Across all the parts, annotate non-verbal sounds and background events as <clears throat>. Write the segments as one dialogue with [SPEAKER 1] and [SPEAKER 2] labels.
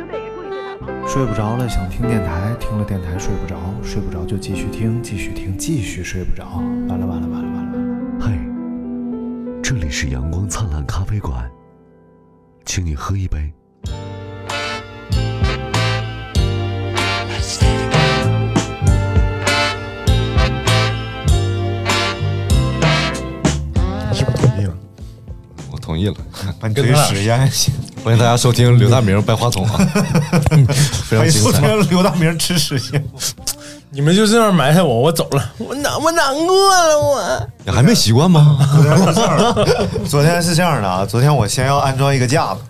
[SPEAKER 1] 球队也注意对他防守。
[SPEAKER 2] 睡不着了，想听电台，听了电台睡不着，睡不着就继续听，继续听，继续睡不着，完了完了完了完了完了。
[SPEAKER 3] 嗨，这里是阳光灿烂咖啡馆，请你喝一杯。
[SPEAKER 4] 你是不是同意了？
[SPEAKER 5] 我同意了，
[SPEAKER 4] 把你嘴使咽下去。
[SPEAKER 5] 欢迎大家收听刘大明掰话
[SPEAKER 6] <laughs>
[SPEAKER 5] 筒啊，非
[SPEAKER 4] 欢
[SPEAKER 5] 常
[SPEAKER 4] 迎
[SPEAKER 5] 精
[SPEAKER 4] 收
[SPEAKER 5] 彩。
[SPEAKER 4] 听刘大明吃屎烟。
[SPEAKER 7] 你们就这样埋汰我，我走了，我难我难过了，我
[SPEAKER 5] 你还没习惯吗？ <laughs>
[SPEAKER 4] 昨天是这样的，昨天是这样的啊，昨天我先要安装一个架子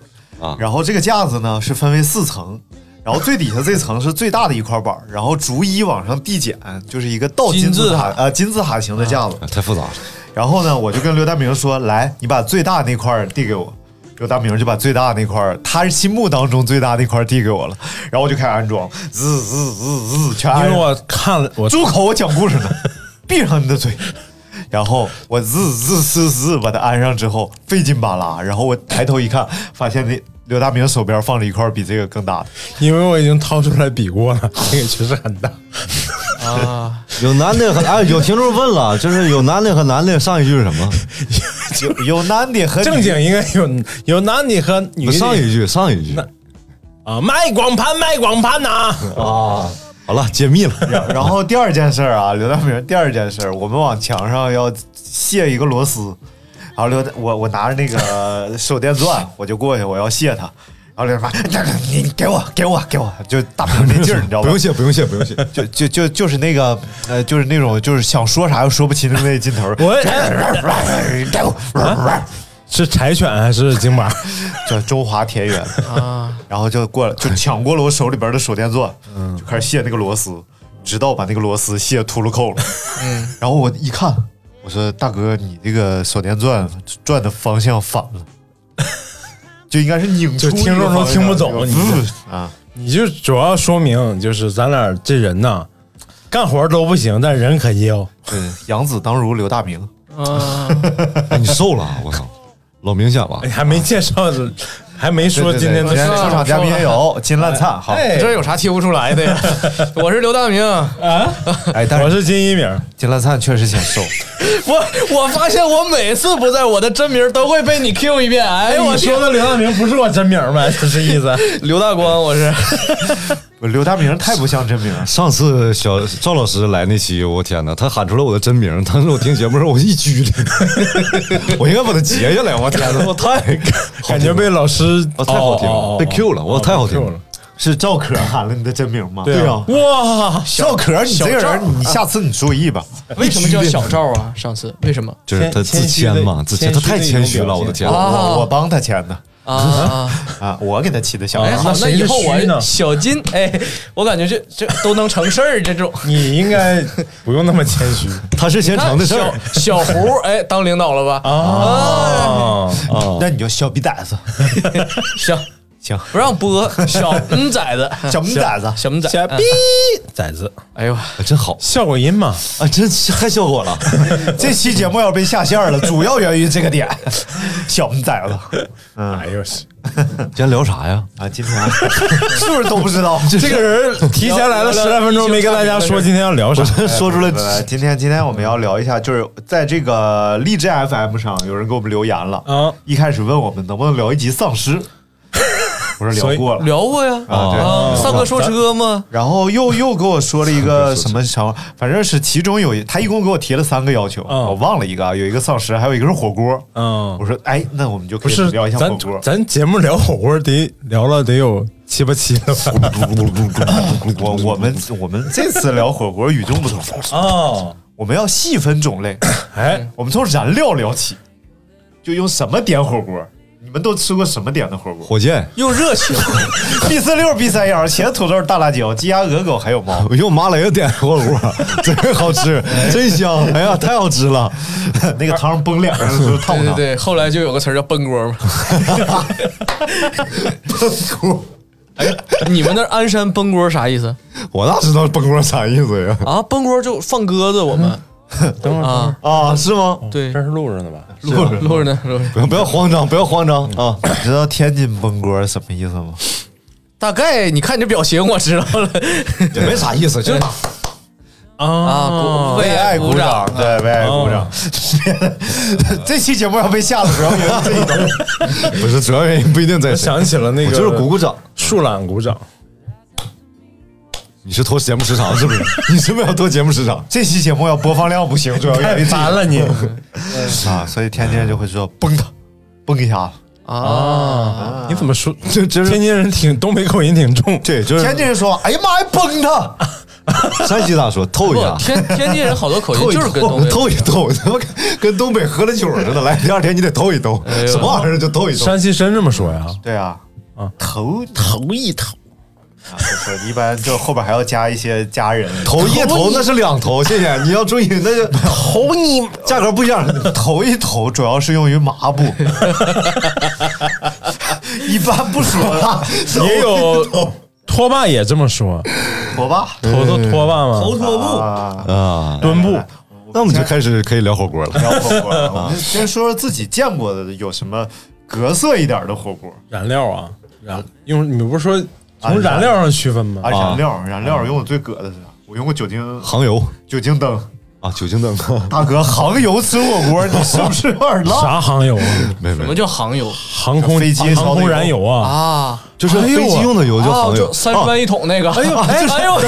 [SPEAKER 5] 啊
[SPEAKER 4] 然后这个架子呢是分为四层，然后最底下这层是最大的一块板儿，然后逐一往上递减，就是一个倒金字塔
[SPEAKER 7] 金字
[SPEAKER 4] 呃金字塔型的架子。
[SPEAKER 5] 太复杂了，
[SPEAKER 4] 然后呢，我就跟刘大明说：“来，你把最大那块儿递给我。”刘大明就把最大那块儿，他心目当中最大那块儿递给我了，然后我就开始安装，滋滋滋滋，全安
[SPEAKER 7] 因
[SPEAKER 4] 上
[SPEAKER 7] 为我看了我
[SPEAKER 4] 住口！我讲故事呢，闭上你的嘴。然后我滋滋滋滋把它安上之后，费劲巴拉。然后我抬头一看，发现那刘大明手边放着一块比这个更大的。
[SPEAKER 7] 因为我已经掏出来比过了， <laughs> 这个确实很大。
[SPEAKER 5] 有男的和哎，有听众问了，就是有男的和男的，上一句是什么？
[SPEAKER 4] <laughs> 有有男的和女
[SPEAKER 7] 正经应该有有男的和女
[SPEAKER 5] 不 <laughs>
[SPEAKER 7] 的。
[SPEAKER 5] 上一句，上一句
[SPEAKER 7] 那啊，卖广盘，卖广盘呐、
[SPEAKER 5] 啊。 <laughs> 好了，揭秘了，
[SPEAKER 4] 然后第二件事儿啊，刘大明，第二件事儿，我们往墙上要卸一个螺丝，然后刘大我我拿着那个手电钻，我就过去，我要卸它。然后刘大明，你你给我给我给我，就大明那劲儿，你知道
[SPEAKER 5] 不
[SPEAKER 4] 吧
[SPEAKER 5] 用？谢，不用谢，不用谢。
[SPEAKER 4] <laughs> 就就就就是那个呃，就是那种就是想说啥又说不清的那劲头儿。
[SPEAKER 7] 我是柴犬还是京巴？
[SPEAKER 4] 叫中华田园啊，然后就过来就抢过了我手里边的手电钻，
[SPEAKER 7] 嗯
[SPEAKER 4] 就开始卸那个螺丝，直到把那个螺丝卸秃噜扣了。嗯，然后我一看，我说大哥，你这个手电钻转的方向反了，就应该是拧出
[SPEAKER 7] 就
[SPEAKER 4] 一个
[SPEAKER 7] 听众都
[SPEAKER 4] 方向
[SPEAKER 7] 听不懂
[SPEAKER 4] 这
[SPEAKER 7] 你
[SPEAKER 4] 个
[SPEAKER 7] 这
[SPEAKER 4] 嗯啊。
[SPEAKER 7] <laughs> 你就主要说明就是咱俩这人呐、干活都不行，但人可哦硬。
[SPEAKER 4] 对，养子当如刘大明，
[SPEAKER 7] 啊
[SPEAKER 5] 哎，你瘦了，我操，老明显了
[SPEAKER 7] 你。哎还没介绍， <laughs> 还没说今天
[SPEAKER 4] 哎对对对
[SPEAKER 7] 的
[SPEAKER 4] 上场嘉宾也有金烂灿，好，
[SPEAKER 7] 哎
[SPEAKER 6] 这有啥提不出来
[SPEAKER 7] <laughs>
[SPEAKER 6] 的呀？我是刘大明，
[SPEAKER 4] 哎，但
[SPEAKER 7] 啊我
[SPEAKER 4] 是
[SPEAKER 7] 是金一鸣，
[SPEAKER 4] 金烂灿确实显瘦，
[SPEAKER 6] 我我发现我每次不在，我的真名都会被你 Q 一遍。哎，我
[SPEAKER 7] 你
[SPEAKER 6] 天
[SPEAKER 7] 说的刘大明不是我真名呗？是这意思？
[SPEAKER 6] <laughs> 刘大光，我是
[SPEAKER 4] 不刘大明太不像真名儿。
[SPEAKER 5] 上次小赵老师来那期，我天哪，他喊出了我的真名，当时我听节目时候我一激灵， <laughs> 我应该把他截下来，我天哪，我太
[SPEAKER 7] 感觉被老师
[SPEAKER 5] 我太好听
[SPEAKER 7] 哦哦
[SPEAKER 5] 了，
[SPEAKER 7] 哦
[SPEAKER 5] 被 Q 了，我太好听
[SPEAKER 7] 被 Q
[SPEAKER 5] 了
[SPEAKER 7] 了。
[SPEAKER 4] 是赵可喊了你的真名吗？
[SPEAKER 7] 对啊，哇，
[SPEAKER 4] 赵可，你这个人，你下次你注意吧。
[SPEAKER 6] 为什么叫小赵啊？上次为什么
[SPEAKER 5] 就是他自谦嘛，
[SPEAKER 7] 谦
[SPEAKER 5] 自
[SPEAKER 7] 虚的
[SPEAKER 5] 谦，他太谦虚了，我的天
[SPEAKER 6] 啊
[SPEAKER 5] 哪！
[SPEAKER 4] 我我帮他签的
[SPEAKER 6] 啊？
[SPEAKER 4] 啊，我给他起的小
[SPEAKER 6] <laughs> 哎，
[SPEAKER 4] 名。
[SPEAKER 6] 好，那
[SPEAKER 7] 谁
[SPEAKER 6] 以
[SPEAKER 7] 是
[SPEAKER 6] 后
[SPEAKER 7] 虚呢
[SPEAKER 6] 我小金，哎，我感觉这这都能成事儿，
[SPEAKER 7] <laughs>
[SPEAKER 6] 这种。
[SPEAKER 7] 你应该不用那么谦虚
[SPEAKER 5] 他是先成的事儿，
[SPEAKER 6] 小小胡，哎，当领导了吧？啊，
[SPEAKER 7] 啊啊！
[SPEAKER 4] 那你就小逼崽子，
[SPEAKER 7] <laughs>
[SPEAKER 6] 行，
[SPEAKER 4] 行，
[SPEAKER 6] 不让播小嗯崽子，
[SPEAKER 4] 小逼崽子，
[SPEAKER 6] <laughs> 小嗯崽，
[SPEAKER 7] 小
[SPEAKER 6] 嗯
[SPEAKER 7] 逼崽子，
[SPEAKER 6] 哎呦，
[SPEAKER 5] 哎真好
[SPEAKER 7] 效果音嘛，
[SPEAKER 5] 啊，真太效果 <laughs> 了。
[SPEAKER 4] 这期节目要被下线了，主要源于这个点。 <laughs> 小逼崽子
[SPEAKER 7] 哎呦我去！
[SPEAKER 5] 今天聊啥呀？
[SPEAKER 4] 啊，今
[SPEAKER 7] <laughs>
[SPEAKER 4] 天是不是都不知道？
[SPEAKER 7] 这个人哎提前来了十来分钟，没跟大家说今天要聊啥，
[SPEAKER 5] 说出来
[SPEAKER 4] 呃，今天今天我们要聊一下，就是在这个荔枝 FM 上，有人给我们留言了
[SPEAKER 7] 啊
[SPEAKER 4] 一开始问我们能不能聊一集丧尸，我说聊过了
[SPEAKER 6] 聊过呀，
[SPEAKER 4] 啊，对。
[SPEAKER 6] 啊，三哥说车
[SPEAKER 7] 啊
[SPEAKER 6] 吗？
[SPEAKER 4] 然后又又给我说了一个什么想法，反正是其中有一他一共给我提了三个要求，
[SPEAKER 7] 嗯
[SPEAKER 4] 我忘了一个啊，有一个丧尸，还有一个是火锅。
[SPEAKER 7] 嗯
[SPEAKER 4] 我说哎，那我们就
[SPEAKER 7] 不
[SPEAKER 4] 可以
[SPEAKER 7] 嗯是
[SPEAKER 4] 聊一下火
[SPEAKER 7] 咱
[SPEAKER 4] 锅。
[SPEAKER 7] 咱节目聊火锅得聊了得有七八期了吧？
[SPEAKER 4] 我我们我们这次聊火锅与众不同，
[SPEAKER 7] 哦，
[SPEAKER 4] 我们要细分种类，
[SPEAKER 7] 哎，
[SPEAKER 4] 我们从燃料聊起，就用什么点火锅？你们都吃过什么点的火锅？
[SPEAKER 5] 火箭，
[SPEAKER 6] 又热情，
[SPEAKER 4] B 四六、B 三幺，茄子、土豆、大辣椒、鸡鸭鹅狗还有
[SPEAKER 5] <laughs>
[SPEAKER 4] 猫。
[SPEAKER 5] 我用哎麻雷点的火
[SPEAKER 4] <laughs>
[SPEAKER 5] 锅，真好吃，真香！哎呀，太好吃了！
[SPEAKER 4] 那个汤崩脸上
[SPEAKER 5] <laughs>
[SPEAKER 4] 就是烫不
[SPEAKER 6] 对对
[SPEAKER 4] 烫？
[SPEAKER 6] 对，后来就有个词儿叫崩锅
[SPEAKER 7] <laughs>
[SPEAKER 6] 嘛。哎，你们那儿鞍山崩锅啥意思
[SPEAKER 5] 我哪知道崩锅啥意思呀？
[SPEAKER 6] 啊？崩锅就放鸽子，我们
[SPEAKER 7] 嗯 <laughs> 等会儿，
[SPEAKER 6] 啊，
[SPEAKER 5] 啊，是吗？
[SPEAKER 6] 对
[SPEAKER 7] 这，是 <laughs> 录上的吧？
[SPEAKER 6] 录着呢，录着呢。
[SPEAKER 5] 不要不要慌张，不要慌张啊！
[SPEAKER 4] 你知道天津崩锅什么意思吗？
[SPEAKER 6] 大概你看你这表情，我知道了
[SPEAKER 5] 也没啥意思，就是
[SPEAKER 6] <laughs> 啊，鼓为爱鼓掌，
[SPEAKER 4] 对，为
[SPEAKER 5] <laughs>
[SPEAKER 4] 爱鼓
[SPEAKER 7] 哦
[SPEAKER 4] 掌。这期节目要被下了，主要原因这一段。
[SPEAKER 5] <laughs> 不是主要原因不一定在
[SPEAKER 7] 我
[SPEAKER 5] 谁，
[SPEAKER 7] 想起了那
[SPEAKER 5] 我
[SPEAKER 7] 个，
[SPEAKER 5] 就是鼓鼓掌。
[SPEAKER 7] 树懒鼓掌，
[SPEAKER 5] 你是拖节目时长是不是？你是不是要拖节目时长？
[SPEAKER 4] 这期节目要播放量不行，主要原因
[SPEAKER 7] 烦了你。
[SPEAKER 5] <laughs>
[SPEAKER 4] 啊，所以天津人就会说崩他，崩一下子。
[SPEAKER 6] 啊，
[SPEAKER 7] 你怎么 <laughs> 说？
[SPEAKER 5] 这真
[SPEAKER 7] 天
[SPEAKER 5] 是
[SPEAKER 7] 津人挺东北口音挺 <laughs> 重，
[SPEAKER 5] 对，就是
[SPEAKER 4] 天津人说：“哎呀妈呀，崩他
[SPEAKER 5] <laughs> 山西咋说？透一下
[SPEAKER 6] 不，，天天津人好多口
[SPEAKER 5] 透
[SPEAKER 6] 音
[SPEAKER 5] 一
[SPEAKER 6] 就是跟
[SPEAKER 4] <laughs>
[SPEAKER 6] 东北
[SPEAKER 5] 透一透，他妈 <laughs> 跟东北喝了酒似的。来，第二天你得透一透，
[SPEAKER 6] 哎呦
[SPEAKER 5] 什么玩意儿就透一透。
[SPEAKER 7] 山西真这么说呀？！”
[SPEAKER 4] 对啊，头头一头啊，就是一般就后边还要加一些家人。
[SPEAKER 5] <laughs> 头一头那是两 <laughs> 头，谢谢你要注意，那就头你价格不一样，
[SPEAKER 4] 头一头主要是用于麻
[SPEAKER 5] <laughs>
[SPEAKER 4] 布，一般不说
[SPEAKER 5] <laughs>
[SPEAKER 4] 了。
[SPEAKER 7] 也有拖把也这么说，
[SPEAKER 4] 我吧，
[SPEAKER 7] 头头拖把吗？
[SPEAKER 5] 拖布啊，
[SPEAKER 7] 墩布，
[SPEAKER 5] 那我们就开始可以聊火锅了。
[SPEAKER 4] 聊火锅了，我们先说说自己见过的有什么隔色一点的火锅
[SPEAKER 7] 燃料啊，燃用你不是说从啊燃料上区分吗？
[SPEAKER 4] 啊，燃料，燃料用的最隔的是啥？我用过酒精
[SPEAKER 5] 航油
[SPEAKER 4] 酒精灯，
[SPEAKER 5] 啊，酒精灯，
[SPEAKER 4] 大哥，航油吃火锅，你是不是有点浪？
[SPEAKER 7] 啥航油啊？
[SPEAKER 5] <laughs> 没
[SPEAKER 6] 什
[SPEAKER 5] 没
[SPEAKER 6] 么，叫航油
[SPEAKER 7] 航空
[SPEAKER 4] 飞机烧的油
[SPEAKER 7] 航空燃油啊？
[SPEAKER 6] 啊？
[SPEAKER 5] 就是飞机用的油叫
[SPEAKER 6] 啊
[SPEAKER 5] 航油，
[SPEAKER 6] 三十
[SPEAKER 5] 啊
[SPEAKER 6] 万一桶那个，哎 <laughs> 呦哎呦，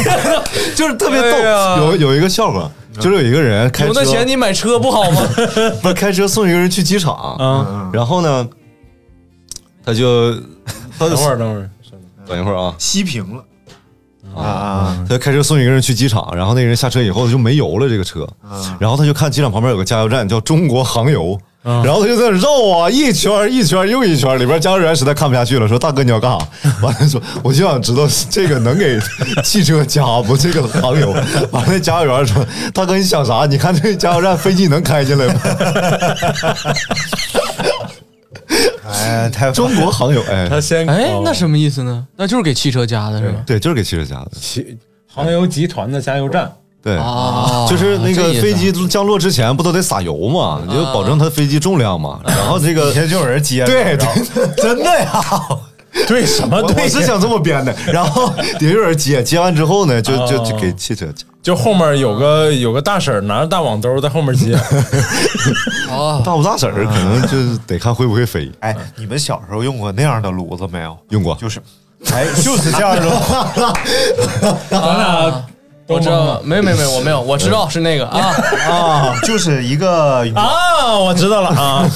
[SPEAKER 5] 就是特别
[SPEAKER 6] 哎呀
[SPEAKER 5] 逗。有有一个笑话，就是有一个人开
[SPEAKER 6] 有
[SPEAKER 5] 车
[SPEAKER 6] 那，钱你买车不好吗？
[SPEAKER 5] 不是开车送一个人去机场，
[SPEAKER 7] 啊，
[SPEAKER 5] 然后呢，他就他就
[SPEAKER 7] 等会儿等会儿，
[SPEAKER 5] 等一会儿啊，
[SPEAKER 4] 熄屏了啊啊！
[SPEAKER 5] 他开车送一个人去机场，然后那个人下车以后就没油了，这个车，
[SPEAKER 4] 嗯
[SPEAKER 5] 然后他就看机场旁边有个加油站叫中国航油，然后他就在那绕啊一圈儿一圈儿又一圈儿，里边加油员实在看不下去了，说大哥你要干啥？完了说我就想知道这个能给汽车加不？这个航油？完了加油员说大哥你想啥？你看这加油站飞机能开进来吗？
[SPEAKER 4] <laughs> 哎，太
[SPEAKER 5] 中国航油，哎，
[SPEAKER 7] 他先
[SPEAKER 6] <laughs>
[SPEAKER 7] 哦
[SPEAKER 6] 哎，那什么意思呢？那就是给汽车加的是吧？
[SPEAKER 5] 对，就是给汽车加的，
[SPEAKER 7] 其航油集团的加油站，
[SPEAKER 5] 对。
[SPEAKER 6] 啊，
[SPEAKER 5] 哦就是那
[SPEAKER 6] 这啊
[SPEAKER 5] 个
[SPEAKER 6] 意思
[SPEAKER 5] 飞机降落之前不都得撒油嘛，你就保证它飞机重量嘛。然后这个
[SPEAKER 4] 以前就有人接着，
[SPEAKER 5] 对
[SPEAKER 4] 然后
[SPEAKER 5] <laughs> 真的
[SPEAKER 4] <laughs>
[SPEAKER 5] 呀，
[SPEAKER 7] 对什么
[SPEAKER 5] 我
[SPEAKER 7] 对
[SPEAKER 5] 我？是想这么编的。然后也有人接，接完之后呢，就就就给汽车接。
[SPEAKER 7] 就后面有个有个大婶儿拿着大网兜在后面 <laughs> 接，
[SPEAKER 6] 啊，
[SPEAKER 5] 大不大婶儿可能就是得看会不会飞，
[SPEAKER 4] 哎，你们小时候用过那样的炉子没有？
[SPEAKER 5] 用过
[SPEAKER 4] 就是， <laughs> 哎，就是这样的。
[SPEAKER 5] <laughs>
[SPEAKER 7] 咱俩
[SPEAKER 6] 我知道，没没没，我没有，我知 <laughs> 道是那个啊，
[SPEAKER 4] 啊，就是一个 <laughs>
[SPEAKER 7] 啊，我知道了啊，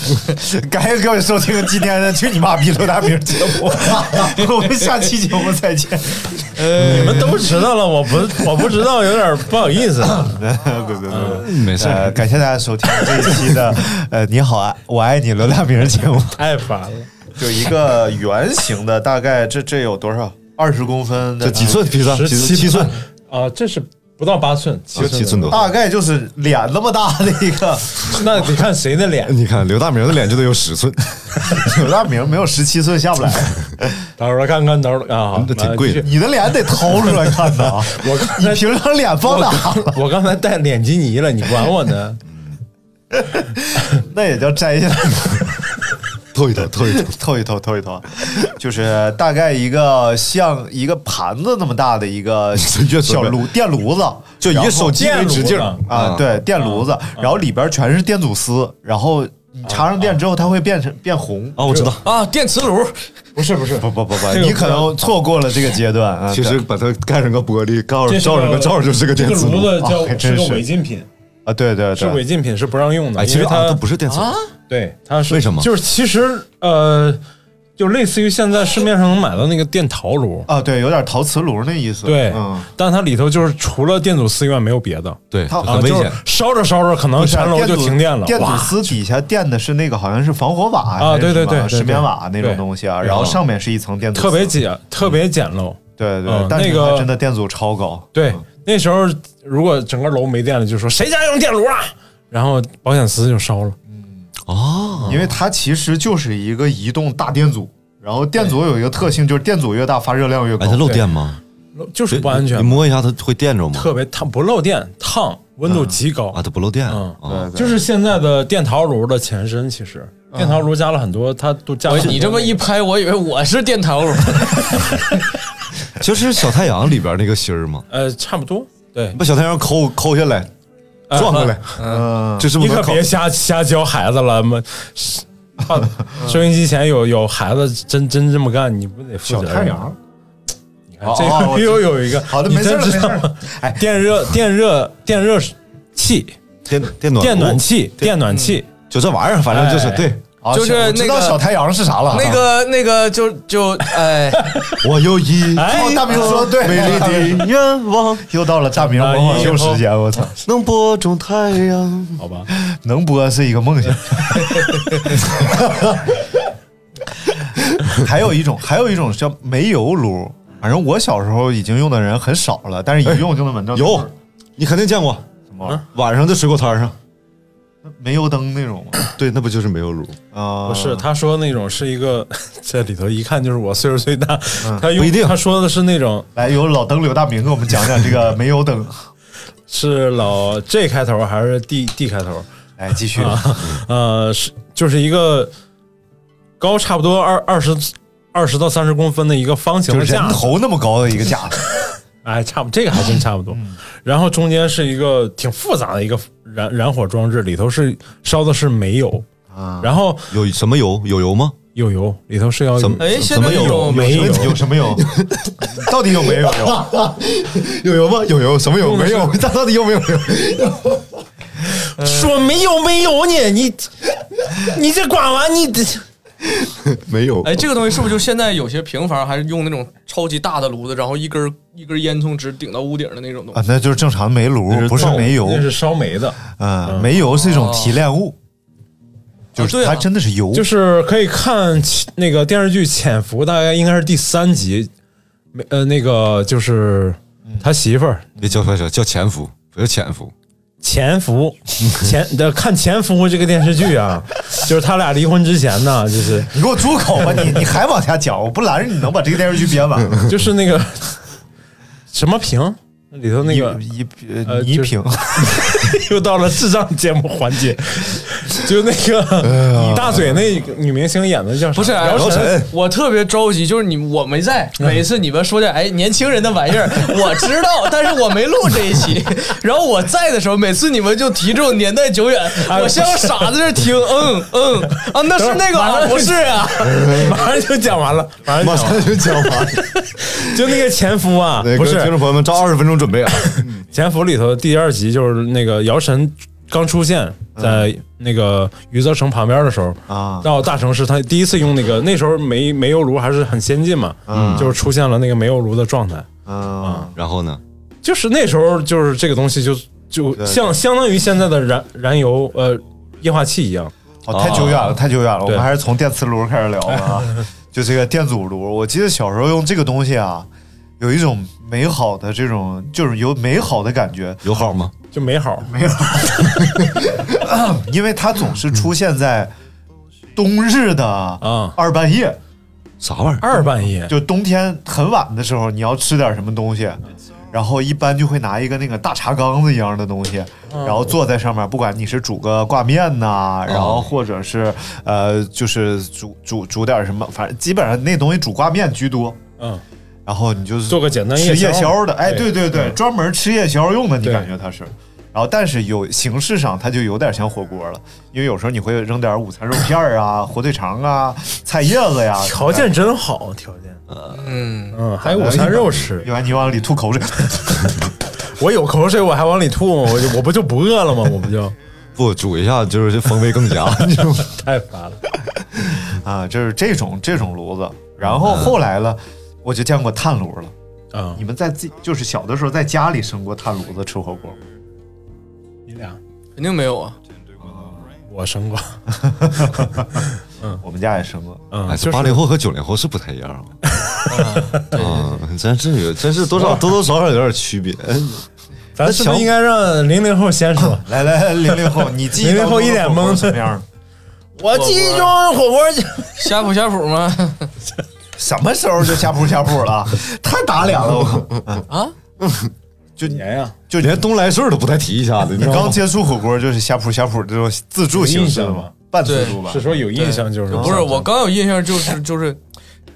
[SPEAKER 4] 感谢各位收听今天的“去你妈逼刘大明”节目， <laughs> 我们下期节目再见。
[SPEAKER 7] 你们都知道了，我不我不知道，有点不好
[SPEAKER 5] <laughs>
[SPEAKER 7] 意思。
[SPEAKER 4] 别别别，
[SPEAKER 5] 没事
[SPEAKER 4] 呃，感谢大家收听这一期 <laughs> 的呃“你好爱我爱你”刘大明节目，
[SPEAKER 7] 太哎烦了，
[SPEAKER 4] 就一个圆形的，大概这这有多少？二十公分的
[SPEAKER 5] 这几寸披萨，
[SPEAKER 7] 十
[SPEAKER 5] 几寸七寸，
[SPEAKER 7] 啊，这是不到八寸，
[SPEAKER 5] 就七寸多。
[SPEAKER 4] 大概就是脸那么大的一个。
[SPEAKER 7] 那得看谁的脸。
[SPEAKER 5] <laughs> 你看刘大明的脸就得有十寸，
[SPEAKER 4] <laughs> 刘大明没有十七寸下不来，
[SPEAKER 7] 等会儿看看，等会儿啊，好
[SPEAKER 5] <laughs> 这挺贵的。
[SPEAKER 4] 你的脸得掏出来看呐。
[SPEAKER 5] <laughs>
[SPEAKER 7] 我刚
[SPEAKER 4] 你
[SPEAKER 7] 才
[SPEAKER 4] 平常脸放哪了？
[SPEAKER 7] 我刚才戴脸基尼了，你管我
[SPEAKER 5] <laughs>
[SPEAKER 7] 呢？
[SPEAKER 4] 那也叫摘下来。
[SPEAKER 5] 透一透，透一透。
[SPEAKER 4] 透一透，透一透，就是大概一个像一个盘子那么大的一
[SPEAKER 5] <laughs>
[SPEAKER 4] 个
[SPEAKER 5] 越说
[SPEAKER 4] 小
[SPEAKER 5] 越
[SPEAKER 4] 炉电炉子，
[SPEAKER 5] 就一个手机为直径
[SPEAKER 7] 电炉
[SPEAKER 4] 啊，对，电炉子，
[SPEAKER 5] 啊
[SPEAKER 4] 然后里边全是电阻丝，然后你插上电之后，它会变成变红。
[SPEAKER 5] 啊，我知道。
[SPEAKER 6] 啊，电磁炉
[SPEAKER 4] 不是不是，不不不不，
[SPEAKER 7] 这个
[SPEAKER 4] 你可能错过了这个阶段。啊
[SPEAKER 5] 其
[SPEAKER 4] 对
[SPEAKER 5] 实把它盖上个玻璃，罩
[SPEAKER 7] 这
[SPEAKER 5] 上罩
[SPEAKER 7] 是
[SPEAKER 5] 上个罩就是个电磁
[SPEAKER 7] 这个
[SPEAKER 5] 炉
[SPEAKER 7] 炉。子
[SPEAKER 4] 啊还
[SPEAKER 7] 叫
[SPEAKER 4] 真
[SPEAKER 7] 是
[SPEAKER 4] 是
[SPEAKER 7] 个违禁品，
[SPEAKER 4] 啊，对对
[SPEAKER 7] 是违
[SPEAKER 4] 对，
[SPEAKER 7] 禁品是不让用的，
[SPEAKER 5] 哎，其
[SPEAKER 7] 因
[SPEAKER 5] 实
[SPEAKER 7] 为
[SPEAKER 5] 啊，它
[SPEAKER 7] 它
[SPEAKER 5] 不是电磁炉，
[SPEAKER 7] 对它是
[SPEAKER 5] 为什么
[SPEAKER 7] 就是其实呃，就类似于现在市面上能买到那个电陶炉，
[SPEAKER 4] 啊，对，有点陶瓷炉那意思。
[SPEAKER 7] 对，
[SPEAKER 4] 嗯，
[SPEAKER 7] 但它里头就是除了电阻丝以外没有别的，啊
[SPEAKER 5] 对，
[SPEAKER 4] 他
[SPEAKER 5] 很危
[SPEAKER 7] 就
[SPEAKER 5] 险
[SPEAKER 7] 是。烧着烧着可能
[SPEAKER 4] 不是
[SPEAKER 7] 全楼就
[SPEAKER 4] 阻
[SPEAKER 7] 停电了，
[SPEAKER 4] 电阻
[SPEAKER 7] 哇
[SPEAKER 4] 丝底下垫的是那个好像是防火瓦
[SPEAKER 7] 啊
[SPEAKER 4] 还是
[SPEAKER 7] 对对
[SPEAKER 4] 什么
[SPEAKER 7] 对对
[SPEAKER 4] 石棉
[SPEAKER 7] 对
[SPEAKER 4] 瓦那种
[SPEAKER 7] 对
[SPEAKER 4] 东西啊，
[SPEAKER 7] 嗯
[SPEAKER 4] 然后上面是一层电阻丝，
[SPEAKER 7] 特别简特别简陋。
[SPEAKER 4] 对对
[SPEAKER 7] 嗯，
[SPEAKER 4] 但是
[SPEAKER 7] 那个
[SPEAKER 4] 它真的电阻超高。
[SPEAKER 7] 对，那时候如果整个楼没电了，就说谁家用电炉了，然后保险丝就烧了。
[SPEAKER 4] 因
[SPEAKER 5] 嗯
[SPEAKER 4] 为它其实就是一个移动大电阻，然后电阻有一个特性就是电阻越大发热量越高
[SPEAKER 5] 哎，它。漏电吗？
[SPEAKER 7] 就是不安
[SPEAKER 5] 你
[SPEAKER 7] 全，
[SPEAKER 5] 摸一下它会电着吗？
[SPEAKER 7] 特别烫，不漏电，烫，温度极高
[SPEAKER 5] 啊，，它不漏电啊。啊
[SPEAKER 4] 对对
[SPEAKER 7] 就是现在的电陶炉的前身。其实
[SPEAKER 4] 嗯
[SPEAKER 7] 电陶炉加了很多，它都加
[SPEAKER 6] 我
[SPEAKER 7] 了很多。
[SPEAKER 6] 你这么一拍，我以为我是电陶炉，
[SPEAKER 5] 就是小太阳里边那个芯儿嘛，
[SPEAKER 7] 呃，差不多，对
[SPEAKER 5] 你，把小太阳抠抠下来，转过来，
[SPEAKER 4] 嗯，
[SPEAKER 5] 这是不
[SPEAKER 7] 你
[SPEAKER 5] 是
[SPEAKER 7] 可
[SPEAKER 5] 能烤
[SPEAKER 7] 别瞎瞎教孩子
[SPEAKER 4] <laughs>
[SPEAKER 7] 了，妈。是怕收音机前有有孩子真真这么干，你不得负
[SPEAKER 4] 小
[SPEAKER 7] 责任？
[SPEAKER 4] 太阳，
[SPEAKER 7] 这
[SPEAKER 4] 哦哦我
[SPEAKER 7] 个
[SPEAKER 4] 知
[SPEAKER 7] 又有一个，
[SPEAKER 4] 好的
[SPEAKER 7] 你
[SPEAKER 4] 没事
[SPEAKER 7] 真
[SPEAKER 4] 了
[SPEAKER 7] 知道
[SPEAKER 4] 没事
[SPEAKER 7] 吗
[SPEAKER 4] 了？哎
[SPEAKER 7] 电热电热电热器、
[SPEAKER 5] 电电暖
[SPEAKER 7] 电暖
[SPEAKER 5] 炉
[SPEAKER 7] 器、
[SPEAKER 4] 哦
[SPEAKER 7] 电暖器，
[SPEAKER 5] 就这玩意儿，反正就是
[SPEAKER 7] 哎
[SPEAKER 5] 对。
[SPEAKER 4] 啊
[SPEAKER 6] 就是
[SPEAKER 4] 小我
[SPEAKER 6] 那
[SPEAKER 4] 知道
[SPEAKER 6] 个
[SPEAKER 4] 小太阳是啥了。<laughs>
[SPEAKER 6] 那个那个就就 <laughs> 哎，
[SPEAKER 5] 我有一
[SPEAKER 7] 哎
[SPEAKER 4] 哦，大明说的对，
[SPEAKER 5] 美丽的愿望，
[SPEAKER 4] 又到了大明
[SPEAKER 7] 啊
[SPEAKER 4] 往往
[SPEAKER 7] 以
[SPEAKER 4] 秀
[SPEAKER 7] 后
[SPEAKER 4] 时间，我操，
[SPEAKER 5] 能播种太阳。
[SPEAKER 4] 嗯
[SPEAKER 7] 好吧？
[SPEAKER 4] 能播是一个梦
[SPEAKER 5] <laughs>
[SPEAKER 4] 想。还有一种，还有一种叫煤油炉，反正我小时候已经用的人很少了，但是一用就能闻到
[SPEAKER 5] 哎有，你肯定见过，嗯
[SPEAKER 4] 什么玩意
[SPEAKER 5] 晚上在水果摊上，
[SPEAKER 4] 儿煤油灯那种吗？
[SPEAKER 5] 对，那不就是煤油炉？
[SPEAKER 4] 啊，
[SPEAKER 7] 不是，他说那种是一个，这里头一看就是我岁数最大，
[SPEAKER 4] 嗯
[SPEAKER 7] 他
[SPEAKER 5] 不
[SPEAKER 7] 用
[SPEAKER 5] 一定
[SPEAKER 7] 他说的是那种
[SPEAKER 4] 来由老灯刘大明给我们讲讲这
[SPEAKER 5] <laughs>
[SPEAKER 4] 个煤油灯。
[SPEAKER 7] 是老 J 开头还是 D D 开头？
[SPEAKER 4] 来，哎继续。
[SPEAKER 5] 啊
[SPEAKER 7] 呃，是就是一个高差不多二二十二十到三十公分的一个方形
[SPEAKER 4] 就
[SPEAKER 7] 的
[SPEAKER 4] 是人
[SPEAKER 7] 架子，
[SPEAKER 4] 头那么高的一个架子，
[SPEAKER 7] 哎，差不这个还真差不多。
[SPEAKER 4] 嗯
[SPEAKER 7] 然后中间是一个挺复杂的一个燃燃火装置，里头是烧的是煤油，
[SPEAKER 4] 啊
[SPEAKER 7] 然后
[SPEAKER 5] 有什么油？有油吗？
[SPEAKER 7] 有油，里头是要
[SPEAKER 5] 什么
[SPEAKER 6] 哎
[SPEAKER 5] 什
[SPEAKER 6] 现
[SPEAKER 5] 么
[SPEAKER 6] 在
[SPEAKER 5] 油
[SPEAKER 6] 有？
[SPEAKER 7] 煤油，
[SPEAKER 4] 有什么
[SPEAKER 5] <laughs>
[SPEAKER 4] 有？到底有没有有？
[SPEAKER 5] 有油吗？有油？什么油？没有？它到底有没有油？ <laughs>
[SPEAKER 4] 呃
[SPEAKER 7] 说没有没有呢，你你这管完你这
[SPEAKER 5] 没有。
[SPEAKER 6] 哎，这个东西是不是就现在有些平房还是用那种超级大的炉子，然后一根一根烟囱直顶到屋顶的那种东
[SPEAKER 4] 啊
[SPEAKER 6] 西？，
[SPEAKER 4] 那就是正常的煤炉，不是煤油。
[SPEAKER 7] 那是烧煤的，
[SPEAKER 4] 嗯，煤油是一种提炼物，就
[SPEAKER 6] 哦啊对
[SPEAKER 4] 是
[SPEAKER 6] 啊
[SPEAKER 4] 它真的是油。
[SPEAKER 7] 就是可以看其那个电视剧《潜伏》，大概应该是第三集，没呃那个就是他媳妇儿
[SPEAKER 5] 别叫快车，叫潜伏，不是潜伏。
[SPEAKER 7] 潜伏，潜的看《潜伏》这个电视剧啊，就是他俩离婚之前呢，就是
[SPEAKER 4] 你给我住口吧！你你还往下讲，我不拦着你能把这个电视剧编完。
[SPEAKER 5] 嗯
[SPEAKER 7] 就是那个什么平。里头那个
[SPEAKER 4] 一
[SPEAKER 7] 呃
[SPEAKER 4] 倪
[SPEAKER 7] 就是
[SPEAKER 4] 萍，
[SPEAKER 7] <laughs> 又到了智障节目环节，就那个你大嘴那女明星演的叫啥
[SPEAKER 6] 不是哎
[SPEAKER 7] 姚晨，
[SPEAKER 6] 我特别着急，就是你我没在，每次你们说点哎年轻人的玩意儿，我知道，但是我没录这一期。然后我在的时候，每次你们就提这种年代久远，我像个傻子在这听，嗯嗯啊，那是那个 <laughs> 啊，不是啊，
[SPEAKER 7] 马上就讲完了，马上就
[SPEAKER 5] 马
[SPEAKER 7] 讲完
[SPEAKER 5] 上
[SPEAKER 7] 了
[SPEAKER 5] 就讲
[SPEAKER 4] <laughs>
[SPEAKER 5] 完，
[SPEAKER 7] 就那个前夫啊，
[SPEAKER 5] 那
[SPEAKER 7] 不
[SPEAKER 5] 个
[SPEAKER 7] 是
[SPEAKER 5] 听众朋友们，照二十分钟准备啊！
[SPEAKER 7] 潜伏里头第二集就是那个姚晨刚出现在那个余则成旁边的时候
[SPEAKER 4] 嗯啊
[SPEAKER 7] 到大城市他第一次用那个那时候煤煤油炉还是很先进嘛，嗯，就是出现了那个煤油炉的状态，
[SPEAKER 4] 嗯，
[SPEAKER 5] 然后呢？
[SPEAKER 7] 就是那时候就是这个东西就就像相当于现在的燃燃油呃液化气一样，
[SPEAKER 4] 哦，太久远
[SPEAKER 5] 啊
[SPEAKER 4] 了，太久远了。我
[SPEAKER 7] 对
[SPEAKER 4] 们还是从电磁炉开始聊吧
[SPEAKER 5] <laughs>
[SPEAKER 4] 啊。就这个电阻炉，我记得小时候用这个东西啊，有一种美好的这种，就是有美好的感觉，
[SPEAKER 5] 有好吗？
[SPEAKER 7] 就没好，
[SPEAKER 4] 因为它总是出现
[SPEAKER 5] 嗯
[SPEAKER 4] 在冬日的
[SPEAKER 7] 啊
[SPEAKER 4] 二半夜。
[SPEAKER 5] 啥玩意儿？
[SPEAKER 7] 二半夜
[SPEAKER 4] 就冬天很晚的时候，你要吃点什么东西，然后一般就会拿一个那个大茶缸子一样的东西，
[SPEAKER 7] 嗯
[SPEAKER 4] 然后坐在上面，不管你是煮个挂面呐、然后或者是呃，就是煮煮煮点什么，反正基本上那东西煮挂面居多。
[SPEAKER 7] 嗯，
[SPEAKER 4] 然后你就是
[SPEAKER 7] 做个简单
[SPEAKER 4] 吃夜
[SPEAKER 7] 夜宵
[SPEAKER 4] 宵的，哎，对
[SPEAKER 7] 对
[SPEAKER 4] 对对，专门吃夜宵用的，你
[SPEAKER 7] 对
[SPEAKER 4] 感觉它是。然后，但是有形式上，它就有点像火锅了，因为有时候你会扔点午餐肉片儿啊、火腿肠啊、菜叶子呀，
[SPEAKER 7] 条件真好，条件，
[SPEAKER 4] 呃
[SPEAKER 6] 嗯，
[SPEAKER 7] 嗯，还有
[SPEAKER 4] 哎
[SPEAKER 7] 午餐肉吃，
[SPEAKER 4] 要不然你往里吐口水。 <laughs>
[SPEAKER 7] 我有口水我还往里吐吗？我就我不就不饿了吗？我不就
[SPEAKER 5] 不煮一下就是这风味更佳，你知道吗？
[SPEAKER 7] 太烦了。
[SPEAKER 4] 啊，就是这种这种炉子。然后后来了，我就见过炭炉了。
[SPEAKER 7] 啊
[SPEAKER 4] 你，们在自己就是小的时候在家里生过炭炉子吃火锅吗？
[SPEAKER 7] 你俩
[SPEAKER 6] 肯定没有啊。
[SPEAKER 7] 我生过，
[SPEAKER 4] 我们家也生过。
[SPEAKER 7] 嗯
[SPEAKER 5] 哎，，
[SPEAKER 7] 就
[SPEAKER 5] 这
[SPEAKER 7] 是
[SPEAKER 5] 八零后和九零后是不太一样啊。啊，真是有，真是多少多多少少有点区别。
[SPEAKER 7] 咱是不
[SPEAKER 5] 那
[SPEAKER 7] 是
[SPEAKER 5] 小
[SPEAKER 7] 应该让零零后先说？
[SPEAKER 4] 嗯来来，零零后，你记忆
[SPEAKER 7] 00后一脸
[SPEAKER 4] 当中的火锅
[SPEAKER 7] 懵
[SPEAKER 4] 是什么样的？
[SPEAKER 7] <laughs> 我记忆中火锅就
[SPEAKER 6] 呷哺呷哺吗？
[SPEAKER 4] <laughs> 什么时候就下铺下铺了？ <laughs> 太打脸了！我
[SPEAKER 6] 啊
[SPEAKER 7] 就年呀，
[SPEAKER 5] 就嗯连东来顺都不带提一下子，你
[SPEAKER 4] 你
[SPEAKER 5] 知道
[SPEAKER 4] 刚
[SPEAKER 5] 吗？
[SPEAKER 4] 接触火锅就是下铺下铺这种自助形式的
[SPEAKER 7] 有印象
[SPEAKER 4] 吗
[SPEAKER 7] 吗？
[SPEAKER 4] 半自助吧
[SPEAKER 7] 是？说有印象就是
[SPEAKER 6] 嗯不是，我刚有印象就是就是。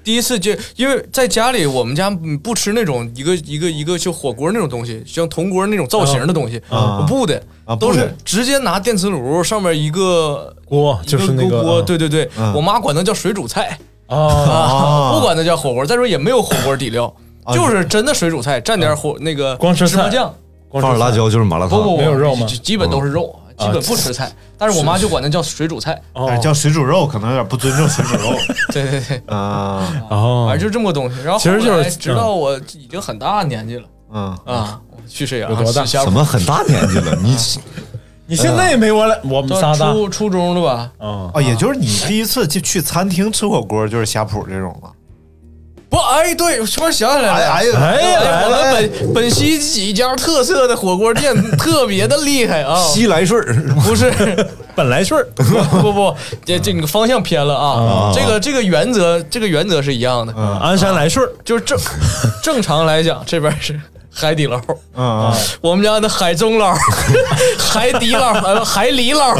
[SPEAKER 6] 第一次接，因为在家里我们家嗯不吃那种一个一个一个就火锅那种东西，像铜锅那种造型的东西，
[SPEAKER 4] 啊
[SPEAKER 6] 布的，
[SPEAKER 4] 啊
[SPEAKER 6] 都
[SPEAKER 4] 布
[SPEAKER 6] 是
[SPEAKER 4] 的
[SPEAKER 6] 直接拿电磁炉上面一个
[SPEAKER 7] 锅就是那
[SPEAKER 6] 一
[SPEAKER 7] 个
[SPEAKER 6] 锅，
[SPEAKER 7] 嗯
[SPEAKER 6] 对对对，我妈管它叫水煮菜
[SPEAKER 7] 啊，
[SPEAKER 6] 啊， <laughs> 不管它叫火锅。再说也没有火锅底料，就是真的水煮菜，蘸点火那个
[SPEAKER 7] 光吃
[SPEAKER 6] 芝麻
[SPEAKER 7] 菜
[SPEAKER 6] 酱，
[SPEAKER 7] 光
[SPEAKER 5] 放
[SPEAKER 7] 吃
[SPEAKER 5] 点辣
[SPEAKER 7] 菜
[SPEAKER 5] 椒就是麻辣
[SPEAKER 6] 不不
[SPEAKER 5] 烫。
[SPEAKER 6] 不
[SPEAKER 7] 没有肉吗啊
[SPEAKER 6] 基基本都是肉，基本不吃菜。但是我妈就管它叫水煮菜，
[SPEAKER 4] 哎
[SPEAKER 7] 哦
[SPEAKER 4] 叫水煮肉可能有点不尊重水煮
[SPEAKER 6] <laughs>
[SPEAKER 4] 肉
[SPEAKER 6] 对对对，
[SPEAKER 5] 呃
[SPEAKER 4] 啊。
[SPEAKER 7] 哦
[SPEAKER 6] 反正就这么个东西。然后
[SPEAKER 7] 其实就是嗯
[SPEAKER 6] 后来直到我已经很大年纪了
[SPEAKER 4] 嗯，
[SPEAKER 6] 啊，我去沈阳
[SPEAKER 7] 有多大
[SPEAKER 6] 吃呷哺
[SPEAKER 5] 怎么很大年纪了？你
[SPEAKER 7] 你现在也没我俩，我们
[SPEAKER 6] 到
[SPEAKER 7] 仨大
[SPEAKER 6] 初初中了吧？
[SPEAKER 7] 啊，
[SPEAKER 4] 哦，也就是你第一次去去餐厅吃火锅就是下铺这种了。
[SPEAKER 6] 不，哎，对，我突然想起来了。
[SPEAKER 4] 呀
[SPEAKER 7] 哎呀
[SPEAKER 6] 哎，
[SPEAKER 7] 来
[SPEAKER 6] 我
[SPEAKER 7] 了，
[SPEAKER 6] 们本本溪几家特色的火
[SPEAKER 7] <laughs>
[SPEAKER 6] 锅店特别的厉害啊！
[SPEAKER 5] 西来顺儿
[SPEAKER 6] 不是，
[SPEAKER 7] 本来顺儿
[SPEAKER 6] 不不不，这这个方向偏了啊！这个这个原则，这个原则是一样的，
[SPEAKER 7] 鞍山来顺儿
[SPEAKER 6] 就
[SPEAKER 7] <laughs>
[SPEAKER 6] 是正正常来讲，这边是海底捞，
[SPEAKER 4] 嗯嗯，
[SPEAKER 6] 我们家的海中捞、海底捞、呃海里捞，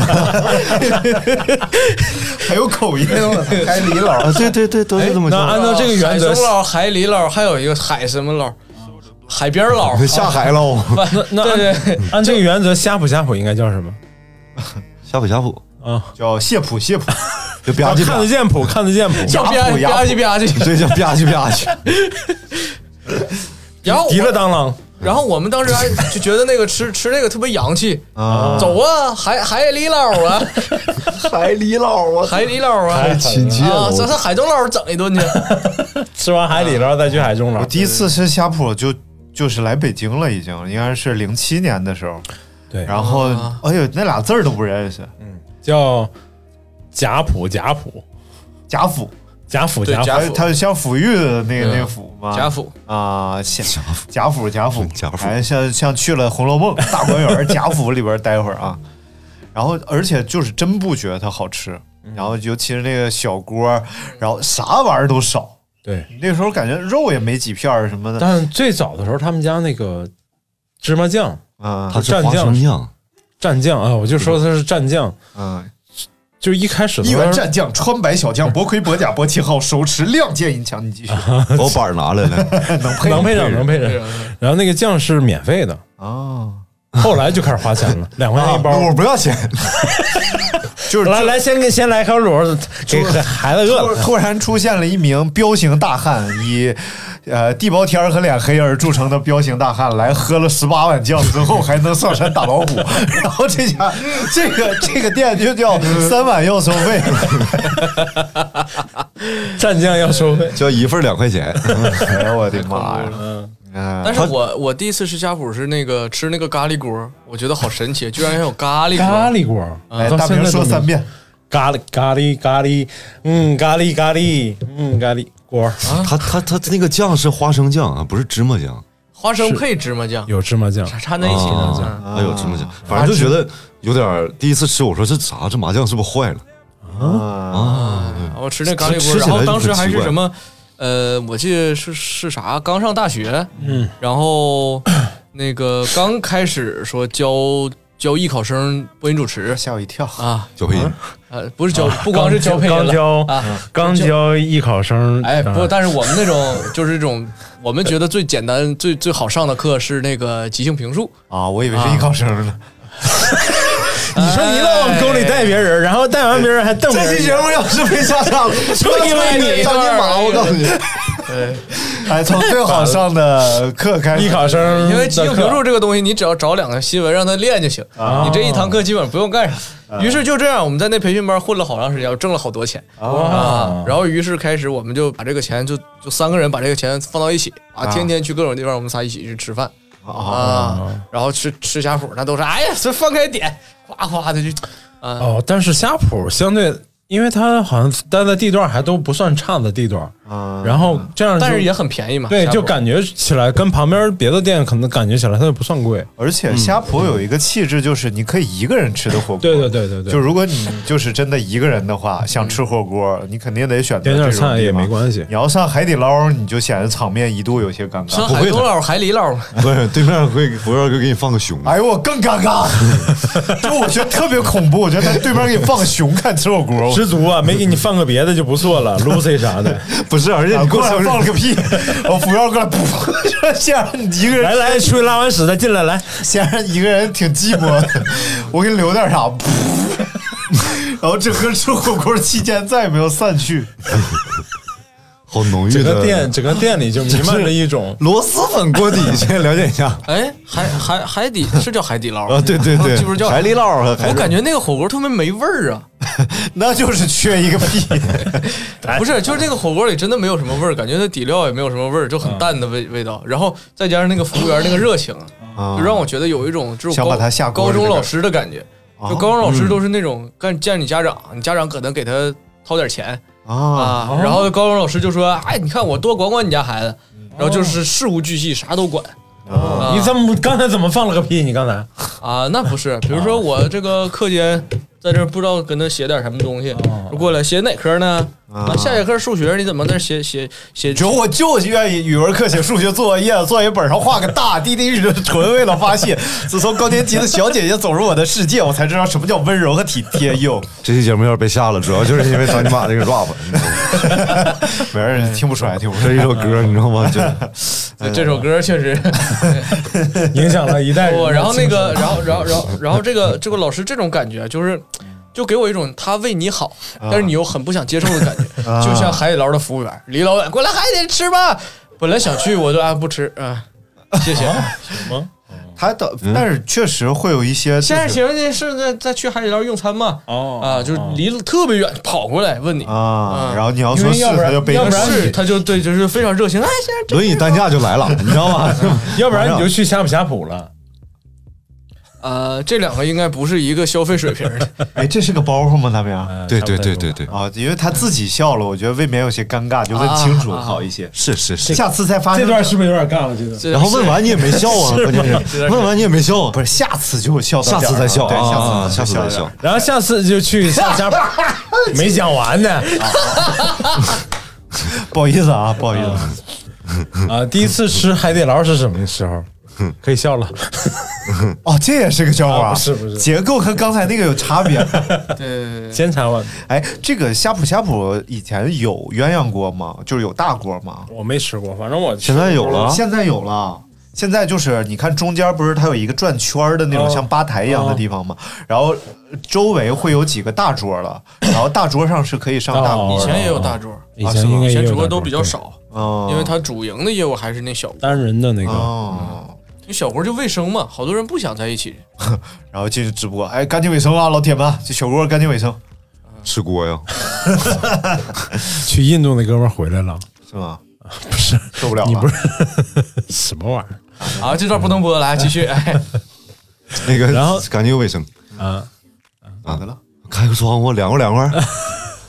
[SPEAKER 4] 还有口音，我操还离老哎
[SPEAKER 5] 啊，对对对，都是这么
[SPEAKER 7] 那
[SPEAKER 5] 叫。
[SPEAKER 7] <laughs> 按照这个原则
[SPEAKER 6] 海，中捞、海里捞，还有一个海什么捞，海边捞。
[SPEAKER 5] 下海喽，
[SPEAKER 7] <laughs> 那那
[SPEAKER 6] 对对，
[SPEAKER 7] 按这个原则，呷哺呷哺应该叫什么
[SPEAKER 5] 呷哺呷哺，
[SPEAKER 7] 啊？
[SPEAKER 4] <laughs> 叫谢普谢普，
[SPEAKER 5] 就吧唧
[SPEAKER 7] 看得
[SPEAKER 5] 吧
[SPEAKER 7] 见谱，看得见谱。
[SPEAKER 6] 叫吧唧吧唧吧唧。
[SPEAKER 5] 唧，这叫吧唧吧 <laughs> 唧。
[SPEAKER 6] 然后我
[SPEAKER 7] 提了当啷，
[SPEAKER 6] 然后我们当时还就觉得那
[SPEAKER 7] <laughs>
[SPEAKER 6] 个吃吃那个特别洋气，
[SPEAKER 4] 啊
[SPEAKER 6] 走啊，海海里捞啊，
[SPEAKER 4] 还离老啊，
[SPEAKER 6] 海里捞啊，
[SPEAKER 5] 亲切
[SPEAKER 6] 啊，上
[SPEAKER 5] 了，
[SPEAKER 6] 上海中捞整一顿去。
[SPEAKER 7] 吃完海底捞再去海中捞。
[SPEAKER 4] 我第一次吃呷哺就就是来北京了，已经应该是零七年的时候。
[SPEAKER 7] 对
[SPEAKER 4] 然后
[SPEAKER 6] 啊
[SPEAKER 4] 哎呦，那俩字儿都不认识，
[SPEAKER 7] 叫贾普贾普
[SPEAKER 4] 贾府，
[SPEAKER 7] 贾府
[SPEAKER 6] 对
[SPEAKER 7] 贾
[SPEAKER 6] 贾
[SPEAKER 7] 普
[SPEAKER 6] 府
[SPEAKER 4] 它它像抚育的那个
[SPEAKER 6] 嗯
[SPEAKER 4] 那个府嘛，
[SPEAKER 6] 贾府
[SPEAKER 4] 啊，像贾府贾府
[SPEAKER 5] 贾府
[SPEAKER 4] 哎，像像去了《红楼梦》 <laughs> 大观园贾府里边待会儿啊，然后而且就是真不觉得它好吃，然后尤其是那个小锅，然后啥玩意儿都少，
[SPEAKER 7] 对。
[SPEAKER 4] 那时候感觉肉也没几片儿什么的，
[SPEAKER 7] 但最早的时候，他们家那个芝麻酱
[SPEAKER 4] 嗯
[SPEAKER 5] 它是花生酱，
[SPEAKER 7] 蘸酱啊，我就说它是蘸酱，
[SPEAKER 4] 嗯，
[SPEAKER 7] 就是一开始的
[SPEAKER 4] 一
[SPEAKER 7] 时候
[SPEAKER 4] 员战将，川白小将，薄盔薄甲，薄旗号，手持亮剑银枪，你
[SPEAKER 5] <laughs>
[SPEAKER 4] 继续，
[SPEAKER 5] 把我板儿拿来了。
[SPEAKER 7] 能配上能配上
[SPEAKER 6] 对，啊
[SPEAKER 7] 然后那个酱是免费的，
[SPEAKER 4] 哦，啊
[SPEAKER 7] 后来就开始花钱
[SPEAKER 4] <laughs>
[SPEAKER 7] 了，两块钱一包。
[SPEAKER 4] 我不要钱，就是
[SPEAKER 7] 来来，先给先来口螺，给给孩子饿
[SPEAKER 4] 突
[SPEAKER 7] 了。
[SPEAKER 4] 突然出现了一名彪形大汉，以呃地包天儿和脸黑而著称的彪形大汉，来喝了十八碗酱之后，还能上山打老虎。 <laughs> 然后这家这个这个店就叫三碗要收费，
[SPEAKER 7] 蘸酱要收费，
[SPEAKER 5] 叫一份儿两块钱，
[SPEAKER 4] <laughs> 哎呦我的妈呀！
[SPEAKER 5] <laughs>
[SPEAKER 4] 嗯
[SPEAKER 6] 但是我我第一次吃呷哺是那个吃那个咖喱锅，我觉得好神奇，居然还有咖喱锅。
[SPEAKER 7] 咖喱锅。
[SPEAKER 4] 来
[SPEAKER 7] 到
[SPEAKER 4] 哎大
[SPEAKER 7] 现
[SPEAKER 4] 明
[SPEAKER 7] 在都
[SPEAKER 4] 说
[SPEAKER 7] 没
[SPEAKER 4] 三遍，
[SPEAKER 7] 咖喱咖喱咖喱，嗯，咖喱咖喱，嗯，咖喱锅
[SPEAKER 5] 它它它那个酱是花生酱啊，不是芝麻酱。
[SPEAKER 6] 花生配芝麻酱，
[SPEAKER 7] 有芝麻酱，
[SPEAKER 6] 掺在一起的。
[SPEAKER 5] 啊
[SPEAKER 6] 嗯
[SPEAKER 5] 哎呦，芝麻酱，反正就觉得有点儿。第一次吃，我说这啥？这麻酱是不是坏
[SPEAKER 4] 啊
[SPEAKER 5] 了？
[SPEAKER 6] 我吃那咖喱锅，
[SPEAKER 5] 吃起来
[SPEAKER 6] 然后当时还
[SPEAKER 5] 就很奇
[SPEAKER 6] 是
[SPEAKER 5] 怪
[SPEAKER 6] 什么，呃，我记得是是啥，刚上大学，嗯，然后那个刚开始说教教艺考生播音主持
[SPEAKER 4] 吓我一跳。
[SPEAKER 6] 啊，
[SPEAKER 5] 小黑，
[SPEAKER 6] 呃，不是教，不光是教配音
[SPEAKER 7] 刚
[SPEAKER 6] 了
[SPEAKER 7] 教嗯
[SPEAKER 6] 啊，
[SPEAKER 7] 刚教艺考生，
[SPEAKER 6] 哎，
[SPEAKER 7] 啊
[SPEAKER 6] 不，但是我们那种就是这种，我们觉得最简单、最最好上的课是那个即兴评述。
[SPEAKER 4] 啊，我以为是艺考生
[SPEAKER 5] 啊
[SPEAKER 4] 呢。
[SPEAKER 6] 哎
[SPEAKER 7] 你说你老往沟里
[SPEAKER 6] 嗯
[SPEAKER 7] 带别人，然后带完别人还瞪别
[SPEAKER 4] 哎这期
[SPEAKER 7] 人，
[SPEAKER 4] 节目要是没下场，
[SPEAKER 7] 就因为你
[SPEAKER 4] 张金马，我告诉你， <laughs> 哎，从最好上的课开始
[SPEAKER 5] <laughs>
[SPEAKER 7] <laughs> 艺，考生
[SPEAKER 6] 因为即兴
[SPEAKER 7] 的
[SPEAKER 6] 评
[SPEAKER 7] 课
[SPEAKER 6] 述这个东西，你只要找两个新闻让他练就行，你这一堂课基本不用干啥。于是就这样，我们在那培训班混了好长时间，我挣了好多钱啊。然后于是开始，我们就把这个钱就就三个人把这个钱放到一起啊，天天去各种地方，我们仨一起去吃饭啊，然后吃吃家谱，那都是哎呀，这放开点，哗哗的就啊，
[SPEAKER 7] 哦，但是虾谱相对，因为它好像待的地段还都不算差的地段，然后这样就，
[SPEAKER 6] 但是也很便宜嘛。
[SPEAKER 7] 对，
[SPEAKER 6] 下
[SPEAKER 7] 就
[SPEAKER 6] 铺
[SPEAKER 7] 感觉起来跟旁边别的店可能感觉起来它就不算贵。
[SPEAKER 4] 而且虾婆有一个气质，就是你可以一个人吃的火锅。
[SPEAKER 7] 对对对对对，
[SPEAKER 4] 就如果你就是真的一个人的话，想吃火锅，你肯定得选择
[SPEAKER 7] 点点
[SPEAKER 4] 这种
[SPEAKER 7] 菜也
[SPEAKER 4] 地方
[SPEAKER 7] 没关系
[SPEAKER 4] 你要上海底捞，你就显得场面一度有些尴
[SPEAKER 6] 上
[SPEAKER 7] 啊
[SPEAKER 4] 尬。
[SPEAKER 6] 海东老海里老嘛，
[SPEAKER 5] 不是对面会服务员会给你放个熊，
[SPEAKER 4] 哎呦，我更尴
[SPEAKER 5] <laughs>
[SPEAKER 4] 尬，就我觉得特别恐怖。我觉得他对面给你放个熊看吃火锅，
[SPEAKER 7] 知足啊，没给你放个别的就不错 <laughs> 了，Lucy 啥的，
[SPEAKER 5] 不是，而且你给
[SPEAKER 4] 啊过
[SPEAKER 5] 我
[SPEAKER 4] 来
[SPEAKER 5] 说
[SPEAKER 4] 放了个屁，
[SPEAKER 5] <laughs>
[SPEAKER 4] 我服务员过来噗，这样你一个人
[SPEAKER 7] 来来，去拉完屎再进来 <laughs> 来，
[SPEAKER 4] 显然一个人挺寂寞的，我给你留点啥？噗 <laughs> 然后整个吃火锅期间再也没有散去，
[SPEAKER 5] 好浓郁
[SPEAKER 7] 整
[SPEAKER 5] 的
[SPEAKER 7] 个店整个店里就弥漫着一种
[SPEAKER 5] 螺蛳粉锅底，先了解一下
[SPEAKER 6] 哎，海海海底是叫海底捞
[SPEAKER 5] <laughs> 啊，对对对，
[SPEAKER 6] <laughs> 是不是叫
[SPEAKER 5] 海？底捞和海底
[SPEAKER 6] 我感觉那个火锅特别没味儿啊。
[SPEAKER 4] <laughs> 那就是缺一个屁。
[SPEAKER 7] 哎
[SPEAKER 6] 不是，就是那个火锅里真的没有什么味儿，感觉那底料也没有什么味儿，就
[SPEAKER 7] 嗯
[SPEAKER 6] 很淡的味味道。然后再加上那个服务员那个热情，
[SPEAKER 5] 啊
[SPEAKER 6] 就让我觉得有一种这种
[SPEAKER 4] 想
[SPEAKER 6] 高
[SPEAKER 4] 把他下锅
[SPEAKER 6] 高中
[SPEAKER 4] 这个
[SPEAKER 6] 老师的感觉。
[SPEAKER 5] 啊
[SPEAKER 6] 就高中老
[SPEAKER 7] 嗯
[SPEAKER 6] 师都是那种干见你家长，你家长可能给他掏点钱啊，然后高中老师就说：“哎，你看我多管管你家孩子。”
[SPEAKER 5] 嗯
[SPEAKER 6] 然后就是事无巨细，啥都管。
[SPEAKER 7] <laughs>
[SPEAKER 6] 啊
[SPEAKER 7] 哦你怎么刚才怎么放了个屁？你刚才
[SPEAKER 6] 啊，那不是，比如说我这个课间在这儿不知道跟他写点什么东西，
[SPEAKER 7] 哦
[SPEAKER 6] 就过来写哪科呢？啊，下节课数学你怎么在这儿写写写？
[SPEAKER 4] 主要我就愿意语文课写数学作业，作业本上画个大滴滴是纯为了发泄。自从高年级的小姐姐走入我的世界，我才知道什么叫温柔和体贴哟。
[SPEAKER 5] 这期节目要是被下了，主要就是因为咱妈这
[SPEAKER 4] <laughs>
[SPEAKER 5] 个 rap，
[SPEAKER 4] 没人听不出来，听不出
[SPEAKER 5] 这 <laughs>
[SPEAKER 4] 来
[SPEAKER 5] 一。首歌你知道吗？就
[SPEAKER 6] 这这首歌确实
[SPEAKER 7] 影响哎了一 <laughs> 代人
[SPEAKER 6] 我，
[SPEAKER 7] 的
[SPEAKER 6] 然后那
[SPEAKER 7] 精神
[SPEAKER 6] 个，然后然后然后然后这个这个老师这种感觉就是。
[SPEAKER 7] 嗯
[SPEAKER 6] 就给我一种他为你好，但是你又很不想接受的感觉，就像海底捞的服务员李老板过来还得吃吧，本来想去我就啊不吃啊，谢
[SPEAKER 7] 哦
[SPEAKER 6] 谢。
[SPEAKER 4] 他的， <laughs> 但
[SPEAKER 5] 嗯
[SPEAKER 4] 是确实会有一些、就是，
[SPEAKER 6] 现在请问您是在在去海底捞用餐吗？
[SPEAKER 7] 哦
[SPEAKER 6] 啊，就是离了特别远跑过来问你，
[SPEAKER 4] 啊，
[SPEAKER 5] 嗯
[SPEAKER 4] 然后你要
[SPEAKER 7] 因
[SPEAKER 4] 说
[SPEAKER 7] 为
[SPEAKER 4] 是，
[SPEAKER 7] 要不然
[SPEAKER 4] 他就背
[SPEAKER 7] 要
[SPEAKER 4] 个
[SPEAKER 7] 不然
[SPEAKER 4] 是
[SPEAKER 6] 是，他就对，就是非常热情。哎，先生，这
[SPEAKER 5] 轮椅担架就来了，你知道吗？ <laughs>
[SPEAKER 7] 要不然你就去呷哺呷哺了。
[SPEAKER 6] 呃，这两个应该不是一个消费水 <laughs> 平的。
[SPEAKER 4] 哎，这是个包袱吗？那边
[SPEAKER 7] 嗯
[SPEAKER 5] 对对对对，对，
[SPEAKER 4] 啊，因为他自己笑了，我觉得未免有些尴尬，就问清楚好一些。
[SPEAKER 5] 是是是。
[SPEAKER 4] 下次再发
[SPEAKER 7] 差
[SPEAKER 4] 生
[SPEAKER 7] 不多这段是不是有点尬了？ <laughs> 这段
[SPEAKER 6] 这
[SPEAKER 5] 然后问完你也没笑啊，关键是问完你也没笑啊，
[SPEAKER 4] 不是下次就笑到
[SPEAKER 5] 下
[SPEAKER 4] 点儿了，
[SPEAKER 5] 次再笑
[SPEAKER 4] 对，
[SPEAKER 5] 啊，
[SPEAKER 4] 下
[SPEAKER 5] 下次
[SPEAKER 4] 再
[SPEAKER 5] 再笑。。
[SPEAKER 7] 然后下次就去上家，没讲完呢。
[SPEAKER 4] 不好意思啊，不好意思，
[SPEAKER 7] 啊，第一次吃海底捞是什么时候？可以笑了。
[SPEAKER 4] 哦，这也是个笑话，
[SPEAKER 7] 啊不是不是
[SPEAKER 4] 结构和刚才那个有差别。
[SPEAKER 7] 监察完，
[SPEAKER 4] 哎，这个呷哺呷哺以前有鸳鸯锅吗？就是有大锅吗？
[SPEAKER 7] 我没吃过，反正我
[SPEAKER 5] 现在有了，
[SPEAKER 4] 现在有了。现在就是你看中间不是它有一个转圈儿的那种
[SPEAKER 7] 哦
[SPEAKER 4] 像吧台一样的地方吗？
[SPEAKER 7] 嗯
[SPEAKER 4] 然后周围会有几个大桌
[SPEAKER 7] <coughs>
[SPEAKER 4] 了，然后大桌上是可以上大
[SPEAKER 7] 哦
[SPEAKER 4] 锅
[SPEAKER 6] 以
[SPEAKER 4] 的。
[SPEAKER 6] 前也有大桌，
[SPEAKER 7] 以前应该
[SPEAKER 6] 以
[SPEAKER 7] 也有大
[SPEAKER 6] 前只
[SPEAKER 7] 桌
[SPEAKER 6] 不啊过都比较少，
[SPEAKER 4] 哦
[SPEAKER 6] 因为他主营的业务还是那小锅，
[SPEAKER 7] 单人的那个，
[SPEAKER 4] 哦，
[SPEAKER 6] 因为小锅就卫生嘛，好多人不想在一 <laughs> 起。
[SPEAKER 4] 然后进去直播，哎，干净卫生啊，老铁们，这小锅干净卫生
[SPEAKER 5] 吃锅呀，
[SPEAKER 7] 去印度那哥们儿回来了，
[SPEAKER 4] 是
[SPEAKER 7] <laughs>
[SPEAKER 4] 吗？不是，受不了了，
[SPEAKER 7] 你不是 <laughs> 什么玩意
[SPEAKER 6] 啊，这段不能播，来继续。 <laughs> 哎
[SPEAKER 5] 那个
[SPEAKER 7] 然后
[SPEAKER 5] 感觉有卫生，
[SPEAKER 7] 儿啊？
[SPEAKER 4] 咋的了？
[SPEAKER 5] 开个窗户凉快凉快。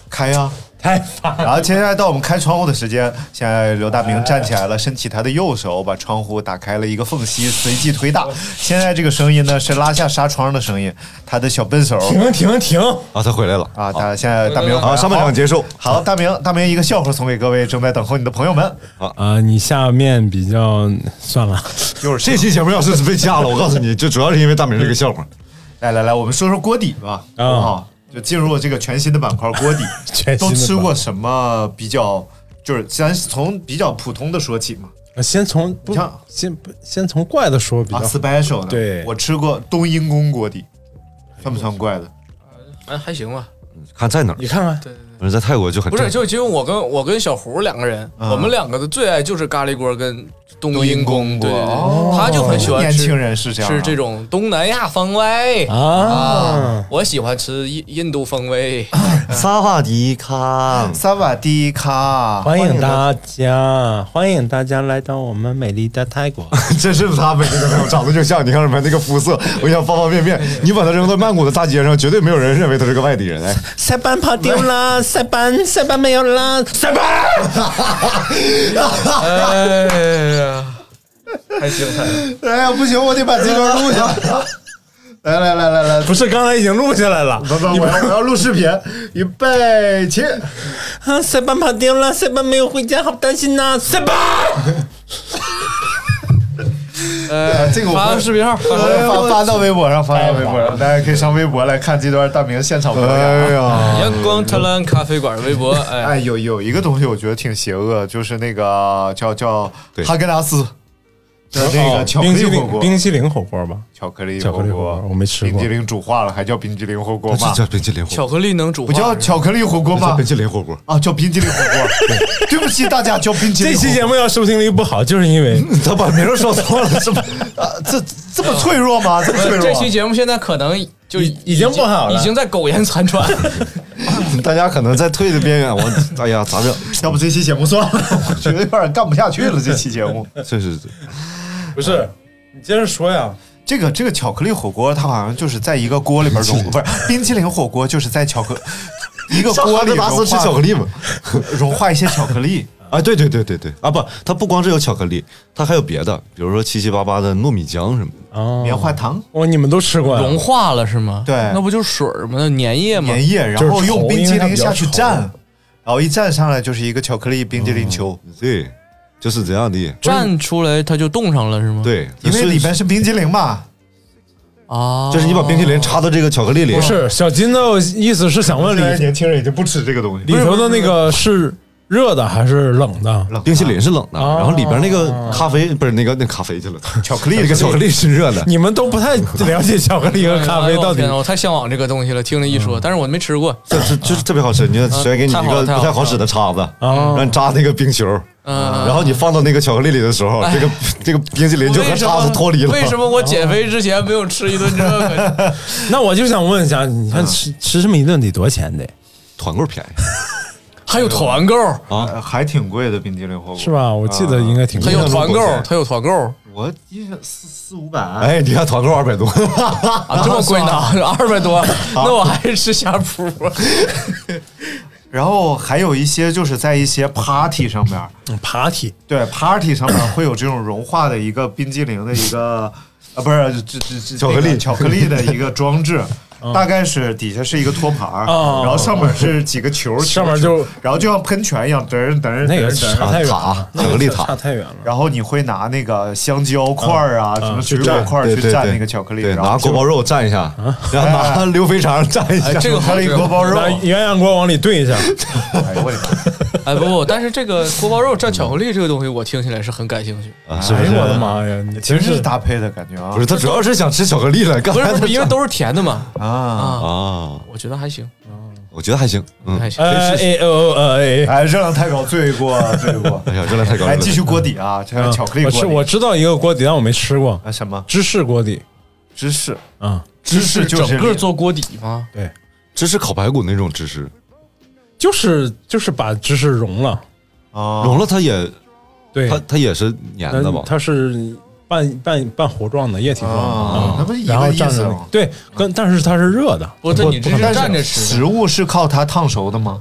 [SPEAKER 4] 开呀、
[SPEAKER 7] 太烦了，
[SPEAKER 4] 然后接下来到我们开窗户的时间，现在刘大明站起来了，伸起他的右手，把窗户打开了一个缝隙，随即推
[SPEAKER 5] 哦
[SPEAKER 4] 大。现在这个声音呢是拉下纱窗的声音，他的小笨手
[SPEAKER 7] 停停停！
[SPEAKER 5] 啊，他回来了
[SPEAKER 4] 啊，他现在大明
[SPEAKER 5] 啊！上半场结束
[SPEAKER 4] 好，大明，大明一个笑话送给各位正在等候你的朋友们，
[SPEAKER 7] 啊，你下面比较算了，
[SPEAKER 5] 就是这期节目要是被掐了，我告诉你，就主要是因为大明这个笑话。
[SPEAKER 4] <laughs> 来来来，我们说说锅底吧，好
[SPEAKER 7] 啊
[SPEAKER 4] 不好？就进入这个全新的板块
[SPEAKER 5] <laughs>
[SPEAKER 4] 锅底
[SPEAKER 5] 哎
[SPEAKER 7] 全新的板，块
[SPEAKER 4] 都吃过什么比较？就是咱从比较普通的说起嘛，
[SPEAKER 7] 先从不
[SPEAKER 4] 你看
[SPEAKER 7] 先不先从怪的说比较
[SPEAKER 4] 啊，special 的，
[SPEAKER 7] 对
[SPEAKER 4] 我吃过冬阴功锅底，算不算怪的？
[SPEAKER 6] 还还行吧，
[SPEAKER 5] 看在哪儿
[SPEAKER 7] 你看看，
[SPEAKER 6] 对对对，
[SPEAKER 5] 正在泰国就很
[SPEAKER 6] 不是，
[SPEAKER 5] 正常
[SPEAKER 6] 就就因为我跟我跟小胡两个人，我们两个的最爱就是咖喱锅跟冬阴功，对对对，他就很喜欢
[SPEAKER 4] 年
[SPEAKER 6] 吃
[SPEAKER 4] 轻人是这样啊
[SPEAKER 6] 吃这种东南亚风味啊，我喜欢吃印印度风味，
[SPEAKER 5] 萨瓦迪卡，
[SPEAKER 4] 萨瓦迪卡，
[SPEAKER 7] 欢迎大家，欢迎大家来到我们美丽的泰国。
[SPEAKER 4] <laughs>
[SPEAKER 5] 真是他美那个朋友长得就像，你看什么那个肤色，我想方方面面，你把他扔到曼谷的大街上，绝对没有人认为他是个外地人。哎，
[SPEAKER 7] 塞班跑丢了，塞班塞班没有了，塞班。
[SPEAKER 6] 哎呀，太精彩了！
[SPEAKER 5] 哎呀，不行，我得把这段录下。来来来来来，
[SPEAKER 7] 不是，刚才已经录下来了。
[SPEAKER 5] 不不，我要我要录视频，预备起。
[SPEAKER 7] 啊，塞班跑丢了，塞班没有回家，好担心呐、哦塞班。
[SPEAKER 6] 呃，
[SPEAKER 5] 这个我
[SPEAKER 6] 发个视频号，发个
[SPEAKER 4] 发发到微博上，发到微博上，大家可以上微博来看这段大明现场表
[SPEAKER 5] 哎
[SPEAKER 4] 演啊。
[SPEAKER 5] 呀，
[SPEAKER 6] 阳光灿烂咖啡馆微博，哎，
[SPEAKER 4] 哎，有有一个东西我觉得挺邪恶，就是那个叫叫
[SPEAKER 5] 对
[SPEAKER 4] 哈根达斯的那个巧克
[SPEAKER 7] 冰
[SPEAKER 4] 力
[SPEAKER 7] 淇
[SPEAKER 4] 火
[SPEAKER 7] 淋
[SPEAKER 4] 锅，
[SPEAKER 7] 哦冰淇淋火锅吧，
[SPEAKER 4] 巧克力
[SPEAKER 7] 巧克力火锅我没吃过
[SPEAKER 4] 冰激凌煮化了还叫冰激凌火锅
[SPEAKER 5] 这
[SPEAKER 4] 吗？
[SPEAKER 5] 叫冰淇淋火
[SPEAKER 6] 巧
[SPEAKER 5] 锅，
[SPEAKER 6] 克力能煮
[SPEAKER 4] 不
[SPEAKER 6] 化
[SPEAKER 4] 叫巧克力火锅
[SPEAKER 5] 这叫
[SPEAKER 4] 吗
[SPEAKER 5] 冰？淇淋火锅。
[SPEAKER 4] 啊，叫冰激凌火
[SPEAKER 7] <laughs>
[SPEAKER 4] 锅。对对不起大家，叫冰激凌
[SPEAKER 7] 这
[SPEAKER 4] 火锅。
[SPEAKER 7] 期节目要收听率不好，就是因为
[SPEAKER 5] 他把名说错了，是吧？
[SPEAKER 4] 啊，这这么脆弱吗？这么脆
[SPEAKER 6] 呃
[SPEAKER 4] 弱？
[SPEAKER 6] 这期节目现在可能就
[SPEAKER 7] 已已经不好了
[SPEAKER 6] 已经在苟延残喘。
[SPEAKER 5] 大家可能在退的边缘，我哎呀，咋整？
[SPEAKER 4] 要不这期节目算了，我觉得有点干不下去了。这期节目，
[SPEAKER 5] 这是
[SPEAKER 7] <laughs> 不是，你接着说呀。
[SPEAKER 4] 这个这个巧克力火锅，它好像就是在一个锅里边融，不是冰淇淋火锅，就是在巧
[SPEAKER 5] <laughs>
[SPEAKER 4] 克一个锅
[SPEAKER 5] 哈
[SPEAKER 4] 里
[SPEAKER 5] 根达斯吃巧克力吗？
[SPEAKER 4] 力， <laughs> 融化一些巧克力。
[SPEAKER 5] 啊，对对对对对 <laughs> 啊，不，它不光是有巧克力，它还有别的，比如说七七八八的糯米浆什么的。
[SPEAKER 7] 哦
[SPEAKER 4] 棉花糖、
[SPEAKER 7] 哦，你们都吃过呀
[SPEAKER 6] 融化了是吗？
[SPEAKER 4] 对
[SPEAKER 6] 那不就是水儿吗？那粘液吗？
[SPEAKER 4] 粘液，然后用冰激凌下去蘸
[SPEAKER 7] 就是稠因为它比较稠，
[SPEAKER 4] 然后一蘸上来就是一个巧克力冰激凌球，
[SPEAKER 5] 对，就是这样的。
[SPEAKER 6] 站出来它就冻上了是吗？
[SPEAKER 5] 对，
[SPEAKER 4] 因为
[SPEAKER 5] 就是
[SPEAKER 4] 里边是冰激凌 <laughs> 嘛。
[SPEAKER 6] 啊，
[SPEAKER 5] 就是你把冰淇淋插到这个巧克力里，
[SPEAKER 7] 不是小金的意思是想问
[SPEAKER 4] 现在
[SPEAKER 7] 里
[SPEAKER 4] 年轻人已经不吃这个东西，
[SPEAKER 7] 里头的那个是热的还是冷的？
[SPEAKER 5] 冰淇淋是冷的，
[SPEAKER 7] 哦
[SPEAKER 5] 然后里边那个咖啡不是那个那咖啡去了，
[SPEAKER 4] 巧克力
[SPEAKER 5] <laughs> 那个巧克力是热
[SPEAKER 4] <laughs>
[SPEAKER 5] 的。
[SPEAKER 7] 你们都不太了解巧克力和咖啡到底
[SPEAKER 6] 哎呦我天哪我太向往这个东西了，听着一说，但是我没吃过。
[SPEAKER 5] 这这就是特别好吃，你看谁给你一
[SPEAKER 6] 太好
[SPEAKER 5] 个
[SPEAKER 6] 了
[SPEAKER 5] 不
[SPEAKER 6] 太好了
[SPEAKER 5] 太好使的叉子，
[SPEAKER 4] 哦
[SPEAKER 5] 让你扎那个冰球，
[SPEAKER 6] 嗯
[SPEAKER 5] 然后你放到那个巧克力里的时候，
[SPEAKER 6] <laughs>
[SPEAKER 5] 这个这个冰淇淋就和 <laughs>
[SPEAKER 6] 为什
[SPEAKER 5] 叉
[SPEAKER 6] 么
[SPEAKER 5] 子脱离了。
[SPEAKER 6] 为什么我减肥之前没有吃一顿这个？
[SPEAKER 7] 那我就想问一下，你看吃吃这么一顿得多少钱得？
[SPEAKER 5] 团购便宜？
[SPEAKER 6] 还有团购，
[SPEAKER 4] 呃还挺贵的冰激凌火锅
[SPEAKER 7] 是？吧？我记得应该挺
[SPEAKER 6] 它
[SPEAKER 7] 贵
[SPEAKER 6] 有
[SPEAKER 7] 的。
[SPEAKER 6] 团购，它有团购
[SPEAKER 4] 我印象四四五百，
[SPEAKER 5] 哎，你看团购二百多，
[SPEAKER 6] 啊，这么贵呢， <laughs> 二百多，那我还是吃呷哺。
[SPEAKER 4] 然后还有一些就是在一些 party 上面，
[SPEAKER 7] party
[SPEAKER 4] 对 party 上面会有这种融化的一个冰激凌的一个啊，不是这这这
[SPEAKER 5] 巧克力
[SPEAKER 4] 那个巧克力的一个装
[SPEAKER 7] <laughs>
[SPEAKER 4] 置。大概是底下是一个托盘儿，
[SPEAKER 7] 嗯哦
[SPEAKER 4] 然后上面是几个球，球
[SPEAKER 7] 上面就
[SPEAKER 4] 球然后就像喷泉一样，嘚儿嘚儿
[SPEAKER 7] 那个
[SPEAKER 4] 嘚
[SPEAKER 7] 差
[SPEAKER 4] 儿嘚儿。
[SPEAKER 7] 太远
[SPEAKER 5] 塔
[SPEAKER 7] 了，
[SPEAKER 5] 巧克力
[SPEAKER 7] 差
[SPEAKER 5] 塔。
[SPEAKER 7] 太远了。
[SPEAKER 4] 然后你会拿那个香
[SPEAKER 7] 嗯
[SPEAKER 4] 蕉块儿啊，什么水果块儿
[SPEAKER 5] 对
[SPEAKER 4] 去
[SPEAKER 5] 对
[SPEAKER 4] 蘸
[SPEAKER 5] 对
[SPEAKER 4] 那个巧克力，
[SPEAKER 5] 对，
[SPEAKER 4] 然后
[SPEAKER 5] 拿锅包肉蘸一下，然后拿溜肥肠蘸一
[SPEAKER 6] 啊哎
[SPEAKER 5] 下，
[SPEAKER 6] 这个
[SPEAKER 4] 巧克力锅包肉
[SPEAKER 7] 拿，鸳鸯锅往里炖一下，
[SPEAKER 4] 哎呦我的
[SPEAKER 7] <laughs>
[SPEAKER 4] 妈！
[SPEAKER 6] 哎，不 <laughs> 不，但是这个锅包肉蘸巧克力这个东西，我听起来是很感兴趣。
[SPEAKER 5] 啊是不是
[SPEAKER 7] 哎？呦我的妈呀！你
[SPEAKER 4] 其
[SPEAKER 7] 真
[SPEAKER 4] 实是
[SPEAKER 7] 是
[SPEAKER 4] 搭配的感觉啊
[SPEAKER 5] 不，是，他主要是想吃巧克力了，刚
[SPEAKER 6] 不是
[SPEAKER 5] 才
[SPEAKER 6] 不是，因为都是甜的嘛。
[SPEAKER 4] 啊，
[SPEAKER 6] 啊，
[SPEAKER 5] 啊，
[SPEAKER 6] 我觉得还行，
[SPEAKER 5] 我觉得还行，嗯，
[SPEAKER 6] 还行。
[SPEAKER 7] 呃哎哦哦呃哎，
[SPEAKER 4] 哎，热量太高，罪过罪过。
[SPEAKER 5] 哎呀， <laughs> 热量太高了，
[SPEAKER 4] 来继续锅底啊，这个巧克力
[SPEAKER 7] 嗯我
[SPEAKER 4] 锅
[SPEAKER 7] 吃
[SPEAKER 4] 底。
[SPEAKER 7] 我知道一个锅底，但我没吃过
[SPEAKER 4] 啊什么
[SPEAKER 7] 芝士锅底
[SPEAKER 4] 芝士？
[SPEAKER 7] 啊，
[SPEAKER 4] 芝士就是
[SPEAKER 6] 整个做锅底吗？
[SPEAKER 7] 对，
[SPEAKER 5] 芝士烤排骨那种芝士，
[SPEAKER 7] 就是就是把芝士融了，
[SPEAKER 4] 啊，
[SPEAKER 5] 融了它也
[SPEAKER 7] 对，
[SPEAKER 5] 它它也是粘的吧
[SPEAKER 7] 它？它是半半半糊状的液体状的，
[SPEAKER 4] 啊，那不是一
[SPEAKER 7] 然后
[SPEAKER 4] 个意
[SPEAKER 7] 蘸
[SPEAKER 4] 思
[SPEAKER 7] 着
[SPEAKER 4] 吗？
[SPEAKER 7] 对，跟但是它是热的，
[SPEAKER 6] 不是，这你这是蘸着吃
[SPEAKER 4] 食物是靠它烫熟的吗？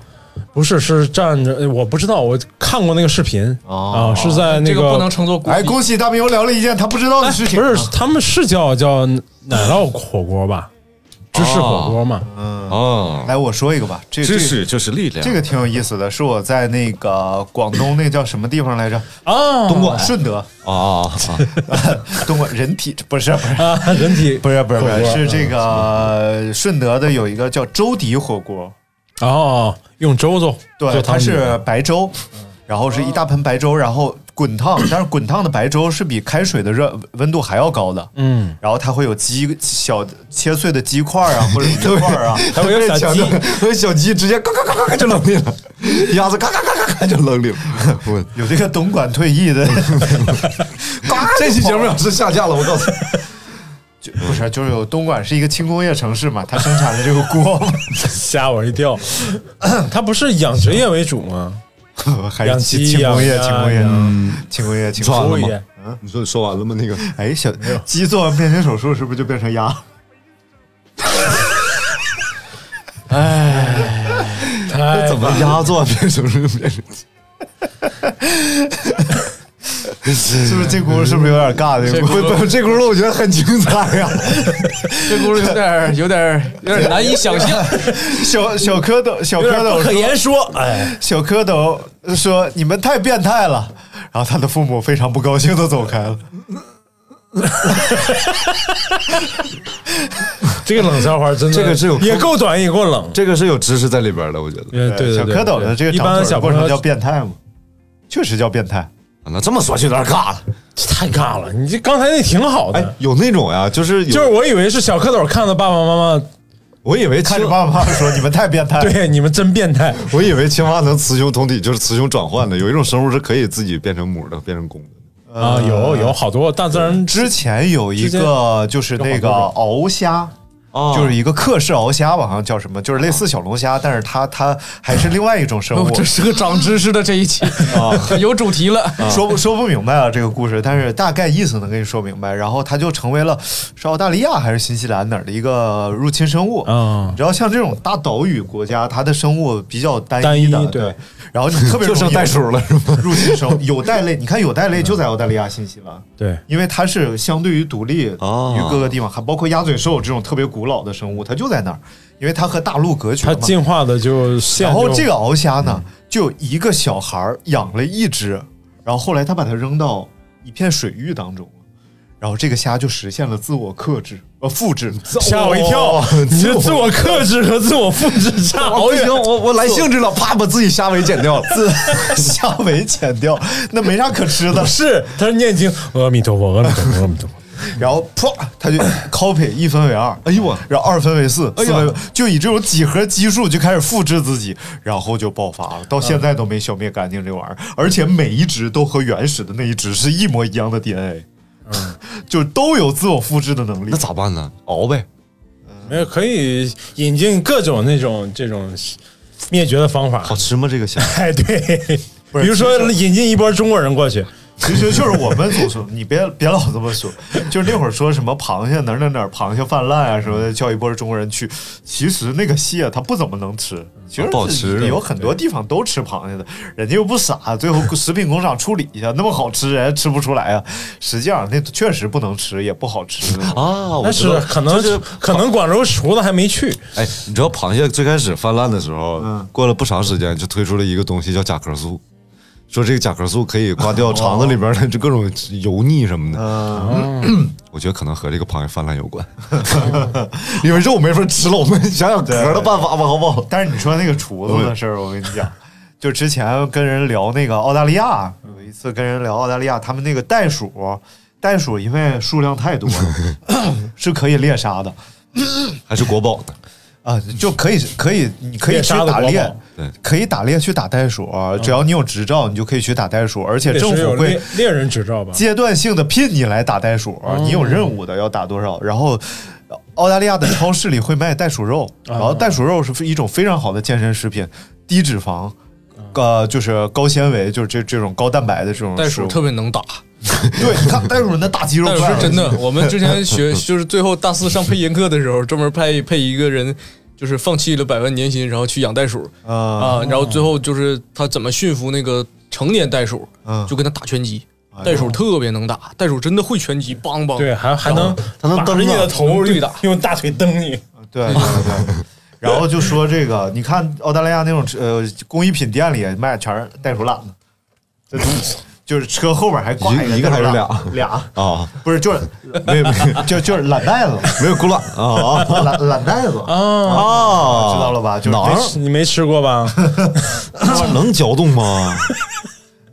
[SPEAKER 7] 不是是蘸着，呃我不知道，我看过那个视频
[SPEAKER 4] 哦
[SPEAKER 7] 啊，是在
[SPEAKER 6] 的，
[SPEAKER 7] 那
[SPEAKER 6] 这
[SPEAKER 7] 个
[SPEAKER 6] 个不能称作锅
[SPEAKER 4] 哎，
[SPEAKER 6] 底。
[SPEAKER 4] 恭喜大明又聊了一件他不知道的
[SPEAKER 7] 哎
[SPEAKER 4] 事情。
[SPEAKER 7] 不
[SPEAKER 6] 啊
[SPEAKER 7] 是他们是叫叫奶酪火锅吧，芝士火锅嘛，
[SPEAKER 5] 啊，
[SPEAKER 4] 来我说一个吧，这这
[SPEAKER 5] 芝士就是力量，
[SPEAKER 4] 这个挺有意思的，是我在那个广东那叫什么地方来着？
[SPEAKER 7] 啊，
[SPEAKER 4] 东莞、顺德、
[SPEAKER 5] 啊啊啊！
[SPEAKER 4] <laughs> 东莞人体不是不是
[SPEAKER 7] 啊，人体
[SPEAKER 4] <laughs> 不是不是
[SPEAKER 7] <laughs>
[SPEAKER 4] 不
[SPEAKER 7] 火
[SPEAKER 4] 是
[SPEAKER 7] 锅
[SPEAKER 4] 是这个顺德的有一个叫粥底火锅，
[SPEAKER 7] 哦，用粥做
[SPEAKER 4] 对，
[SPEAKER 7] 做
[SPEAKER 4] 它
[SPEAKER 7] 汤底
[SPEAKER 4] 嗯哦是白粥，然后是一大盆白粥，然后滚烫，但是滚烫的白粥是比开水的热温度还要高的。嗯，然后它会有鸡小切碎的鸡块啊，或者鸡块 <laughs> 啊，
[SPEAKER 7] 还会有小鸡，
[SPEAKER 5] 我小鸡直接嘎嘎嘎嘎嘎就扔里了，鸭子嘎嘎嘎嘎嘎就扔里了。我
[SPEAKER 4] 有这个东莞退役 <laughs> 的，
[SPEAKER 5] 嘎，这期节目要是下架了，我告诉你，
[SPEAKER 4] 就不是就是有东莞是一个轻工业城市嘛，它生产的这个锅
[SPEAKER 7] 吓我一跳。它不是养殖业为主吗？
[SPEAKER 4] <laughs> 还
[SPEAKER 7] 养
[SPEAKER 4] 是
[SPEAKER 7] 鸡
[SPEAKER 4] 轻工业，
[SPEAKER 7] 养
[SPEAKER 4] 轻工业
[SPEAKER 7] 鸭，
[SPEAKER 4] 嗯轻工业，轻
[SPEAKER 5] 完
[SPEAKER 4] 工
[SPEAKER 5] 了
[SPEAKER 7] 服务
[SPEAKER 4] 业。
[SPEAKER 7] 业
[SPEAKER 5] 吗？你说说完了吗？那个
[SPEAKER 4] 哎，小鸡做完变形手术是不是就变成鸭？
[SPEAKER 7] 太
[SPEAKER 5] <laughs> 怎么
[SPEAKER 4] 啊
[SPEAKER 5] 鸭做完变成是变成鸡？
[SPEAKER 4] <laughs> 是不是这轱辘是不是有点尬？这
[SPEAKER 6] 轱辘
[SPEAKER 4] 轱这轱辘我觉得很精彩啊呀、
[SPEAKER 7] <laughs>
[SPEAKER 6] 这轱辘有点 <laughs> 儿有点儿有点儿难以想象， <laughs>
[SPEAKER 4] 小小蝌蚪，小
[SPEAKER 7] 有
[SPEAKER 4] 蝌
[SPEAKER 7] 点不
[SPEAKER 4] 蚪
[SPEAKER 7] 可
[SPEAKER 4] 说，
[SPEAKER 7] 言说。哎，
[SPEAKER 4] 小蝌蚪说：“你们太变态了。”然后他的父母非常不高兴的走开了。
[SPEAKER 7] 这个冷笑话真的，
[SPEAKER 5] 这个是有
[SPEAKER 7] 也够短，也够冷。
[SPEAKER 5] 这个是有知识在里边的，我觉得。
[SPEAKER 7] 呃对对对，
[SPEAKER 4] 小蝌蚪的这个
[SPEAKER 7] 一
[SPEAKER 4] 长
[SPEAKER 7] 般
[SPEAKER 4] 腿
[SPEAKER 7] 小
[SPEAKER 4] 的过
[SPEAKER 7] 朋友
[SPEAKER 4] 程叫变态吗？确实叫变态。
[SPEAKER 5] 那这么说就有点尬了。
[SPEAKER 7] 这太尬了。你这刚才那挺好
[SPEAKER 5] 哎
[SPEAKER 7] 的，，
[SPEAKER 5] 有那种呀，就是有
[SPEAKER 7] 就是我以为是小蝌蚪看到爸爸妈妈， <laughs>
[SPEAKER 5] 我以为
[SPEAKER 4] 看
[SPEAKER 5] 青
[SPEAKER 4] 着爸爸妈妈说：“你们太变态。”，
[SPEAKER 7] 对你们真变态。
[SPEAKER 5] 我以为青蛙能雌雄同体，就是雌雄转换的。有一种生物是可以自己变成母的，变成公的。
[SPEAKER 7] 啊，有有好多大自然
[SPEAKER 4] 呃之前有一个就是那个
[SPEAKER 7] 有好
[SPEAKER 4] 鳌虾。
[SPEAKER 5] 啊
[SPEAKER 4] 就是一个克氏鳌虾吧，好像叫什么，就是类似小龙
[SPEAKER 5] 哦
[SPEAKER 4] 虾，但是它它还是另外一种生
[SPEAKER 7] <laughs>
[SPEAKER 4] 物
[SPEAKER 6] 哦。这是个长知识的这一期 <laughs> 有主题了。
[SPEAKER 4] 说不说不明白啊，这个故事，但是大概意思能跟你说明白。然后它就成为了是澳大利亚还是新西兰哪儿的一个入侵生物。
[SPEAKER 7] 嗯
[SPEAKER 4] 然后像这种大岛屿国家，它的生物比较单的，
[SPEAKER 7] 单一对
[SPEAKER 4] 对。然后你特别
[SPEAKER 5] 就剩袋鼠了是吗？
[SPEAKER 4] 入侵生物有袋类，你看有袋类就
[SPEAKER 7] 嗯
[SPEAKER 4] 在澳大利亚、新西兰。
[SPEAKER 7] 对
[SPEAKER 4] 因为它是相对于独立
[SPEAKER 5] 哦
[SPEAKER 4] 于各个地方，还包括鸭嘴兽这种特别古老的生物，它就在那儿，因为它和大陆隔绝
[SPEAKER 7] 它
[SPEAKER 4] 嘛。
[SPEAKER 7] 进化的就限
[SPEAKER 4] 然后
[SPEAKER 7] 就
[SPEAKER 4] 这个鳌虾呢，
[SPEAKER 7] 嗯
[SPEAKER 4] 就有一个小孩儿养了一只，然后后来他把它扔到一片水域当中了，然后这个虾就实现了自我克制，呃，复制。哦
[SPEAKER 7] 吓我一跳，你这自我克制和自我复制差
[SPEAKER 4] 哦
[SPEAKER 7] 好
[SPEAKER 5] 不行，
[SPEAKER 7] 远。
[SPEAKER 5] 我我来兴致了，啪把自己虾尾剪
[SPEAKER 7] <laughs>
[SPEAKER 5] 掉了。
[SPEAKER 4] 自虾尾剪掉，那没啥可吃的。
[SPEAKER 7] 是，他是念经，阿弥陀佛，阿弥陀佛，阿弥陀佛。
[SPEAKER 4] 然后啪，他就 copy 一分为二，
[SPEAKER 5] 哎呦我，
[SPEAKER 4] 然后二分为四，
[SPEAKER 5] 哎呀
[SPEAKER 4] 四分为就以这种几何基数就开始复制自己，然后就爆发了，到现在都没消灭干净这玩意儿，而且每一只都和原始的那一只是一模一样的 DNA，就 <laughs> 都有自我复制的能力
[SPEAKER 5] 嗯那。咋办呢？熬
[SPEAKER 4] <laughs>
[SPEAKER 5] 呗。
[SPEAKER 7] 没有，可以引进各种那种这种灭绝的方法。
[SPEAKER 4] 啊
[SPEAKER 5] 好吃吗？这个虾？
[SPEAKER 7] 哎，对，
[SPEAKER 4] 是
[SPEAKER 7] 比如说引进一波中国人过去，
[SPEAKER 4] 其实就是我们所说，你别别老这么说，就是那会儿说什么螃蟹哪儿哪儿哪儿螃蟹泛滥啊什么的，叫一波中国人去，其实那个蟹它不怎么能吃，其实
[SPEAKER 5] 不好吃
[SPEAKER 4] 是有很多地方都吃螃蟹的，人家又不傻，最后食品工厂处理一下，那么好吃人家吃不出来啊。实际上那确实不能吃，也不好吃。
[SPEAKER 5] 啊，我
[SPEAKER 7] 但
[SPEAKER 5] 知
[SPEAKER 7] 是
[SPEAKER 5] 道
[SPEAKER 7] 可能
[SPEAKER 5] 就是
[SPEAKER 7] 可能广州厨子还没去，
[SPEAKER 5] <laughs> 哎，你知道螃蟹最开始泛滥的时候，
[SPEAKER 4] 嗯
[SPEAKER 5] 过了不长时间就推出了一个东西叫甲壳素，说这个甲壳素可以刮
[SPEAKER 4] 哦
[SPEAKER 5] 掉肠子里边的就各种油腻什么的。
[SPEAKER 4] 啊
[SPEAKER 5] <clears throat> 我觉得可能和这个螃蟹泛滥有关， <laughs> 因为肉没法吃了。我们想想壳的办法吧，好不好？
[SPEAKER 4] 但是你说那个厨子的事儿，我跟你
[SPEAKER 5] <laughs>
[SPEAKER 4] 讲，就之前跟人聊那个澳大利亚，有一次跟人聊澳大利亚，他们那个袋鼠，袋鼠因为数量太多
[SPEAKER 5] <laughs>
[SPEAKER 4] 了，是可以猎杀的
[SPEAKER 5] 还是国宝呢？
[SPEAKER 4] 啊，就可以可以，你可以
[SPEAKER 7] 猎
[SPEAKER 4] 去
[SPEAKER 7] 杀的
[SPEAKER 4] 打
[SPEAKER 7] 国
[SPEAKER 4] 猎
[SPEAKER 7] 宝
[SPEAKER 5] 对，嗯
[SPEAKER 4] 可以打猎去打袋鼠，只要你有执照，你就可以去打袋鼠，而且
[SPEAKER 7] 得
[SPEAKER 4] 政
[SPEAKER 7] 是有
[SPEAKER 4] 府
[SPEAKER 7] 猎
[SPEAKER 4] 会。
[SPEAKER 7] 猎人执照
[SPEAKER 4] <laughs>
[SPEAKER 7] 吧？
[SPEAKER 4] 阶段性的聘你来打袋鼠，
[SPEAKER 5] 哦
[SPEAKER 4] 你有任务的要打多少，然后。澳大利亚的超市里会卖袋鼠
[SPEAKER 5] 哦
[SPEAKER 4] 肉，然后袋鼠肉是一种非常好的健身食品，低脂肪，呃，就是高纤维，就是这这种高蛋白的这种
[SPEAKER 6] 袋
[SPEAKER 4] 食
[SPEAKER 6] 鼠
[SPEAKER 4] 物
[SPEAKER 6] 特别能打，
[SPEAKER 4] 对，你看袋鼠那大肌肉
[SPEAKER 6] 袋鼠
[SPEAKER 4] 块儿 <laughs>
[SPEAKER 6] 是真的。我们之前学就是最后大四上配音课的时候，专门配配一个人，就是放弃了百万年薪，然后去养袋鼠
[SPEAKER 4] 啊
[SPEAKER 6] 啊，然后最后就是他怎么驯服那个成年袋鼠，
[SPEAKER 4] 嗯
[SPEAKER 6] 就跟他打拳击。
[SPEAKER 4] 哎
[SPEAKER 6] 袋鼠特别能打，袋鼠真的会拳击，梆梆。
[SPEAKER 7] 对，还还能
[SPEAKER 5] 他能
[SPEAKER 7] 把
[SPEAKER 5] 蹬
[SPEAKER 7] 人家
[SPEAKER 5] 啊
[SPEAKER 7] 的头
[SPEAKER 6] 对打
[SPEAKER 7] 用大腿蹬你。
[SPEAKER 4] 对对对对。然后就说这个，你看澳大利亚那种呃工艺品店里卖全是袋鼠懒子，这东西就是车后边还挂
[SPEAKER 5] 一个一个
[SPEAKER 4] 袋鼠
[SPEAKER 5] 还是
[SPEAKER 4] 懒子俩
[SPEAKER 5] 啊，
[SPEAKER 4] 不是，就是没没就就是懒袋子，
[SPEAKER 5] 没有古懒啊啊
[SPEAKER 4] 懒懒袋子啊，
[SPEAKER 5] 啊！
[SPEAKER 4] 知道了吧？就是
[SPEAKER 5] 囊 <laughs>
[SPEAKER 4] 没
[SPEAKER 5] 儿
[SPEAKER 4] 事
[SPEAKER 7] 你没吃过吧？
[SPEAKER 5] 能嚼动吗？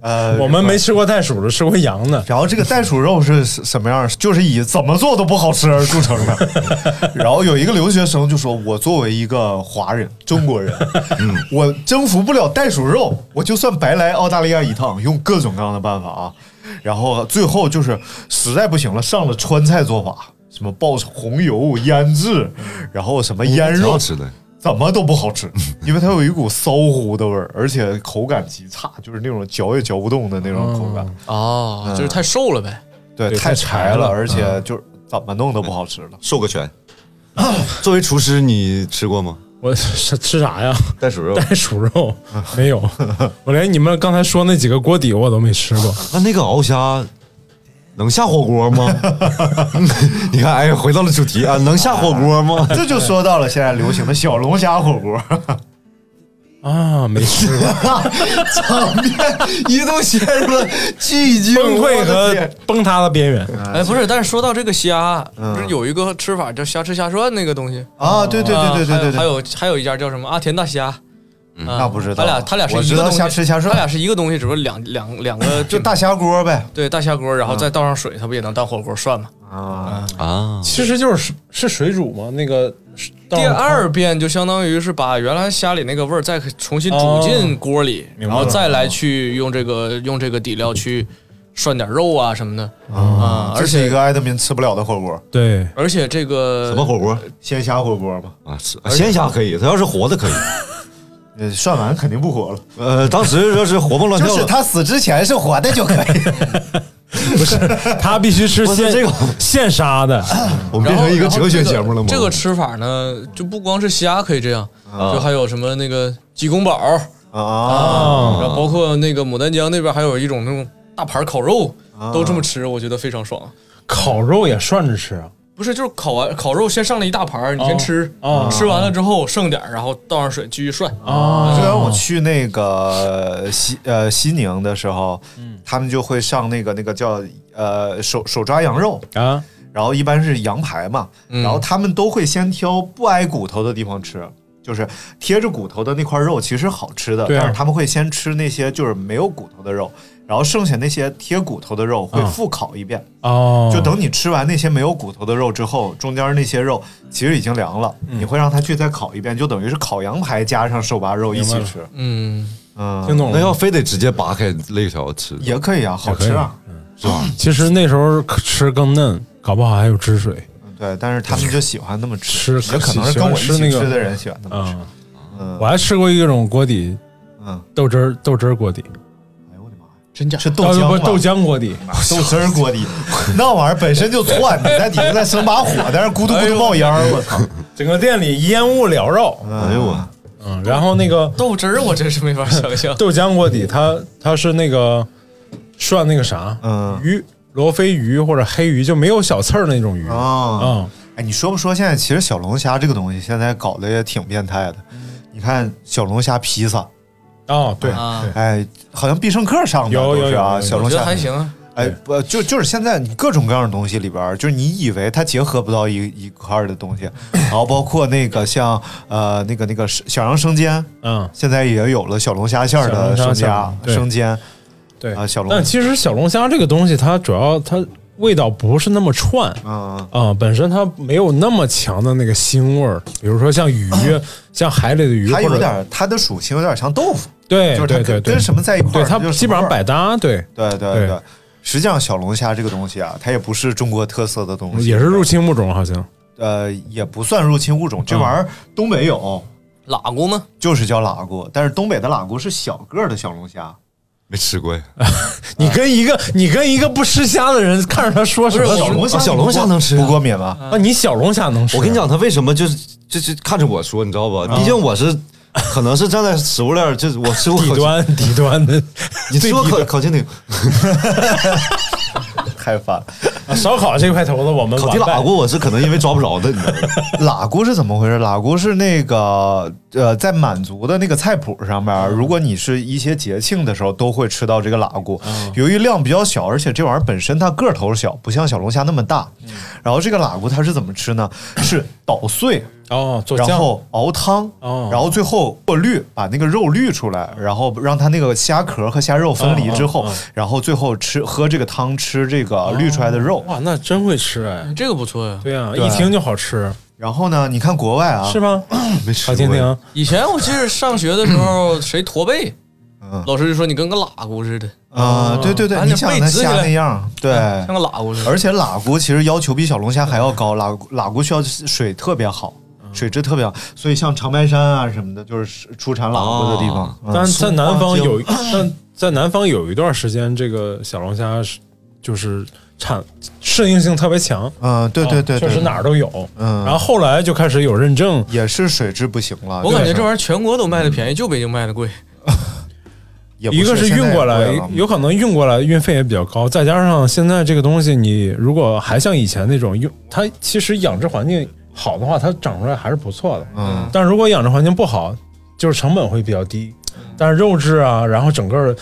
[SPEAKER 4] 呃，
[SPEAKER 7] 我们没吃过袋鼠的，吃过羊的。
[SPEAKER 4] 然后这个袋鼠肉是什什么样？就是以怎么做都不好吃
[SPEAKER 5] <laughs>
[SPEAKER 4] 而著称的。然后有一个留学生就说：“我作为一个华人、中国
[SPEAKER 5] <laughs>
[SPEAKER 4] 人，嗯，我征服不了袋鼠肉，我就算白来澳大利亚一趟，用各种各样的办法啊。”然后最后就是实在不行了，上了川菜做法，什么爆红油腌制，然后什么腌
[SPEAKER 5] 嗯挺
[SPEAKER 4] 肉
[SPEAKER 5] 好，吃嗯的。
[SPEAKER 4] 怎么都不好吃，因为它有一股骚乎的味儿，而且口感极差，就是那种嚼也嚼不动的那种口感。啊
[SPEAKER 6] 哦，就是太瘦了呗。
[SPEAKER 4] 对，
[SPEAKER 7] 对
[SPEAKER 4] 太
[SPEAKER 7] 太
[SPEAKER 4] 柴
[SPEAKER 7] 柴
[SPEAKER 4] 了，
[SPEAKER 7] 了
[SPEAKER 4] 而且
[SPEAKER 5] 嗯
[SPEAKER 4] 就是怎么弄都不好吃
[SPEAKER 5] <laughs>
[SPEAKER 4] 了。
[SPEAKER 5] 授个权。作为厨师，你吃过吗？
[SPEAKER 7] 我吃吃啥呀？ <laughs>
[SPEAKER 5] 袋鼠肉？
[SPEAKER 7] 袋鼠
[SPEAKER 5] <laughs>
[SPEAKER 7] 肉没有，我连你们刚才说那几个锅底我都没吃过。
[SPEAKER 5] <laughs> 那那个鳌虾能下火
[SPEAKER 4] <laughs>
[SPEAKER 5] 锅吗？ <laughs> 你看，哎，回到了主题啊，能下火
[SPEAKER 4] <laughs>
[SPEAKER 5] 锅吗？
[SPEAKER 4] 这就说到了现在流行的小龙虾火
[SPEAKER 5] <laughs>
[SPEAKER 4] 锅，
[SPEAKER 7] 啊，没吃过，
[SPEAKER 5] 场面一度陷入了寂静
[SPEAKER 7] 崩
[SPEAKER 5] <laughs>
[SPEAKER 7] 溃
[SPEAKER 5] 我的
[SPEAKER 7] 和
[SPEAKER 5] 天啊
[SPEAKER 7] 崩塌的边缘。
[SPEAKER 6] 哎，不是，但是说到这个虾，
[SPEAKER 4] 嗯
[SPEAKER 6] 不是有一个吃法叫虾吃虾涮那个东西？
[SPEAKER 4] 啊，对对对对对对
[SPEAKER 6] 还
[SPEAKER 4] 对，
[SPEAKER 6] 有还有还有一家叫什么阿田大虾，那
[SPEAKER 4] 那不知道
[SPEAKER 6] 他俩他俩是
[SPEAKER 4] 我
[SPEAKER 6] 一
[SPEAKER 4] 知
[SPEAKER 6] 个
[SPEAKER 4] 道
[SPEAKER 6] 东西，
[SPEAKER 4] 虾吃虾涮
[SPEAKER 6] 他俩是一个东西，只不过两两两个
[SPEAKER 4] 就
[SPEAKER 6] 就
[SPEAKER 4] 大虾锅呗
[SPEAKER 6] 对大虾锅，然
[SPEAKER 5] 嗯
[SPEAKER 6] 后再倒上水，它不也能当火锅涮吗？
[SPEAKER 4] 啊，
[SPEAKER 5] 啊！
[SPEAKER 7] 其实就是是水煮吗？那个
[SPEAKER 6] 第二遍就相当于是把原来虾里那个味儿再重新
[SPEAKER 5] 哦
[SPEAKER 6] 煮进锅里，
[SPEAKER 7] 明
[SPEAKER 6] 然
[SPEAKER 7] 白了
[SPEAKER 6] 后再来去用这个用这个底料去涮点肉啊什么的
[SPEAKER 5] 哦
[SPEAKER 6] 啊，
[SPEAKER 4] 这
[SPEAKER 6] 而
[SPEAKER 4] 是一
[SPEAKER 6] 且
[SPEAKER 4] 个埃德明吃不了的火锅，
[SPEAKER 5] <laughs>
[SPEAKER 4] 呃
[SPEAKER 7] 对
[SPEAKER 6] 而且这个
[SPEAKER 5] 呃什么火锅
[SPEAKER 4] 鲜虾火锅嘛，
[SPEAKER 5] 啊？是鲜虾可以，它要是活的可以。
[SPEAKER 4] <laughs> 呃，涮完肯定不活了，
[SPEAKER 5] 呃，当时要是活蹦乱跳
[SPEAKER 4] 就是
[SPEAKER 5] 的，
[SPEAKER 4] 它死之前是活的就可以。
[SPEAKER 7] 他必须吃
[SPEAKER 5] 不是
[SPEAKER 7] 现
[SPEAKER 5] 这个
[SPEAKER 7] 现杀的，
[SPEAKER 5] 我们变成一个哲学节目了吗？
[SPEAKER 6] 这个吃法呢，就不光是虾可以这样，
[SPEAKER 5] 啊
[SPEAKER 6] 就还有什么那个鸡公煲啊，
[SPEAKER 5] 啊
[SPEAKER 6] 然后包括那个牡丹江那边还有一种那种大盘烤肉，
[SPEAKER 5] 啊
[SPEAKER 6] 都这么吃，我觉得非常爽。
[SPEAKER 7] <laughs> 烤肉也涮着吃啊。
[SPEAKER 6] 不是，就是烤完烤肉先上了一大盘儿，你
[SPEAKER 7] 哦
[SPEAKER 6] 先吃，
[SPEAKER 7] 哦
[SPEAKER 6] 吃完了之后剩点儿，然后倒上水继续涮。
[SPEAKER 7] 啊
[SPEAKER 4] 虽然我去那个西呃西宁的时候，
[SPEAKER 5] 嗯
[SPEAKER 4] 他们就会上那个那个叫呃手手抓羊肉，
[SPEAKER 7] 啊，
[SPEAKER 4] 然后一般是羊排嘛，
[SPEAKER 7] 嗯
[SPEAKER 4] 然后他们都会先挑不挨骨头的地方吃，就是贴着骨头的那块肉其实好吃的，
[SPEAKER 7] 对啊
[SPEAKER 4] 但是他们会先吃那些就是没有骨头的肉，然后剩下那些贴骨头的肉会
[SPEAKER 7] 嗯
[SPEAKER 4] 复烤一遍，
[SPEAKER 7] 哦，
[SPEAKER 4] 就等你吃完那些没有骨头的肉之后，中间那些肉其实已经凉了，
[SPEAKER 7] 嗯
[SPEAKER 4] 你会让它去再烤一遍，就等于是烤羊排加上手扒肉一起
[SPEAKER 7] 明白
[SPEAKER 4] 吃，
[SPEAKER 6] 嗯，
[SPEAKER 7] 听
[SPEAKER 4] 嗯，
[SPEAKER 7] 懂
[SPEAKER 5] 那要 <laughs>
[SPEAKER 7] 了。
[SPEAKER 5] 非得直接拔开肋条吃，
[SPEAKER 4] 也可以啊，好吃啊，
[SPEAKER 5] 是吧？
[SPEAKER 7] 其实那时候吃更嫩，搞不好还有汁水。
[SPEAKER 4] 嗯对，但是他们就喜欢那么吃，
[SPEAKER 7] 吃
[SPEAKER 4] 也可能是跟我一起
[SPEAKER 7] 喜欢吃那个
[SPEAKER 4] 吃的人喜欢那么吃，
[SPEAKER 7] 啊，
[SPEAKER 4] 嗯
[SPEAKER 7] 我还吃过一种锅底，
[SPEAKER 4] 嗯。
[SPEAKER 7] 豆汁儿豆汁儿锅底，
[SPEAKER 4] 哎呦我的妈呀！
[SPEAKER 6] 真假？
[SPEAKER 4] 是豆
[SPEAKER 7] 啊
[SPEAKER 4] 浆
[SPEAKER 7] 不
[SPEAKER 4] 吗？
[SPEAKER 7] 豆浆锅底，
[SPEAKER 4] 啊豆汁儿锅底，那玩意儿本身就窜，你在底下再生把火，在那咕嘟咕嘟冒烟儿，我操！啊
[SPEAKER 7] 整个店里烟雾缭绕。
[SPEAKER 5] 哎呦我，
[SPEAKER 7] 嗯，然后那个。
[SPEAKER 6] 豆汁儿我真是没法想象 <laughs>
[SPEAKER 7] 豆浆锅底，它它是那个涮那个啥，
[SPEAKER 4] 嗯
[SPEAKER 7] 鱼罗非鱼或者黑鱼，就没有小刺儿那种鱼啊。
[SPEAKER 4] 啊，
[SPEAKER 7] 嗯
[SPEAKER 4] 哎，你说不说现在其实小龙虾这个东西现在搞得也挺变态的？你看小龙虾披萨，
[SPEAKER 7] 哦，对，
[SPEAKER 6] 啊
[SPEAKER 7] 对
[SPEAKER 4] 哎，好像必胜客上的
[SPEAKER 7] 有
[SPEAKER 4] 都是
[SPEAKER 7] 有有
[SPEAKER 4] 啊，
[SPEAKER 7] 有
[SPEAKER 4] 小
[SPEAKER 6] 我
[SPEAKER 4] 龙
[SPEAKER 6] 觉
[SPEAKER 4] 虾
[SPEAKER 6] 得还行。啊。
[SPEAKER 4] 哎，不就就是现在你各种各样的东西里边儿，就是你以为它结合不到一一块儿的东西，然后包括那个像呃那个那个小羊生煎，
[SPEAKER 7] 嗯，
[SPEAKER 4] 现在也有了小龙虾馅儿的
[SPEAKER 7] 小
[SPEAKER 4] 生
[SPEAKER 7] 龙虾馅
[SPEAKER 4] 虾
[SPEAKER 7] 儿对
[SPEAKER 4] 生煎，
[SPEAKER 7] 对
[SPEAKER 4] 啊小龙
[SPEAKER 7] 但其实小龙虾这个东西，它主要它味道不是那么串啊、
[SPEAKER 4] 嗯
[SPEAKER 7] 本身它没有那么强的那个腥味儿。比如说
[SPEAKER 4] <clears throat>
[SPEAKER 7] 像鱼，像海里的鱼，
[SPEAKER 4] 它
[SPEAKER 7] 或
[SPEAKER 4] 有
[SPEAKER 7] 者
[SPEAKER 4] 点它的属性有点像豆腐，
[SPEAKER 7] 对
[SPEAKER 4] 就是它
[SPEAKER 7] 哎对对
[SPEAKER 4] 跟
[SPEAKER 7] 对，
[SPEAKER 4] 跟什么在一块
[SPEAKER 7] 对
[SPEAKER 4] 儿，
[SPEAKER 7] 它
[SPEAKER 4] 就是
[SPEAKER 7] 基本上
[SPEAKER 4] 什么味
[SPEAKER 7] 百
[SPEAKER 4] 儿
[SPEAKER 7] 搭，对，
[SPEAKER 4] 对对对
[SPEAKER 7] 对。
[SPEAKER 4] 实际上，小龙虾这个东西啊，它也不是中国特色的东西，
[SPEAKER 7] 嗯也是入侵物种，好像
[SPEAKER 4] 呃，也不算入侵物种。这玩意儿东北有，
[SPEAKER 6] 喇咕吗？
[SPEAKER 4] 就是叫喇蛄，但是东北的喇蛄是小个儿的小龙虾，
[SPEAKER 5] 没吃过呀。
[SPEAKER 7] 你跟一个你跟一个不吃虾的人看着他说什么
[SPEAKER 5] 小龙虾
[SPEAKER 4] 啊
[SPEAKER 5] 小龙虾能吃啊
[SPEAKER 4] 不过敏吗？
[SPEAKER 7] 啊？你小龙虾能吃？
[SPEAKER 5] 我跟你，讲，他为什么就是这这看着我说，你知道
[SPEAKER 4] 啊
[SPEAKER 5] 吧？毕竟我是。可能是站在食物链儿，就是我吃过
[SPEAKER 4] <laughs>
[SPEAKER 7] 底
[SPEAKER 5] 口，
[SPEAKER 7] 端底端的，
[SPEAKER 5] 你吃
[SPEAKER 7] 最
[SPEAKER 5] 过
[SPEAKER 7] 底
[SPEAKER 5] 烤烤蜻蜓、
[SPEAKER 4] 太烦了。
[SPEAKER 7] 端烧烤这块头子，我们
[SPEAKER 5] 烤地
[SPEAKER 7] 完
[SPEAKER 5] 喇
[SPEAKER 4] <laughs>
[SPEAKER 7] 蛋
[SPEAKER 5] 蛄，我是可能因为抓不着的，你知道吗？
[SPEAKER 4] 喇蛄是怎么回事？喇蛄是那个呃，在满族的那个菜谱上面，如果你是一些节庆的时候，都会吃到这个喇蛄。
[SPEAKER 7] 嗯
[SPEAKER 4] 由于量比较小，而且这玩意儿本身它个头小，不像小龙虾那么大。
[SPEAKER 7] 嗯
[SPEAKER 4] 然后这个喇蛄它是怎么吃呢？是捣碎，
[SPEAKER 7] 哦，做
[SPEAKER 4] 然
[SPEAKER 7] 酱
[SPEAKER 4] 后熬汤，
[SPEAKER 7] 哦
[SPEAKER 4] 然后最后过滤，把那个肉滤出来，然后让它那个虾壳和虾肉分离之后，
[SPEAKER 7] 嗯嗯哦嗯
[SPEAKER 4] 然后最后吃喝这个汤，吃这个滤出来的肉。
[SPEAKER 7] 哇，那真会吃哎！
[SPEAKER 6] 这个不错呀。
[SPEAKER 7] 对呀、
[SPEAKER 4] 对
[SPEAKER 7] 一听就好吃，
[SPEAKER 4] 然后呢，你看国外啊，
[SPEAKER 7] 是吗？
[SPEAKER 4] 没吃
[SPEAKER 7] 小婷
[SPEAKER 4] 过
[SPEAKER 7] 婷，
[SPEAKER 6] 以前我记得上学的时 <laughs> 候，谁驼背，
[SPEAKER 7] 嗯
[SPEAKER 6] 老师就说你跟个喇蛄似的，
[SPEAKER 4] 啊，对对对，
[SPEAKER 6] 把
[SPEAKER 4] 你
[SPEAKER 6] 你
[SPEAKER 4] 想
[SPEAKER 6] 背
[SPEAKER 4] 它
[SPEAKER 6] 直起
[SPEAKER 4] 虾
[SPEAKER 6] 来
[SPEAKER 4] 那样，对，
[SPEAKER 6] 像个喇蛄似的。
[SPEAKER 4] 而且喇蛄其实要求比小龙虾还要高，喇蛄喇蛄需要水特别好，
[SPEAKER 5] 嗯
[SPEAKER 4] 水质特别好，所以像长白山啊什么的，就是出产喇蛄的地方。
[SPEAKER 5] 哦
[SPEAKER 4] 嗯
[SPEAKER 7] 但在南方有，
[SPEAKER 4] 松花江
[SPEAKER 7] 但在南方有一段时间，这个小龙虾是就是产适应性特别强，
[SPEAKER 4] 嗯，对对对
[SPEAKER 7] 确
[SPEAKER 4] 对，
[SPEAKER 7] 实哪儿都有。
[SPEAKER 4] 嗯
[SPEAKER 7] 然后后来就开始有认证，
[SPEAKER 4] 也是水质不行了。
[SPEAKER 6] 我感觉
[SPEAKER 4] 对
[SPEAKER 6] 这玩意儿全国都卖的便宜，就北京卖的贵。
[SPEAKER 4] 也不
[SPEAKER 7] 一个是
[SPEAKER 4] 现在
[SPEAKER 7] 运过来
[SPEAKER 4] 也不贵了，
[SPEAKER 7] 有可能运过来运费也比较高，再加上现在这个东西，你如果还像以前那种用，它其实养殖环境好的话，它长出来还是不错的。
[SPEAKER 4] 嗯，
[SPEAKER 7] 但如果养殖环境不好，就是成本会比较低，
[SPEAKER 4] 嗯
[SPEAKER 7] 但是肉质啊，然后整个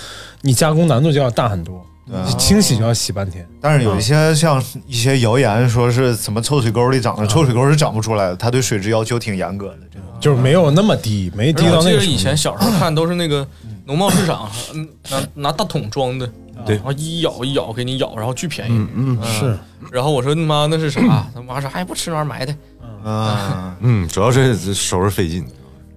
[SPEAKER 7] 你加工难度就要大很多，
[SPEAKER 4] 嗯
[SPEAKER 7] 你清洗就要洗半天。
[SPEAKER 4] 但是有一些像一些谣言说是什么臭水沟里长
[SPEAKER 5] 嗯
[SPEAKER 4] 的，臭水沟是长不出来的，它对水质要求挺严格的。这种
[SPEAKER 7] 就是没有那么低，没低
[SPEAKER 6] 而且
[SPEAKER 7] 到
[SPEAKER 6] 我记
[SPEAKER 7] 那个
[SPEAKER 6] 得
[SPEAKER 7] 程
[SPEAKER 6] 以
[SPEAKER 7] 度。
[SPEAKER 6] 前小时候看都是那个农贸市场，嗯拿拿大桶装的，
[SPEAKER 7] 对
[SPEAKER 6] 然后一咬一咬给你咬，然后巨便宜。
[SPEAKER 8] 嗯，
[SPEAKER 7] 是
[SPEAKER 6] 然后我说他妈那是啥？
[SPEAKER 4] <laughs>
[SPEAKER 6] 他妈说哎不吃那玩意儿埋汰。
[SPEAKER 4] 嗯，
[SPEAKER 5] 嗯，主要是收拾费劲，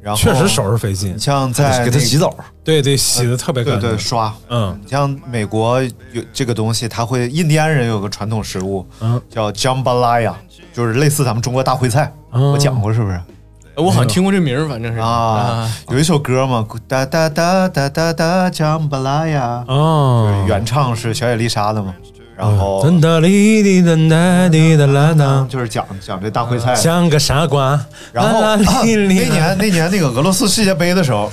[SPEAKER 4] 然后
[SPEAKER 7] 确实手是费劲，
[SPEAKER 5] 哦
[SPEAKER 4] 像在
[SPEAKER 5] 给它
[SPEAKER 4] 那
[SPEAKER 5] 洗澡。
[SPEAKER 7] 对对，洗的特别
[SPEAKER 4] 对
[SPEAKER 7] 干净。
[SPEAKER 4] 对刷，
[SPEAKER 7] 嗯，
[SPEAKER 4] 你像美国有这个东西，它会印第安人有个传统食物，
[SPEAKER 7] 嗯
[SPEAKER 4] 叫 jambalaya，就是类似咱们中国大烩菜，
[SPEAKER 7] 嗯
[SPEAKER 4] 我讲过是不是？
[SPEAKER 6] 哎我好像听过这名儿，反正是
[SPEAKER 4] 啊，有一首歌嘛，哒哒哒哒哒哒 jambalaya，
[SPEAKER 7] 哦，
[SPEAKER 4] 原唱是小野丽莎的嘛，然
[SPEAKER 5] 嗯
[SPEAKER 4] 后
[SPEAKER 7] 噔哒哦哩滴噔哒滴哒啦哒，
[SPEAKER 4] 就是讲讲这大烩菜，
[SPEAKER 7] 像个傻瓜。啊
[SPEAKER 4] 然后、
[SPEAKER 7] 啦
[SPEAKER 4] 啊
[SPEAKER 7] 啦
[SPEAKER 4] 那
[SPEAKER 7] 哩哩
[SPEAKER 4] 年那年那个俄罗斯世界杯的时候，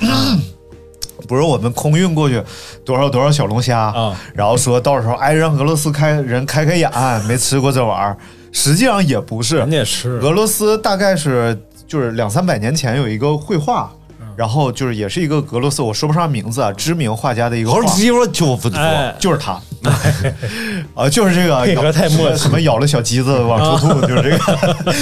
[SPEAKER 4] 不是我们空运过去多少多少小龙虾，
[SPEAKER 7] 啊
[SPEAKER 4] 然后说到时候哎让俄罗斯开人开开眼，没吃过这玩意儿，实际上也不 <laughs> 是
[SPEAKER 7] 人，家也吃
[SPEAKER 4] 俄罗斯大概是就是两三百年前有一个绘画。
[SPEAKER 7] 嗯
[SPEAKER 4] 然后就是也是一个俄罗斯，我说不上名字啊，知名画家的一个画，
[SPEAKER 5] 猴鸡巴就不
[SPEAKER 7] 哎
[SPEAKER 4] 就是他，
[SPEAKER 7] <laughs>
[SPEAKER 4] 啊， <laughs> 就是这个
[SPEAKER 7] 配合
[SPEAKER 4] 咬
[SPEAKER 7] 太默契
[SPEAKER 4] 什么咬了小鸡子往出吐，就是这
[SPEAKER 7] <laughs>
[SPEAKER 4] 个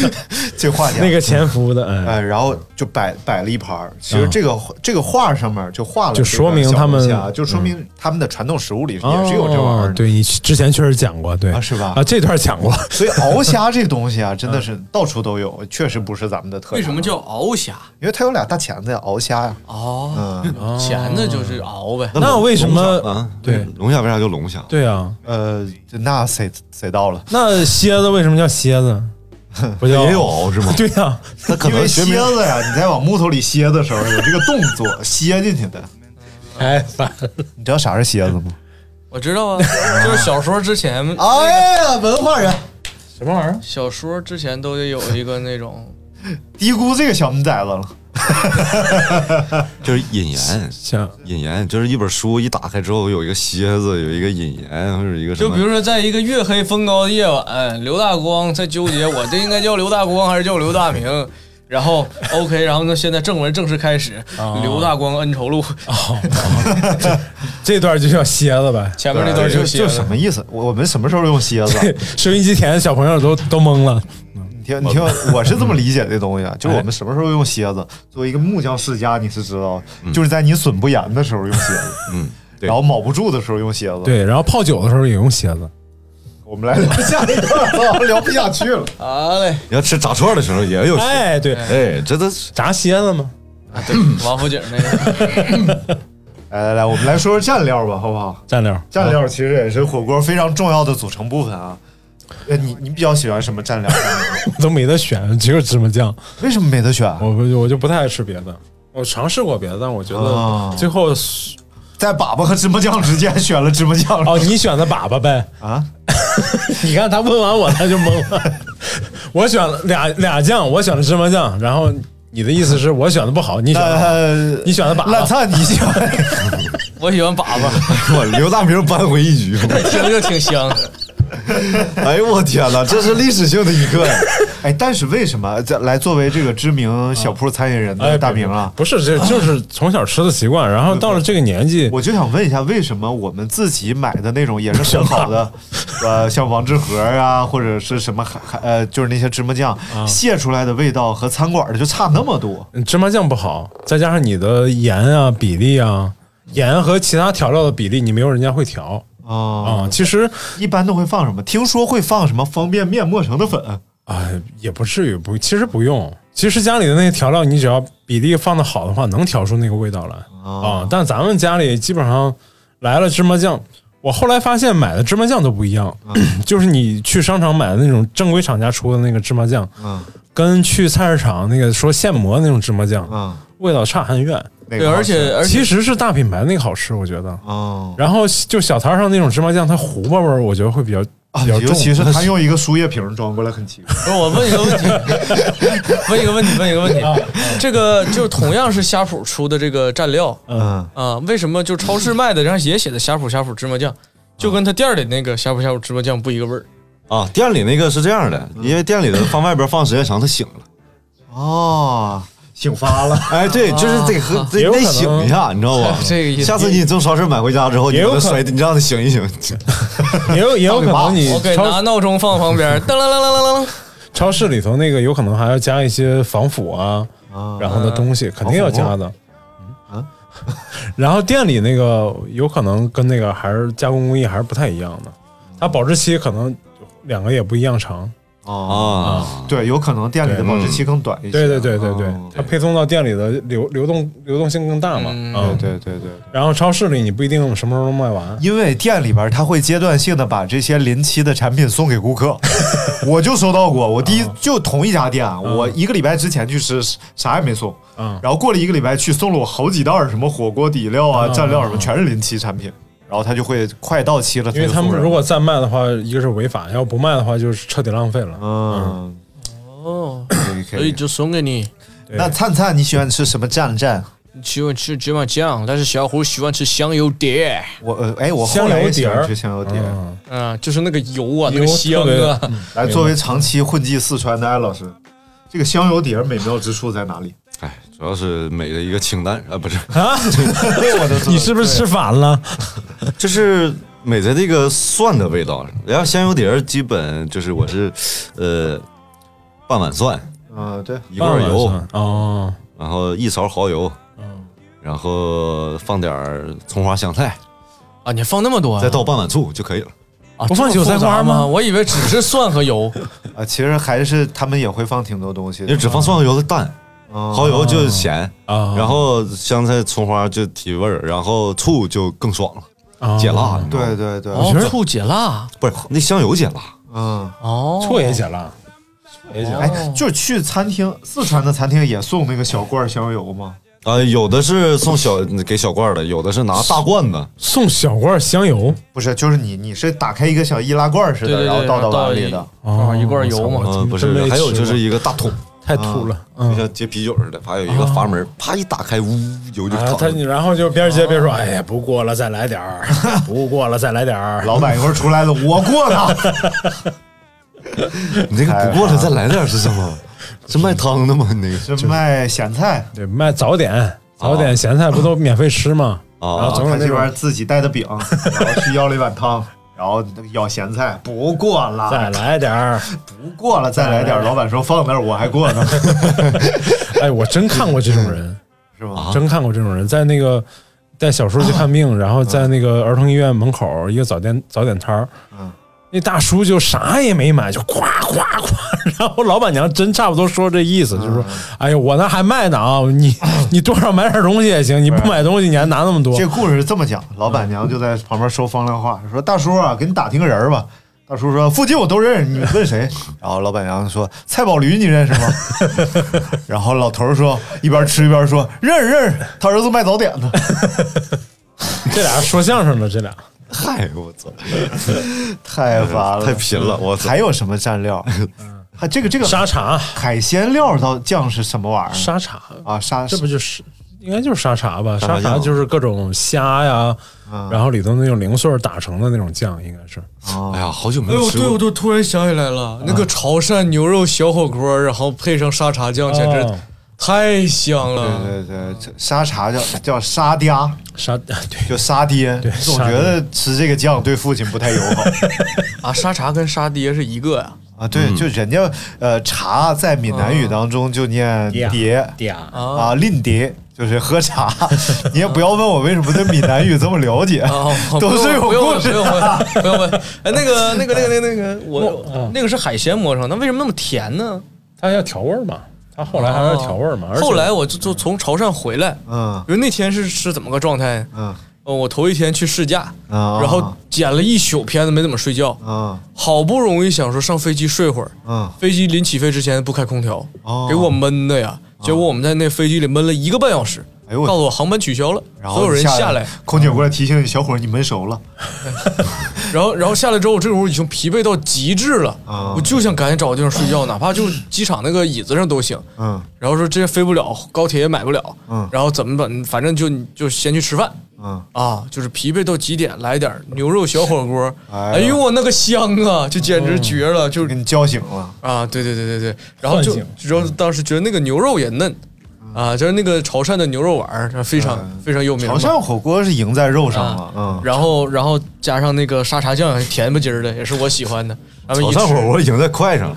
[SPEAKER 4] 这画家
[SPEAKER 7] 那个潜伏的，哎，
[SPEAKER 4] 哎，然后就摆摆了一盘儿。其实这个、这个画上面就画了这
[SPEAKER 7] 嗯就
[SPEAKER 4] 个
[SPEAKER 7] 说
[SPEAKER 4] 小龙虾，
[SPEAKER 7] 明他们嗯
[SPEAKER 4] 就说明他们的传统食物里也是有这玩意儿的。
[SPEAKER 7] 哦对你之前确实讲过，对
[SPEAKER 4] 啊是吧
[SPEAKER 7] 啊，这段讲过，
[SPEAKER 4] 所以鳌虾这东西啊，真的
[SPEAKER 7] 嗯
[SPEAKER 4] 是到处都有，确实不是咱们的特
[SPEAKER 6] 为
[SPEAKER 4] 点。
[SPEAKER 6] 什么？叫鳌虾？
[SPEAKER 4] 因为它有俩大钳子呀，鳌虾呀。
[SPEAKER 6] 哦，钳子就是鳌
[SPEAKER 4] 嗯
[SPEAKER 6] 呗。
[SPEAKER 7] 那为什么？
[SPEAKER 5] 啊？
[SPEAKER 7] 对
[SPEAKER 5] 龙虾为啥叫龙虾？
[SPEAKER 7] 对啊，
[SPEAKER 4] 呃，那谁谁到了？
[SPEAKER 7] 那蝎子为什么叫
[SPEAKER 4] <laughs>
[SPEAKER 7] 蝎子？不叫？
[SPEAKER 5] 也有鳌是吗
[SPEAKER 7] <laughs> 对啊呀，
[SPEAKER 5] 那可
[SPEAKER 4] 因
[SPEAKER 5] 能
[SPEAKER 4] 为
[SPEAKER 5] 学
[SPEAKER 4] 蝎
[SPEAKER 5] 名
[SPEAKER 4] 子呀， <laughs> 你在往木头里歇的时候有这个动 <laughs> 作，歇进去的。
[SPEAKER 7] 哎，烦
[SPEAKER 4] 你知道啥是蝎子吗？
[SPEAKER 6] 我知道
[SPEAKER 4] <laughs>
[SPEAKER 6] 啊，就是小说之前，
[SPEAKER 4] 哎呀，文化人
[SPEAKER 7] 什么玩意儿？
[SPEAKER 6] 小说之前都得有一个那种，
[SPEAKER 4] 嗯低估这个小门崽子了。
[SPEAKER 5] 就是引言，
[SPEAKER 7] 像
[SPEAKER 5] 引言就是一本书一打开之后有一个蝎子，有一个引言，或者一个什
[SPEAKER 6] 就
[SPEAKER 5] 么
[SPEAKER 6] 比如说在一个月黑风高的夜晚，刘大光在纠结我这应该叫刘大光还是叫刘大明。 <laughs> 然后 OK，然后呢，现在正文正式开始，
[SPEAKER 4] 哦
[SPEAKER 6] 刘大光恩仇录》
[SPEAKER 7] 这段就叫蝎子呗。
[SPEAKER 6] <laughs> 前面那段
[SPEAKER 4] 就
[SPEAKER 6] 写
[SPEAKER 4] 就什么意思？呃我我们什么时候用蝎 <laughs> 子？
[SPEAKER 7] <laughs> 收音机前的小朋友都都懵了。
[SPEAKER 4] 你听，你听，我是这么理解这东西啊，就是我们什么时候用蝎子？作为一个木匠世家，你是知道，就是在你损不严的时候用蝎子，嗯，然后卯不住的时候用蝎子。，
[SPEAKER 7] 对，然后泡酒的时候也用蝎子。
[SPEAKER 4] 我们来聊下一 <laughs> 个，我聊不下去 <laughs> 了。
[SPEAKER 6] 啊嘞，
[SPEAKER 5] 你要吃炸串的时候也有蝎子。
[SPEAKER 7] 哎，对，
[SPEAKER 5] 哎，这都是
[SPEAKER 7] 炸蝎子吗？
[SPEAKER 6] 王府井那个，
[SPEAKER 4] 来来来，我们来说说蘸料吧，好不好？
[SPEAKER 7] 蘸料， <laughs>
[SPEAKER 4] 蘸料其实也是火锅非常重要的组成部分啊。呃，你你比较喜欢什么蘸料？
[SPEAKER 7] 我都没得选，只有芝麻酱。
[SPEAKER 4] <laughs> 为什么没得选？啊
[SPEAKER 7] 我不，我就不太爱吃别的。我尝试过别的，但我觉
[SPEAKER 4] 哦
[SPEAKER 7] 得最后
[SPEAKER 4] 在粑粑和芝麻酱之间选了芝麻酱
[SPEAKER 7] 哦， <laughs> 你选的粑粑呗？
[SPEAKER 4] 啊？
[SPEAKER 7] <laughs> 你看他问完我，他就懵了。 <laughs> 我选了俩俩酱，我选了芝麻酱，然后你的意思是我选的不好，你选的
[SPEAKER 4] <laughs>
[SPEAKER 7] 好
[SPEAKER 4] 呃，
[SPEAKER 7] 你选的粑
[SPEAKER 4] 烂
[SPEAKER 7] 粑。
[SPEAKER 4] 菜你喜欢？ <laughs>
[SPEAKER 6] 我喜欢粑粑，
[SPEAKER 4] <laughs>
[SPEAKER 5] 我刘大明扳回一局。
[SPEAKER 6] 听着挺香。
[SPEAKER 5] 哎呦我天哪，这是历史性的一刻呀！
[SPEAKER 4] 哎，但是为什么在来作为这个知名小铺餐饮人
[SPEAKER 7] 哎，
[SPEAKER 4] 的大明啊？
[SPEAKER 7] 不是，这就是从小吃的习惯，然后到了这个年纪，
[SPEAKER 4] 我就想问一下，为什么我们自己买的那种也是很好的，呃，像王致和啊，或者是什么海海呃，就是那些芝麻酱
[SPEAKER 7] 啊
[SPEAKER 6] 啊
[SPEAKER 4] 卸出来的味道和餐馆的就差那么多？
[SPEAKER 7] 芝麻酱不好，再加上你的盐啊比例啊，盐和其他调料的比例，你没有人家会调
[SPEAKER 4] 哦
[SPEAKER 7] 啊、其实，
[SPEAKER 4] 一般都会放什么？听说会放什么方便面磨成的粉？
[SPEAKER 7] 啊、也不至于不，其实不用。其实家里的那些调料，你只要比例放的好的话，能调出那个味道来啊、
[SPEAKER 4] 哦
[SPEAKER 7] 但咱们家里基本上来了芝麻酱，我后来发现买的芝麻酱都不一样，
[SPEAKER 4] 嗯
[SPEAKER 7] <coughs> 就是你去商场买的那种正规厂家出的那个芝麻酱，
[SPEAKER 4] 嗯
[SPEAKER 7] 跟去菜市场那个说现磨的那种芝麻酱，
[SPEAKER 4] 嗯，
[SPEAKER 7] 味道差很远。
[SPEAKER 4] 对
[SPEAKER 6] 对，而且而且
[SPEAKER 7] 其实是大品牌那个好吃，我觉得。
[SPEAKER 4] 哦
[SPEAKER 7] 然后就小摊上那种芝麻酱，它糊巴味儿，我觉得会比较
[SPEAKER 4] 啊，
[SPEAKER 7] 比较重。
[SPEAKER 4] 尤其是他用一个输液瓶装过来，很奇怪。
[SPEAKER 6] 不是我问一个问题，问一个问题，问一个问题，
[SPEAKER 7] 啊
[SPEAKER 6] 这个就是同样是呷哺出的这个蘸料
[SPEAKER 4] 嗯，
[SPEAKER 6] 啊、为什么就超市卖的，然后也写的呷哺呷哺芝麻酱，就跟他店儿里那个呷哺呷哺芝麻酱不一个味儿？
[SPEAKER 5] 啊，店里那个是这样的，
[SPEAKER 4] 嗯
[SPEAKER 5] 因为店里的放外边放时间长，它醒了。
[SPEAKER 4] 哦，醒发了。
[SPEAKER 5] <laughs>
[SPEAKER 4] 啊
[SPEAKER 5] 哎，对，就是得喝，得
[SPEAKER 7] 也有可
[SPEAKER 5] 得
[SPEAKER 7] 能
[SPEAKER 5] 醒一下，你知道
[SPEAKER 7] 哦 <laughs>
[SPEAKER 5] 吧？
[SPEAKER 6] 这个意思
[SPEAKER 5] 下次你从超市买回家之后，你
[SPEAKER 7] 也有
[SPEAKER 5] 给它
[SPEAKER 7] 可
[SPEAKER 5] 摔，你让它醒一醒。
[SPEAKER 7] <laughs> 也有也有可能你
[SPEAKER 6] 哦我给
[SPEAKER 7] 超
[SPEAKER 6] 拿闹钟放旁边，噔啦啦啦啦啦，
[SPEAKER 7] 超市里头那个有可能还要加一些防腐啊，然后的东西肯定要加的。嗯
[SPEAKER 4] 啊
[SPEAKER 7] <laughs> 然后店里那个有可能跟那个还是加工工艺还是不太一样的，它保质期可能两个也不一样长。
[SPEAKER 4] 哦，
[SPEAKER 5] 啊，
[SPEAKER 4] 对，有可能店里的保质期更短一些。
[SPEAKER 7] 对对对对对
[SPEAKER 4] 哦，
[SPEAKER 7] 它配送到店里的流流动流动性更大嘛。
[SPEAKER 6] 嗯
[SPEAKER 7] 啊，
[SPEAKER 4] 对对对对。
[SPEAKER 7] 然后超市里你不一定什么时候能卖完。
[SPEAKER 4] 因为店里边儿他会阶段性的把这些临期的产品送给顾
[SPEAKER 5] <laughs>
[SPEAKER 4] 客，我就收到过。我第一
[SPEAKER 5] 啊
[SPEAKER 4] 就同一家店，我一个礼拜之前去吃，啥也没送，
[SPEAKER 7] 嗯
[SPEAKER 4] 然后过了一个礼拜去送了我好几袋儿什么火锅底料啊、
[SPEAKER 7] 嗯
[SPEAKER 4] 蘸料什么，全是临期产品。然后他就会快到期了，
[SPEAKER 7] 因为
[SPEAKER 4] 就
[SPEAKER 7] 他们
[SPEAKER 4] 送人
[SPEAKER 7] 如果再卖的话，一个是违法，要不卖的话就是彻底浪
[SPEAKER 4] <laughs>
[SPEAKER 7] 费了。
[SPEAKER 4] 嗯，
[SPEAKER 6] 哦，
[SPEAKER 4] 可以可
[SPEAKER 6] 所以
[SPEAKER 4] 以。
[SPEAKER 6] 就送给你。
[SPEAKER 4] 那灿灿，你喜欢吃什么蘸蘸？
[SPEAKER 6] 你喜欢吃芝麻酱，但是小虎喜欢吃香油碟，
[SPEAKER 4] 我呃，哎，我
[SPEAKER 7] 香
[SPEAKER 4] 后来
[SPEAKER 7] 油
[SPEAKER 4] 也喜
[SPEAKER 7] 碟
[SPEAKER 4] 欢
[SPEAKER 7] 儿
[SPEAKER 4] 吃香油碟。
[SPEAKER 7] 嗯，
[SPEAKER 6] 嗯、就是那个油啊，那个
[SPEAKER 7] 油
[SPEAKER 6] 香啊
[SPEAKER 7] 特，
[SPEAKER 4] 来，作为长期混迹四川的艾老师，这个香油碟儿美妙之处在哪里？
[SPEAKER 5] 哎，主要是美的一个清淡啊，不是，
[SPEAKER 4] 那我都知道
[SPEAKER 7] 你是不是吃反了？
[SPEAKER 5] 就是美的这个蒜的味道。然后香油碟儿基本就是我是，呃，半碗蒜，
[SPEAKER 4] 嗯，对，
[SPEAKER 5] 一罐油，
[SPEAKER 7] 哦，
[SPEAKER 5] 然后一勺蚝油，
[SPEAKER 7] 嗯
[SPEAKER 5] 然后放点儿葱花香菜，
[SPEAKER 6] 啊，你放那么多、啊，
[SPEAKER 5] 再倒半碗醋就可以了。
[SPEAKER 6] 啊
[SPEAKER 7] 不放
[SPEAKER 6] 这么复
[SPEAKER 7] 韭菜
[SPEAKER 6] 杂
[SPEAKER 7] 花
[SPEAKER 6] 吗？
[SPEAKER 7] 吗
[SPEAKER 6] 我以为只是蒜
[SPEAKER 4] <laughs>
[SPEAKER 6] 和油，
[SPEAKER 4] 啊，其实还是他们也会放挺多东西
[SPEAKER 5] 你
[SPEAKER 4] 的，
[SPEAKER 5] 只放蒜和油的淡，
[SPEAKER 4] 嗯
[SPEAKER 5] 蚝油就咸，
[SPEAKER 7] 哦啊
[SPEAKER 5] 然后香菜、葱花就提味儿，然后醋就更爽了，
[SPEAKER 4] 哦
[SPEAKER 7] 后
[SPEAKER 5] 解辣。你知道吗
[SPEAKER 4] 嗯对对对，
[SPEAKER 6] 哦，醋解辣，
[SPEAKER 5] 不是那香油解辣，
[SPEAKER 4] 嗯，
[SPEAKER 6] 哦，
[SPEAKER 7] 醋也解辣，也解辣。
[SPEAKER 4] 哎，就是去餐厅，四川的餐厅也送那个小罐儿香油吗？
[SPEAKER 5] 呃，有的是送小给小罐儿的，有的是拿大罐子。
[SPEAKER 7] 送小罐香油，
[SPEAKER 4] 不是，就是你你是打开一个小易拉罐儿似
[SPEAKER 6] 对
[SPEAKER 4] 的，
[SPEAKER 6] 对
[SPEAKER 4] 然后
[SPEAKER 6] 对，
[SPEAKER 4] 倒到碗
[SPEAKER 6] 一
[SPEAKER 4] 里的。
[SPEAKER 7] 哦
[SPEAKER 6] 一罐油嘛
[SPEAKER 7] 我操
[SPEAKER 5] 嗯，不
[SPEAKER 7] 真没
[SPEAKER 5] 是，
[SPEAKER 7] 吃
[SPEAKER 5] 还有就
[SPEAKER 7] 过
[SPEAKER 5] 是一个大桶，
[SPEAKER 7] 太吐了。
[SPEAKER 5] 就
[SPEAKER 7] 嗯，
[SPEAKER 5] 像接啤酒似的，还有一个阀门，啪一打开，呜，油就
[SPEAKER 7] 啊，他
[SPEAKER 5] 淌
[SPEAKER 7] 你
[SPEAKER 5] 了。
[SPEAKER 7] 然后就边接
[SPEAKER 4] 哦
[SPEAKER 7] 边说，哎呀，不过了，再来
[SPEAKER 4] <laughs>
[SPEAKER 7] 点儿，不过了，再来点儿。
[SPEAKER 4] 老板一会儿出来了，我过
[SPEAKER 6] <laughs>
[SPEAKER 4] 了。
[SPEAKER 5] 你这个不过了，
[SPEAKER 7] 啊
[SPEAKER 5] 再来点儿是什么？是卖汤的吗？你那个
[SPEAKER 4] 是卖咸菜，
[SPEAKER 7] 对，卖早点，早
[SPEAKER 4] 哦
[SPEAKER 7] 点咸菜不都免费吃吗？
[SPEAKER 5] 啊
[SPEAKER 7] 然后总
[SPEAKER 4] 他
[SPEAKER 7] 有那
[SPEAKER 4] 这边
[SPEAKER 7] 种
[SPEAKER 4] 自己带的饼，然后去要了一碗汤，然后舀咸菜，不过了，
[SPEAKER 7] 再来点儿。
[SPEAKER 4] 不过了，再来点儿。老板说放那儿，我还过呢，
[SPEAKER 7] 哎，我真看过这种人，
[SPEAKER 4] <laughs> 是吗？
[SPEAKER 7] 真看过这种人，在那个带小叔去看病，然后在那个儿童医院门口一个早点早点摊儿，
[SPEAKER 4] 嗯
[SPEAKER 7] 那大叔就啥也没买，就夸夸夸， <laughs> 然后老板娘真差不多说这意思，就是
[SPEAKER 4] 嗯
[SPEAKER 7] 说，哎呀，我那还卖呢啊，
[SPEAKER 4] <laughs>
[SPEAKER 7] 你你多少买点东西也行，你不买东西你还拿那么多
[SPEAKER 4] 这，故事是这么讲，老板娘就在旁边说风凉话，说：“大叔啊，给你打听个人儿吧。”大叔说：“附近我都认识，你问谁？”然后老板娘说：“蔡宝驴，你认识吗？” <laughs> 然后老头儿说，一边吃一边说：“认识认识，他儿子卖早点的。
[SPEAKER 7] 这俩说相声的
[SPEAKER 4] <laughs>
[SPEAKER 7] 这俩，
[SPEAKER 5] <laughs> 嗨，我操，”
[SPEAKER 4] 太烦了，
[SPEAKER 5] 太贫了，我操
[SPEAKER 4] 还！有什么蘸
[SPEAKER 5] <laughs>
[SPEAKER 4] 料？还这个这个
[SPEAKER 7] 沙茶
[SPEAKER 4] 海鲜料到酱是什么玩意儿？
[SPEAKER 7] 沙茶，
[SPEAKER 4] 啊，沙
[SPEAKER 7] 这不就是应该就是沙茶吧，
[SPEAKER 5] 沙茶
[SPEAKER 7] 沙茶
[SPEAKER 5] 酱
[SPEAKER 7] 就是各种虾呀，
[SPEAKER 4] 嗯
[SPEAKER 7] 然后里头那种零碎儿打成的那种酱，应该是
[SPEAKER 5] 哎呀，好久没
[SPEAKER 6] 哎
[SPEAKER 5] 有
[SPEAKER 6] 呦，
[SPEAKER 5] 吃
[SPEAKER 6] 对，
[SPEAKER 5] 过
[SPEAKER 6] 我就突然想起来了，
[SPEAKER 4] 嗯
[SPEAKER 6] 那个潮汕牛肉小火锅，然后配上沙茶酱，简直
[SPEAKER 7] 哦
[SPEAKER 6] 太香了。
[SPEAKER 4] 对对对，这沙茶叫叫沙嗲，
[SPEAKER 7] 沙 <laughs> 对
[SPEAKER 4] 叫沙爹。总
[SPEAKER 7] 沙
[SPEAKER 4] 觉
[SPEAKER 7] 爹
[SPEAKER 4] 得吃这个酱对父亲不太友好
[SPEAKER 6] 啊，沙茶跟沙爹是一个呀、
[SPEAKER 4] 啊。
[SPEAKER 5] 嗯
[SPEAKER 4] 对，就人家呃茶在闽南语当中就念
[SPEAKER 7] 爹
[SPEAKER 4] 碟
[SPEAKER 7] 嗲啊
[SPEAKER 4] 啊，令碟。就是喝茶， <laughs> 你也不要问我为什么对闽南语这么了解 <laughs>
[SPEAKER 6] 哦，，
[SPEAKER 4] 都是有
[SPEAKER 6] 不用
[SPEAKER 4] 故
[SPEAKER 6] 问，不
[SPEAKER 4] 事
[SPEAKER 6] 用问，不用问。哎，那个，那个，那个，那个，那个，我
[SPEAKER 4] <laughs>
[SPEAKER 7] 嗯
[SPEAKER 6] 那个是海鲜磨成，那为什么那么甜呢？
[SPEAKER 7] 它要调味儿嘛，它后来还要调味儿嘛。而且
[SPEAKER 6] 哦后来我就就从潮汕回来，
[SPEAKER 4] 嗯
[SPEAKER 6] 因为那天是是怎么个状态？
[SPEAKER 4] 嗯
[SPEAKER 6] 呃，我头一天去试驾，
[SPEAKER 4] 啊
[SPEAKER 6] 然后剪了一宿片子，没怎么睡觉，
[SPEAKER 4] 嗯
[SPEAKER 6] 好不容易想说上飞机睡会儿，
[SPEAKER 4] 嗯
[SPEAKER 6] 飞机临起飞之前不开空调
[SPEAKER 4] 哦，
[SPEAKER 6] 给我闷的呀！结果我们在那飞机里闷了一个半小时，
[SPEAKER 4] 哎呦我
[SPEAKER 6] 告诉我航班取消了，
[SPEAKER 4] 然后
[SPEAKER 6] 所有人下
[SPEAKER 4] 来
[SPEAKER 6] 来，，
[SPEAKER 4] 空姐过来提醒你，小伙儿，你闷熟了。
[SPEAKER 6] 然后然后下来之后，我这时候已经疲惫到极致了，
[SPEAKER 4] 啊
[SPEAKER 6] 我就想赶紧找个地方睡
[SPEAKER 4] <laughs>
[SPEAKER 6] 觉，哪怕就机场那个椅子上都行。
[SPEAKER 4] 嗯
[SPEAKER 6] 然后说这飞不了，高铁也买不了，
[SPEAKER 4] 嗯
[SPEAKER 6] 然后怎么办？反正就就先去吃饭。
[SPEAKER 4] 嗯，
[SPEAKER 6] 啊，就是疲惫到极点，来点儿牛肉小火锅，
[SPEAKER 4] 哎
[SPEAKER 6] 哎
[SPEAKER 4] 呦嗯
[SPEAKER 6] 呦我那个香啊，就简直绝了，就
[SPEAKER 4] 给你叫醒了。
[SPEAKER 6] 啊，对对对对对，然后就
[SPEAKER 7] 唤
[SPEAKER 6] 然后当时觉得那个牛肉也嫩，啊，就是那个潮汕的牛肉丸儿非常非常有名嘛，
[SPEAKER 4] 嗯潮汕火锅是赢在肉上了
[SPEAKER 6] 嗯啊，，
[SPEAKER 4] 嗯。
[SPEAKER 6] 然后然后加上那个沙茶酱，甜不唧儿的，也是我喜欢的，然后
[SPEAKER 5] 炒
[SPEAKER 6] 一
[SPEAKER 5] 汕
[SPEAKER 6] 吃
[SPEAKER 5] 火锅已经在快上了。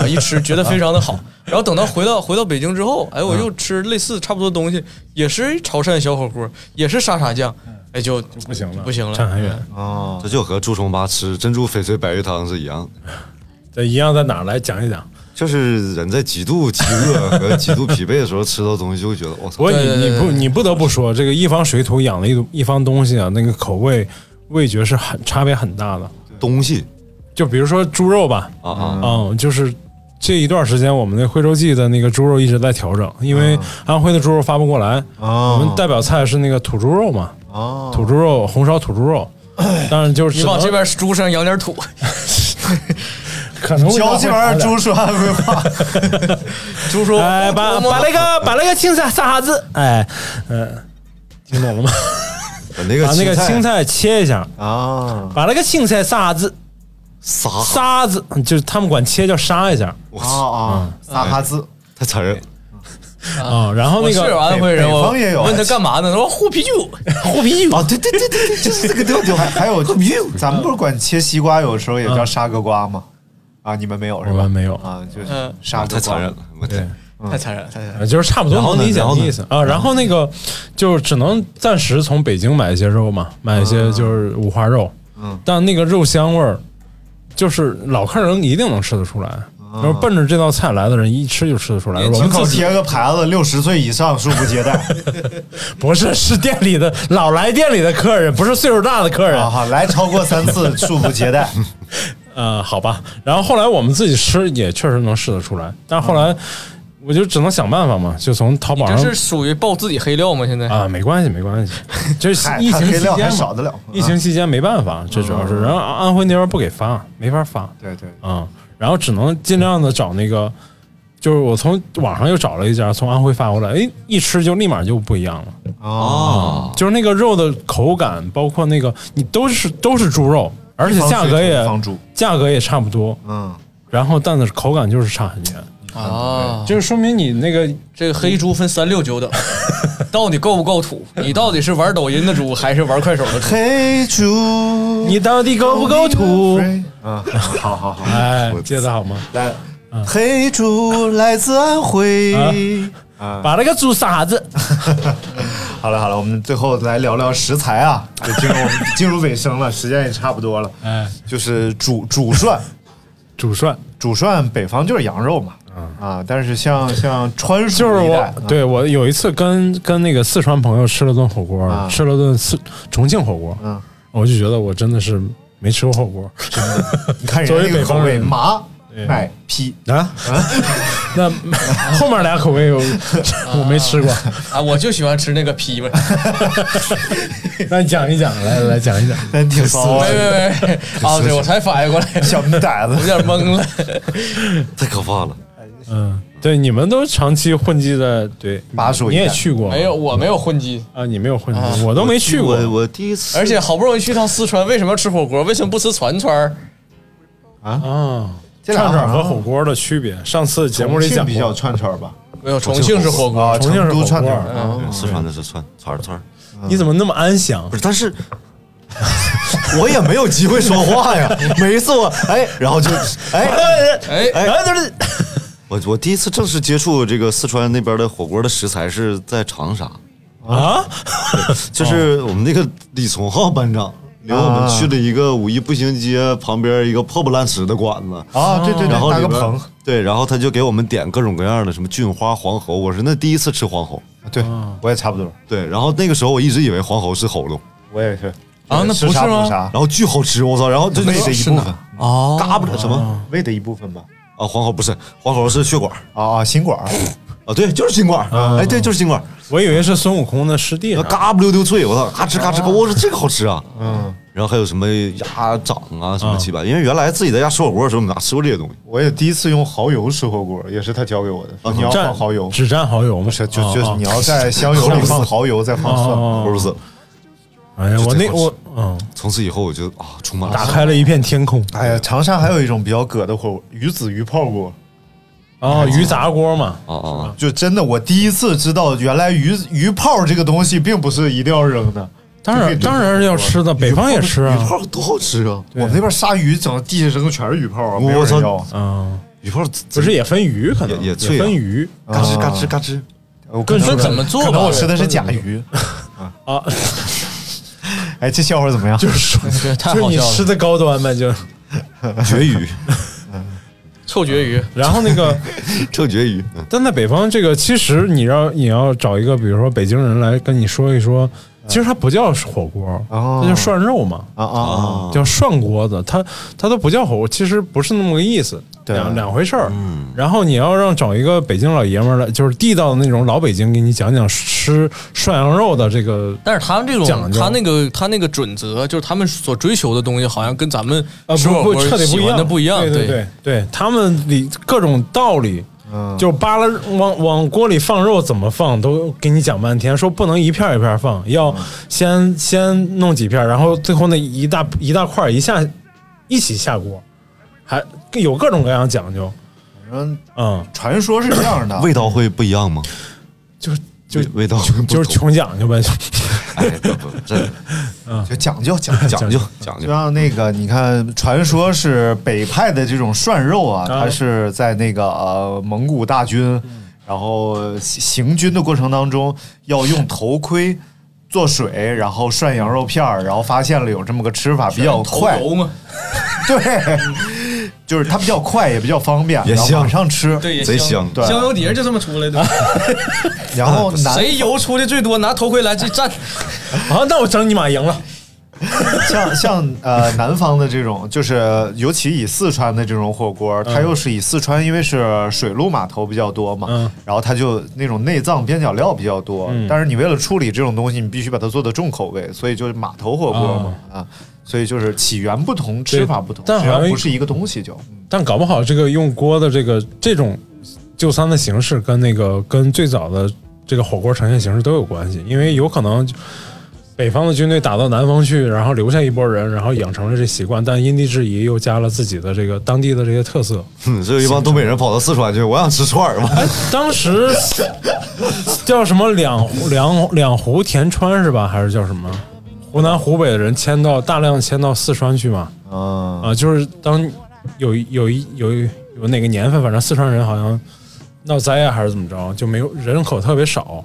[SPEAKER 6] 啊，一吃觉得非常的好。然后等到回到回到北京之后，哎，我又
[SPEAKER 7] 嗯
[SPEAKER 6] 吃类似差不多东西，也是潮汕小火锅，也是沙茶酱，哎，就
[SPEAKER 7] 嗯不行了，
[SPEAKER 6] 不行
[SPEAKER 7] 站很
[SPEAKER 6] 了。嗯
[SPEAKER 7] 远，
[SPEAKER 4] 哦，
[SPEAKER 5] 这就和朱重八吃珍珠翡翠白玉汤是一样的，
[SPEAKER 7] 这一样在哪儿来讲一讲？
[SPEAKER 5] 就是人在极度饥饿和极度疲惫的时候吃到东西，就会觉得我
[SPEAKER 7] 不
[SPEAKER 5] 操
[SPEAKER 7] 过，你
[SPEAKER 6] 对对
[SPEAKER 7] 你不
[SPEAKER 6] 对
[SPEAKER 7] 你不得不说，这个一方水土养了一种一方东西啊，那个口味味觉是很差别很大的。
[SPEAKER 5] 东西
[SPEAKER 7] 就比如说猪肉吧，
[SPEAKER 6] 哦
[SPEAKER 5] 啊啊！
[SPEAKER 7] 嗯，就是这一段时间，我们那徽州记的那个猪肉一直在调整，因
[SPEAKER 6] 哦
[SPEAKER 7] 为安徽的猪肉发不过来。我们代表菜是那个土猪肉嘛，土猪肉、红烧土猪肉，当然就是
[SPEAKER 6] 哦你
[SPEAKER 7] 只
[SPEAKER 6] 往
[SPEAKER 7] 能
[SPEAKER 6] 这边猪上扬点土，
[SPEAKER 7] 可能味道
[SPEAKER 4] 教
[SPEAKER 7] 会
[SPEAKER 4] 这玩意儿
[SPEAKER 7] 好点
[SPEAKER 4] 猪说安徽话，
[SPEAKER 6] 猪说：“
[SPEAKER 7] <laughs> 哎，把把那个把那个青菜撒哈子，哎，嗯、听懂了吗？
[SPEAKER 5] 把 <laughs> 那个
[SPEAKER 7] 把那个青菜切一下，
[SPEAKER 4] 啊，
[SPEAKER 7] 把那个青菜撒哈子，
[SPEAKER 5] 撒，
[SPEAKER 7] 沙子就是他们管切叫沙一下
[SPEAKER 5] 我
[SPEAKER 4] 啊
[SPEAKER 5] 操，
[SPEAKER 4] 啊，撒哈
[SPEAKER 5] <laughs>
[SPEAKER 4] 字，
[SPEAKER 5] 太残忍了！
[SPEAKER 7] 啊、然后那
[SPEAKER 6] 我是
[SPEAKER 7] 个
[SPEAKER 6] 安徽人，
[SPEAKER 4] 北
[SPEAKER 6] 我
[SPEAKER 4] 方也有
[SPEAKER 6] 问
[SPEAKER 7] 啊
[SPEAKER 6] 他干嘛呢？他说护
[SPEAKER 7] <laughs>
[SPEAKER 6] 啤酒，护啤酒。
[SPEAKER 4] 啊，对对对对对，就是这个调调。还还
[SPEAKER 5] <laughs>
[SPEAKER 4] 有，
[SPEAKER 5] 哎
[SPEAKER 4] 咱们不是管切西瓜，有时候也叫沙格瓜吗？啊，你们没有是
[SPEAKER 7] 我
[SPEAKER 4] 吧？
[SPEAKER 7] 们没有
[SPEAKER 4] 啊，就是
[SPEAKER 6] 嗯
[SPEAKER 4] 沙格瓜
[SPEAKER 5] 太残忍。了！我天，
[SPEAKER 6] 太残忍了，太残忍了。
[SPEAKER 7] 呃就是差不多
[SPEAKER 5] 然后呢
[SPEAKER 7] 能理解
[SPEAKER 5] 然后呢
[SPEAKER 7] 的意思啊。然后那个就只能暂时从北京买一些肉嘛，买一
[SPEAKER 5] 啊
[SPEAKER 7] 些就是五花肉，
[SPEAKER 4] 嗯，
[SPEAKER 7] 但那个肉香味儿，就是老客人一定能吃得出来。
[SPEAKER 5] 啊
[SPEAKER 7] 然后奔着这道菜来的人，一吃就吃得出来。
[SPEAKER 6] 年
[SPEAKER 7] 哎我
[SPEAKER 4] 门
[SPEAKER 7] 们
[SPEAKER 4] 口
[SPEAKER 7] 自己
[SPEAKER 4] 贴个牌子，六十岁以上恕不接待。
[SPEAKER 7] 不是是店里的老来店里的客人，不是岁数大的客人。
[SPEAKER 4] 啊，好，来超过三次恕不接待。
[SPEAKER 7] 呃，好吧。然后后来我们自己吃也确实能试得出来，但后来我就只能想办法嘛，就从淘宝
[SPEAKER 6] 这
[SPEAKER 7] 上
[SPEAKER 6] 是属于爆自己黑料吗？现在
[SPEAKER 7] 啊，没关系，没 <laughs> 关系，就是
[SPEAKER 4] 嗨，
[SPEAKER 7] 疫
[SPEAKER 4] 他
[SPEAKER 7] 情
[SPEAKER 4] 黑
[SPEAKER 7] 期
[SPEAKER 4] 料还
[SPEAKER 7] 间嘛
[SPEAKER 4] 少得了。
[SPEAKER 7] 疫情期间没办法，这主要是，然后安徽那边不给发，没法发
[SPEAKER 4] 对对，
[SPEAKER 7] 啊，然后只能尽量的找那个，就是我从网上又找了一家从安徽发过来，哎，一吃就立马就不一样了，
[SPEAKER 4] 哦，
[SPEAKER 7] 就是那个肉的口感，包括那个你都是都是猪肉，而且价格也
[SPEAKER 4] 放猪，
[SPEAKER 7] 价格也差不多，
[SPEAKER 4] 嗯，
[SPEAKER 7] 然后但是口感就是差很远，
[SPEAKER 6] 啊，
[SPEAKER 7] 就是说明你那个
[SPEAKER 6] 这个黑猪分三六九 <laughs> 等，到底够不够土？你到底是玩抖音的猪还是玩快手的猪？
[SPEAKER 4] 黑猪，
[SPEAKER 7] 你到底够不够土？
[SPEAKER 4] 啊，好好好。
[SPEAKER 7] 哎，接的好吗？
[SPEAKER 4] 来， <laughs> 黑猪来自安徽。
[SPEAKER 7] 把那个猪
[SPEAKER 4] <laughs>
[SPEAKER 7] 傻子，
[SPEAKER 4] 好了好了，我们最后来聊聊食材啊，就进入我们进入尾声了，时间也差不多了。
[SPEAKER 7] 哎，
[SPEAKER 4] 就是主主涮，
[SPEAKER 7] 主涮。
[SPEAKER 4] 主涮北方就是羊肉嘛，啊，但是像像川蜀
[SPEAKER 7] 就是
[SPEAKER 4] 一带
[SPEAKER 7] 我
[SPEAKER 4] 啊，
[SPEAKER 7] 对我有一次跟跟那个四川朋友吃了顿火锅，
[SPEAKER 4] 啊
[SPEAKER 7] 吃了顿四重庆火锅，
[SPEAKER 4] 嗯
[SPEAKER 7] 我就觉得我真的是没吃过火锅
[SPEAKER 4] 你看
[SPEAKER 7] 作
[SPEAKER 4] 人
[SPEAKER 7] 为
[SPEAKER 4] 家那个
[SPEAKER 7] 北
[SPEAKER 4] 口
[SPEAKER 7] 方
[SPEAKER 4] 味，
[SPEAKER 7] 人
[SPEAKER 4] 麻奶批，
[SPEAKER 7] 啊。那后面俩口味我我没吃
[SPEAKER 4] <laughs>
[SPEAKER 7] 过，
[SPEAKER 6] 啊，我就喜欢吃那个皮 <laughs> 吧。
[SPEAKER 7] 那你讲一讲，来来讲一讲。
[SPEAKER 4] 真挺骚
[SPEAKER 6] 喂喂喂，啊， <laughs> 对我才反应过来，
[SPEAKER 4] 小米崽
[SPEAKER 6] 我有
[SPEAKER 4] 子。
[SPEAKER 6] 点懵了。
[SPEAKER 5] 太可怕了！
[SPEAKER 7] 嗯，对，你们都长期混迹在对
[SPEAKER 4] 巴蜀一
[SPEAKER 7] 你
[SPEAKER 4] 带
[SPEAKER 7] 也去过
[SPEAKER 6] 没有，我没有混迹，
[SPEAKER 7] 啊？你没有混迹，我都没去过。
[SPEAKER 5] 我我第一次，
[SPEAKER 6] 而且好不容易去趟四川，为什么要吃火锅？为什么不吃串串儿？
[SPEAKER 7] 啊，
[SPEAKER 4] 这俩
[SPEAKER 7] 串
[SPEAKER 4] 好
[SPEAKER 7] 串
[SPEAKER 4] 像
[SPEAKER 7] 和火锅的区别，上次节目里讲
[SPEAKER 4] 重庆比较
[SPEAKER 7] 过，
[SPEAKER 4] 串串吧，
[SPEAKER 6] 没有，重庆是火锅，
[SPEAKER 4] 啊，
[SPEAKER 7] 重庆是
[SPEAKER 4] 成都串
[SPEAKER 7] 火锅
[SPEAKER 4] 串，
[SPEAKER 5] 嗯四川的是串串串，
[SPEAKER 7] 你怎么那么安详
[SPEAKER 5] 不？是，但是我也没有机会说话呀。每一次我哎，然后就哎
[SPEAKER 6] 哎
[SPEAKER 5] 哎，
[SPEAKER 7] 哎，就是
[SPEAKER 5] <laughs> 我我第一次正式接触这个四川那边的火锅的食材是在长沙，
[SPEAKER 7] 啊，
[SPEAKER 5] 就是我们那个李从浩班长。领我们去了一个五一步行街旁边一个破不烂实的馆子
[SPEAKER 4] <laughs> 啊对对对
[SPEAKER 5] 然后
[SPEAKER 4] 搭个
[SPEAKER 5] 里边
[SPEAKER 4] 棚
[SPEAKER 5] 对，然后他就给我们点各种各样的什么菌花、黄喉，我是那第一次吃黄喉，
[SPEAKER 4] 对，我也差不多，
[SPEAKER 5] 对，然后那个时候我一直以为黄喉是喉咙，
[SPEAKER 4] 我也是
[SPEAKER 6] 啊那不是
[SPEAKER 4] 吃啥
[SPEAKER 6] 吗
[SPEAKER 4] 补啥
[SPEAKER 5] 然后巨好吃，我操，然后就
[SPEAKER 4] 胃的一部分，
[SPEAKER 6] 哦，
[SPEAKER 5] 嘎巴了什么
[SPEAKER 4] 胃的一部分吧，
[SPEAKER 5] 啊？黄喉不是黄喉是血管
[SPEAKER 4] 啊啊，心管儿，
[SPEAKER 5] 啊，对，就是心管，哎，对，就是心管，
[SPEAKER 7] 我以为是啊孙悟空的师弟呢
[SPEAKER 4] 啊
[SPEAKER 5] 然后嘎不溜丢脆，我操，嘎吱嘎吱，我说这个好吃啊，嗯，然后还有什么鸭掌啊，什么七八，因为原来自己在家吃火锅的时候，我们哪吃过这些东西？
[SPEAKER 4] 我也第一说你要放蚝油吃火锅，也是他教给我的，说哦你要
[SPEAKER 7] 蘸
[SPEAKER 4] 放蚝油，
[SPEAKER 7] 只蘸蚝油吗？
[SPEAKER 4] 不是就
[SPEAKER 7] 啊
[SPEAKER 4] 就是你要在香油里放蚝油，再放蒜，
[SPEAKER 7] 哦
[SPEAKER 5] 不是，
[SPEAKER 7] 哎呀，
[SPEAKER 5] 就
[SPEAKER 7] 我
[SPEAKER 5] 这
[SPEAKER 7] 那
[SPEAKER 5] 好吃
[SPEAKER 7] 我嗯，
[SPEAKER 5] 从此以后我就啊，充满了
[SPEAKER 7] 打开了一片天空
[SPEAKER 4] 哎呀，长沙还有一种比较葛的火锅，鱼子鱼泡锅，
[SPEAKER 7] 哦，鱼杂锅嘛，
[SPEAKER 5] 啊啊，
[SPEAKER 4] 就真的我第一次知道，原来鱼鱼泡这个东西并不是一定要扔的。
[SPEAKER 7] 当
[SPEAKER 4] 就可以
[SPEAKER 7] 然
[SPEAKER 4] 炖
[SPEAKER 7] 当然是要吃的，北方也吃
[SPEAKER 5] 鱼
[SPEAKER 7] 啊，
[SPEAKER 5] 泡多好吃啊！
[SPEAKER 4] 我们那边杀鱼，整个地下扔的全是鱼泡啊，没有
[SPEAKER 5] 我
[SPEAKER 4] 人
[SPEAKER 5] 操
[SPEAKER 4] 要。
[SPEAKER 7] 嗯，
[SPEAKER 5] 鱼泡
[SPEAKER 7] 不是也分鱼，可能
[SPEAKER 5] 也也脆啊
[SPEAKER 7] 分鱼
[SPEAKER 5] 嘎吱嘎吱嘎吱，
[SPEAKER 4] 啊我可能
[SPEAKER 6] 这怎么做吧
[SPEAKER 4] 可能我吃的是甲鱼。
[SPEAKER 5] <laughs>
[SPEAKER 7] 啊，
[SPEAKER 4] 哎，这笑话怎么样？就是
[SPEAKER 6] 这太
[SPEAKER 7] 就是
[SPEAKER 6] 好
[SPEAKER 7] 你
[SPEAKER 6] 笑
[SPEAKER 7] 吃
[SPEAKER 6] 了，
[SPEAKER 7] 的高端呗，就
[SPEAKER 5] 绝 <laughs> 鱼，
[SPEAKER 6] 臭绝鱼，
[SPEAKER 7] 然后那个。
[SPEAKER 5] 正绝鱼，嗯
[SPEAKER 7] 但在北方，这个其实你要你要找一个，比如说北京人来跟你说一说，其实它不叫火锅，
[SPEAKER 4] 哦
[SPEAKER 7] 它叫涮肉嘛，
[SPEAKER 4] 啊啊啊！
[SPEAKER 7] 叫涮锅子，它它都不叫火锅，其实不是那么个意思，
[SPEAKER 4] 对嗯
[SPEAKER 7] 两两回事儿。然后你要让找一个北京老爷们儿来，就是地道的那种老北京，给你讲讲吃涮羊肉的这个，
[SPEAKER 6] 但是他们这种
[SPEAKER 7] 讲究
[SPEAKER 6] 他那个他那个准则，就是他们所追求的东西，好像跟咱们
[SPEAKER 7] 呃，
[SPEAKER 6] 吃火
[SPEAKER 7] 不
[SPEAKER 6] 锅
[SPEAKER 7] 不，彻底不
[SPEAKER 6] 喜
[SPEAKER 7] 一
[SPEAKER 6] 欢
[SPEAKER 7] 样
[SPEAKER 6] 的不一样，
[SPEAKER 7] 对对对对，他们里各种道理。
[SPEAKER 4] 嗯
[SPEAKER 7] 就扒拉往往锅里放肉怎么放都给你讲半天，说不能一片儿一片儿放，要
[SPEAKER 4] 嗯
[SPEAKER 7] 先先弄几片儿，然后最后那一大一大块儿一下一起下锅，还有各种各样讲究。
[SPEAKER 4] 反正
[SPEAKER 7] 嗯，
[SPEAKER 4] 传说是这样的，啊
[SPEAKER 5] 味道会不一样吗？
[SPEAKER 7] 就就
[SPEAKER 5] 味味道会不
[SPEAKER 7] 就是
[SPEAKER 5] 同
[SPEAKER 7] 穷讲究呗，就
[SPEAKER 5] 哎，不不，这
[SPEAKER 4] 就讲究讲究。
[SPEAKER 5] <laughs> 讲究讲
[SPEAKER 4] 就
[SPEAKER 5] 究，
[SPEAKER 4] 像那个，你看，传说是北派的这种涮肉啊，
[SPEAKER 7] 啊
[SPEAKER 4] 它是在那个呃蒙古大军，
[SPEAKER 6] 嗯
[SPEAKER 4] 然后行军的过程当中，要用头盔做水，然后涮羊肉片儿，然后发现了有这么个吃法，比较
[SPEAKER 6] 头
[SPEAKER 4] 快，
[SPEAKER 6] 油嘛，
[SPEAKER 4] 对， <laughs> 就是它比较快，也比较方便，
[SPEAKER 5] 也
[SPEAKER 4] 然后
[SPEAKER 5] 香
[SPEAKER 4] 马上吃。
[SPEAKER 6] 对，也
[SPEAKER 5] 贼
[SPEAKER 6] 香
[SPEAKER 5] 香，嗯
[SPEAKER 4] 对
[SPEAKER 6] 香油碟就这么出来
[SPEAKER 7] 啊
[SPEAKER 6] 的，
[SPEAKER 4] 然
[SPEAKER 6] <laughs>
[SPEAKER 4] 后南
[SPEAKER 6] 谁油出的最多，拿头盔来这站，
[SPEAKER 7] <laughs> 啊，那我整你妈赢了。
[SPEAKER 4] <laughs> 像像呃南方的这种，就是尤其以四川的这种火锅，它又是以四川，因为是水陆码头比较多嘛，
[SPEAKER 7] 嗯
[SPEAKER 4] 然后它就那种内脏边角料比较多，但是你为了处理这种东西，你必须把它做的重口味，所以就是码头火锅嘛、啊，所以就是起源不同，吃法不同，
[SPEAKER 7] 但
[SPEAKER 4] 实际上
[SPEAKER 7] 好像
[SPEAKER 4] 不是一个东西就，嗯
[SPEAKER 7] 但搞不好这个用锅的这个这种就餐的形式，跟那个跟最早的这个火锅呈现形式都有关系，因为有可能北方的军队打到南方去，然后留下一波人，然后养成了这习惯，但因地制宜又加了自己的这个当地的这些特色。
[SPEAKER 5] 哼，这有一帮东北人跑到四川去，我想吃串儿嘛，
[SPEAKER 7] 哎当时叫什么两湖两两湖田川是吧？还是叫什么？湖南、湖北的人迁到大量迁到四川去嘛？
[SPEAKER 4] 嗯，
[SPEAKER 7] 啊，就是当有一有一有一有哪个年份，反正四川人好像闹灾啊，还是怎么着，就没有人口特别少。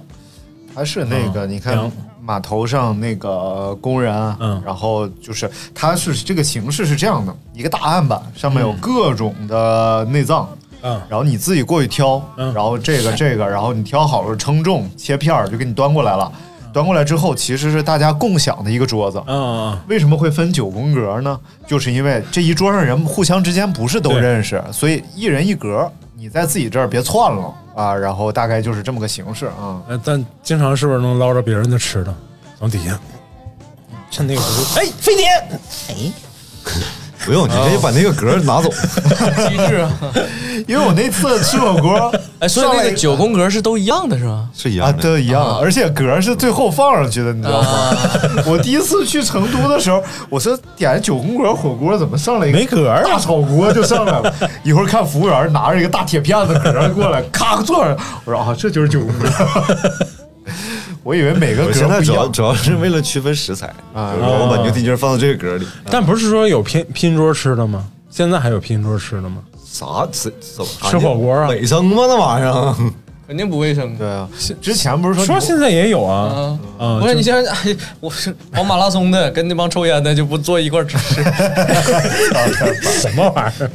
[SPEAKER 4] 它是那
[SPEAKER 7] 嗯
[SPEAKER 4] 个，你看
[SPEAKER 7] 凉
[SPEAKER 4] 码头上那个工人，啊
[SPEAKER 7] 嗯
[SPEAKER 4] 然后就是它是这个形式是这样的，一个大案板上面有各种的内脏，
[SPEAKER 7] 嗯
[SPEAKER 4] 然后你自己过去挑，
[SPEAKER 7] 嗯
[SPEAKER 4] 然后这
[SPEAKER 7] <laughs>
[SPEAKER 4] 个这个，然后你挑好了称重切片儿就给你端过来了，
[SPEAKER 7] 嗯
[SPEAKER 4] 端过来之后其实是大家共享的一个桌子。
[SPEAKER 7] 啊啊啊！
[SPEAKER 4] 为什么会分九宫格呢？就是因为这一桌上人互相之间不是都
[SPEAKER 7] 对
[SPEAKER 4] 认识，所以一人一格，你在自己这儿别窜了啊。然后大概就是这么个形式啊。
[SPEAKER 7] 呃但经常是不是能捞着别人的吃的？从底下趁那个时候，哎，飞碟，
[SPEAKER 5] 不用，你可以把那个格儿拿走。
[SPEAKER 6] 机制啊！
[SPEAKER 4] 因为我那次吃火锅
[SPEAKER 6] 哎，所以
[SPEAKER 4] 上
[SPEAKER 6] 那
[SPEAKER 4] 来
[SPEAKER 6] 个九宫格是都一样的是吧？
[SPEAKER 5] 是一
[SPEAKER 4] 啊，
[SPEAKER 5] 样的。
[SPEAKER 4] 都一样，而且格儿是最后放上去的，你知道吗？ <laughs> 我第一次去成都的时候，我说点九宫格火锅，怎么上来一个
[SPEAKER 7] 没格儿
[SPEAKER 4] 大炒锅就上来了？ <laughs> 一会儿看服务员拿着一个大铁片子格儿过来，咔坐上，我说啊，这就是九宫格。 <laughs> 我以为每个
[SPEAKER 5] 我
[SPEAKER 4] 格
[SPEAKER 5] 现
[SPEAKER 4] 儿
[SPEAKER 5] 在
[SPEAKER 4] 不一
[SPEAKER 5] 主要
[SPEAKER 4] 样，
[SPEAKER 5] 主要是为了区分食材，
[SPEAKER 7] 啊
[SPEAKER 5] 比如说我把牛蹄筋放到这个格儿里，
[SPEAKER 7] 但不是说有拼拼桌吃的吗？现在还有拼桌吃的吗？
[SPEAKER 5] 啥吃怎么
[SPEAKER 7] 吃火锅啊
[SPEAKER 5] 卫生吗？那玩意
[SPEAKER 7] <laughs>
[SPEAKER 5] 儿，
[SPEAKER 6] 肯定不卫生。
[SPEAKER 4] 对啊，之前不是说
[SPEAKER 7] 说
[SPEAKER 4] 你
[SPEAKER 7] 现在也有啊
[SPEAKER 6] 嗯，
[SPEAKER 7] 啊，
[SPEAKER 6] 不是
[SPEAKER 7] 就
[SPEAKER 6] 你现在，哎我是跑马拉松的，跟那帮抽烟的就不坐一块儿
[SPEAKER 7] <laughs>
[SPEAKER 6] 吃。
[SPEAKER 7] 什么玩意儿？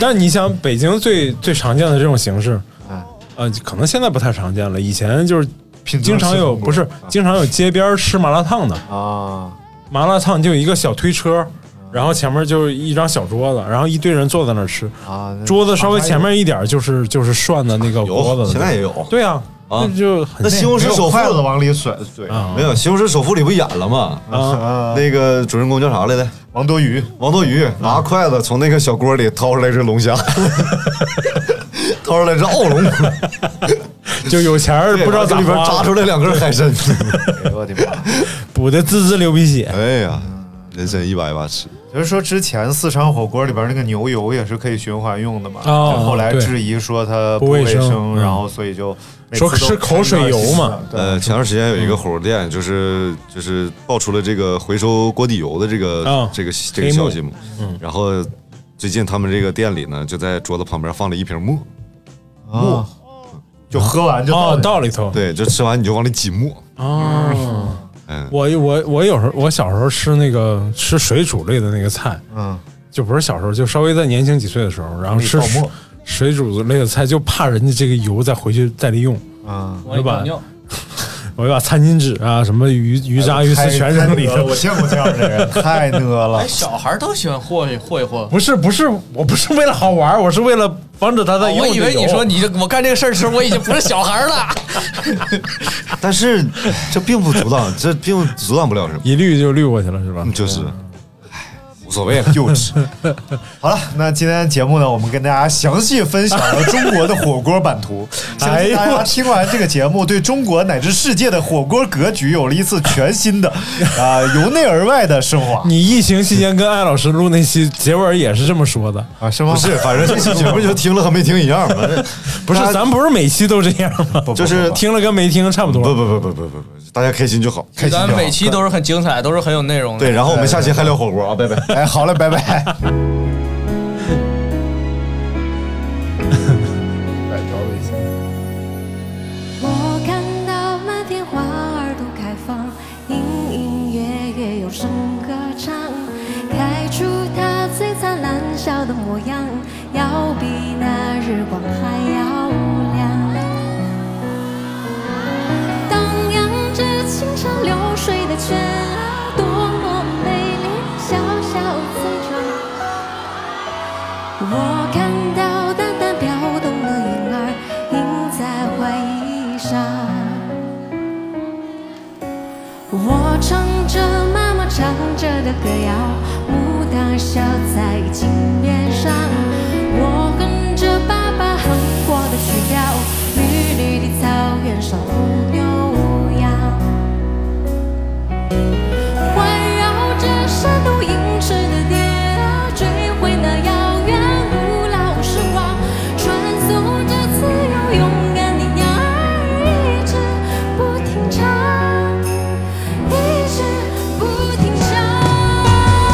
[SPEAKER 7] 但你想，北京最最常见的这种形式，
[SPEAKER 5] 啊
[SPEAKER 7] 呃，可能现在不太常见了。以前就是
[SPEAKER 4] 品
[SPEAKER 7] 经常有，
[SPEAKER 4] 尝试
[SPEAKER 7] 不
[SPEAKER 5] 啊
[SPEAKER 7] 是经常有街边儿吃麻辣烫的，
[SPEAKER 4] 啊，
[SPEAKER 7] 麻辣烫就一个小推车，然后前面就是一张小桌子，然后一堆人坐在那儿吃
[SPEAKER 4] 啊那
[SPEAKER 7] 桌子稍微前面一点儿就是就是涮的那个锅
[SPEAKER 5] 有
[SPEAKER 7] 子，
[SPEAKER 5] 现在也有。
[SPEAKER 7] 对啊，
[SPEAKER 5] 啊
[SPEAKER 7] 那就很
[SPEAKER 5] 那西红柿
[SPEAKER 4] 手
[SPEAKER 5] 首
[SPEAKER 4] 筷子
[SPEAKER 5] 富
[SPEAKER 4] 往里甩，对，
[SPEAKER 7] 啊
[SPEAKER 5] 没有西红柿首富里不演了吗？
[SPEAKER 7] 啊
[SPEAKER 5] 那个主人公叫啥来着？
[SPEAKER 4] 王多鱼
[SPEAKER 5] 王多鱼拿筷子从那个小锅里掏出来只龙虾，
[SPEAKER 7] <laughs>
[SPEAKER 5] 掏出来只澳龙，
[SPEAKER 7] 就有钱儿 <laughs> 不知道咋
[SPEAKER 5] 里边
[SPEAKER 7] 花
[SPEAKER 5] 扎出来两根海参。 <laughs>
[SPEAKER 4] 哎呦我的妈！
[SPEAKER 7] 补的滋滋流鼻血。
[SPEAKER 5] 哎呀，人参一把一把吃。
[SPEAKER 4] 就是说，之前四川火锅里边那个牛油也是可以循环用的嘛，
[SPEAKER 7] 哦
[SPEAKER 4] 就后来
[SPEAKER 7] 对
[SPEAKER 4] 质疑说它
[SPEAKER 7] 不卫
[SPEAKER 4] 卫
[SPEAKER 7] 生嗯
[SPEAKER 4] 然后所以就每次
[SPEAKER 7] 说
[SPEAKER 4] 都
[SPEAKER 7] 是口水油嘛
[SPEAKER 4] 喷点儿
[SPEAKER 5] 呃，前段时间有一个火锅
[SPEAKER 7] 嗯
[SPEAKER 5] 店，就是就是爆出了这个回收锅底油的这个、
[SPEAKER 7] 啊
[SPEAKER 5] 这个这个
[SPEAKER 7] 黑幕嗯
[SPEAKER 5] 消息嘛。然后最近他们这个店里呢，就在桌子旁边放了一瓶沫，
[SPEAKER 4] 沫，就喝完就
[SPEAKER 7] 哦，
[SPEAKER 4] 倒
[SPEAKER 7] 到里头
[SPEAKER 5] 对，就吃完你就往里挤沫。
[SPEAKER 7] 哦。
[SPEAKER 5] 嗯，
[SPEAKER 7] 我我我有时候我小时候吃那个吃水煮类的那个菜，
[SPEAKER 4] 嗯，
[SPEAKER 7] 就不是小时候，就稍微在年轻几岁的时候，然后吃
[SPEAKER 4] 倒沫
[SPEAKER 7] 水水煮类的菜，就怕人家这个油再回去再利用，
[SPEAKER 4] 嗯，
[SPEAKER 6] 往里
[SPEAKER 7] 吧
[SPEAKER 6] 倒尿，
[SPEAKER 7] 我就把餐巾纸啊、什么鱼鱼渣、鱼丝全扔里
[SPEAKER 4] 太太饿了
[SPEAKER 7] 头
[SPEAKER 4] 我。见过这样的
[SPEAKER 7] <laughs>
[SPEAKER 4] 人，太讷了
[SPEAKER 6] 哎，。小孩儿都喜欢和一和一和。
[SPEAKER 7] 不是不是，我不是为了好玩，我是为了防止它再用
[SPEAKER 6] 哦我
[SPEAKER 7] 这油。啊
[SPEAKER 6] 以为你说你这我干这个事儿的时候，我已经不是小孩儿
[SPEAKER 7] <laughs>
[SPEAKER 6] 了。
[SPEAKER 7] 啊
[SPEAKER 5] 但是这并不阻挡，这并不阻挡不了什么，
[SPEAKER 7] 一滤就滤过去了是吧？
[SPEAKER 5] 就是，唉，无所谓了，幼稚。
[SPEAKER 4] 好了，那今天节目呢，我们跟大家详细分享了中国的火锅版
[SPEAKER 7] <laughs>
[SPEAKER 4] 图。相
[SPEAKER 7] 哎
[SPEAKER 4] 信大家听完这个节目，对中国乃至世界的火锅格局有了一次全新的啊、由内而外的升华
[SPEAKER 7] 你疫情期间跟艾老师录那期结尾也是这么说的，
[SPEAKER 4] 啊，是吗？
[SPEAKER 5] 不是，反正这期节目就听了和没听一样嘛。
[SPEAKER 7] 不是？咱不是每期都这样吗？
[SPEAKER 5] 就是
[SPEAKER 7] 听了跟没听差不
[SPEAKER 5] 不不
[SPEAKER 7] 多。
[SPEAKER 5] 不不不不不，大家开心就好。
[SPEAKER 4] 开心
[SPEAKER 6] 咱
[SPEAKER 4] 就好
[SPEAKER 6] 每期都是很精彩，都是很有内容的。
[SPEAKER 5] 对，然后我们下期还聊火锅啊，拜拜。
[SPEAKER 4] 哎，好了，拜
[SPEAKER 5] <laughs>
[SPEAKER 4] 拜。
[SPEAKER 9] 我看到满天花儿都开放，隐隐约约有声歌唱，开出它最灿烂笑的模样，要比那日光还要亮。荡漾着清澈流水的泉啊，多么美丽，小小村庄。我看到淡淡飘动的云儿映在回忆上，我唱着妈妈唱着的歌谣，牡丹笑在襟边上，我跟着爸爸哼过的曲调，绿绿的草原上牧牛羊。环绕着山都银翅的蝶儿，追回那遥远古老时光，传颂着自由勇敢的鸟儿，一直不停唱，一直不停唱。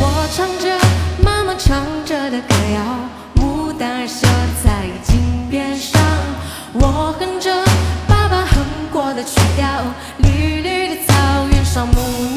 [SPEAKER 9] 我唱着妈妈唱着的歌谣，牡丹绣在襟边上。我哼着爸爸哼过的曲调，绿绿的草原上牧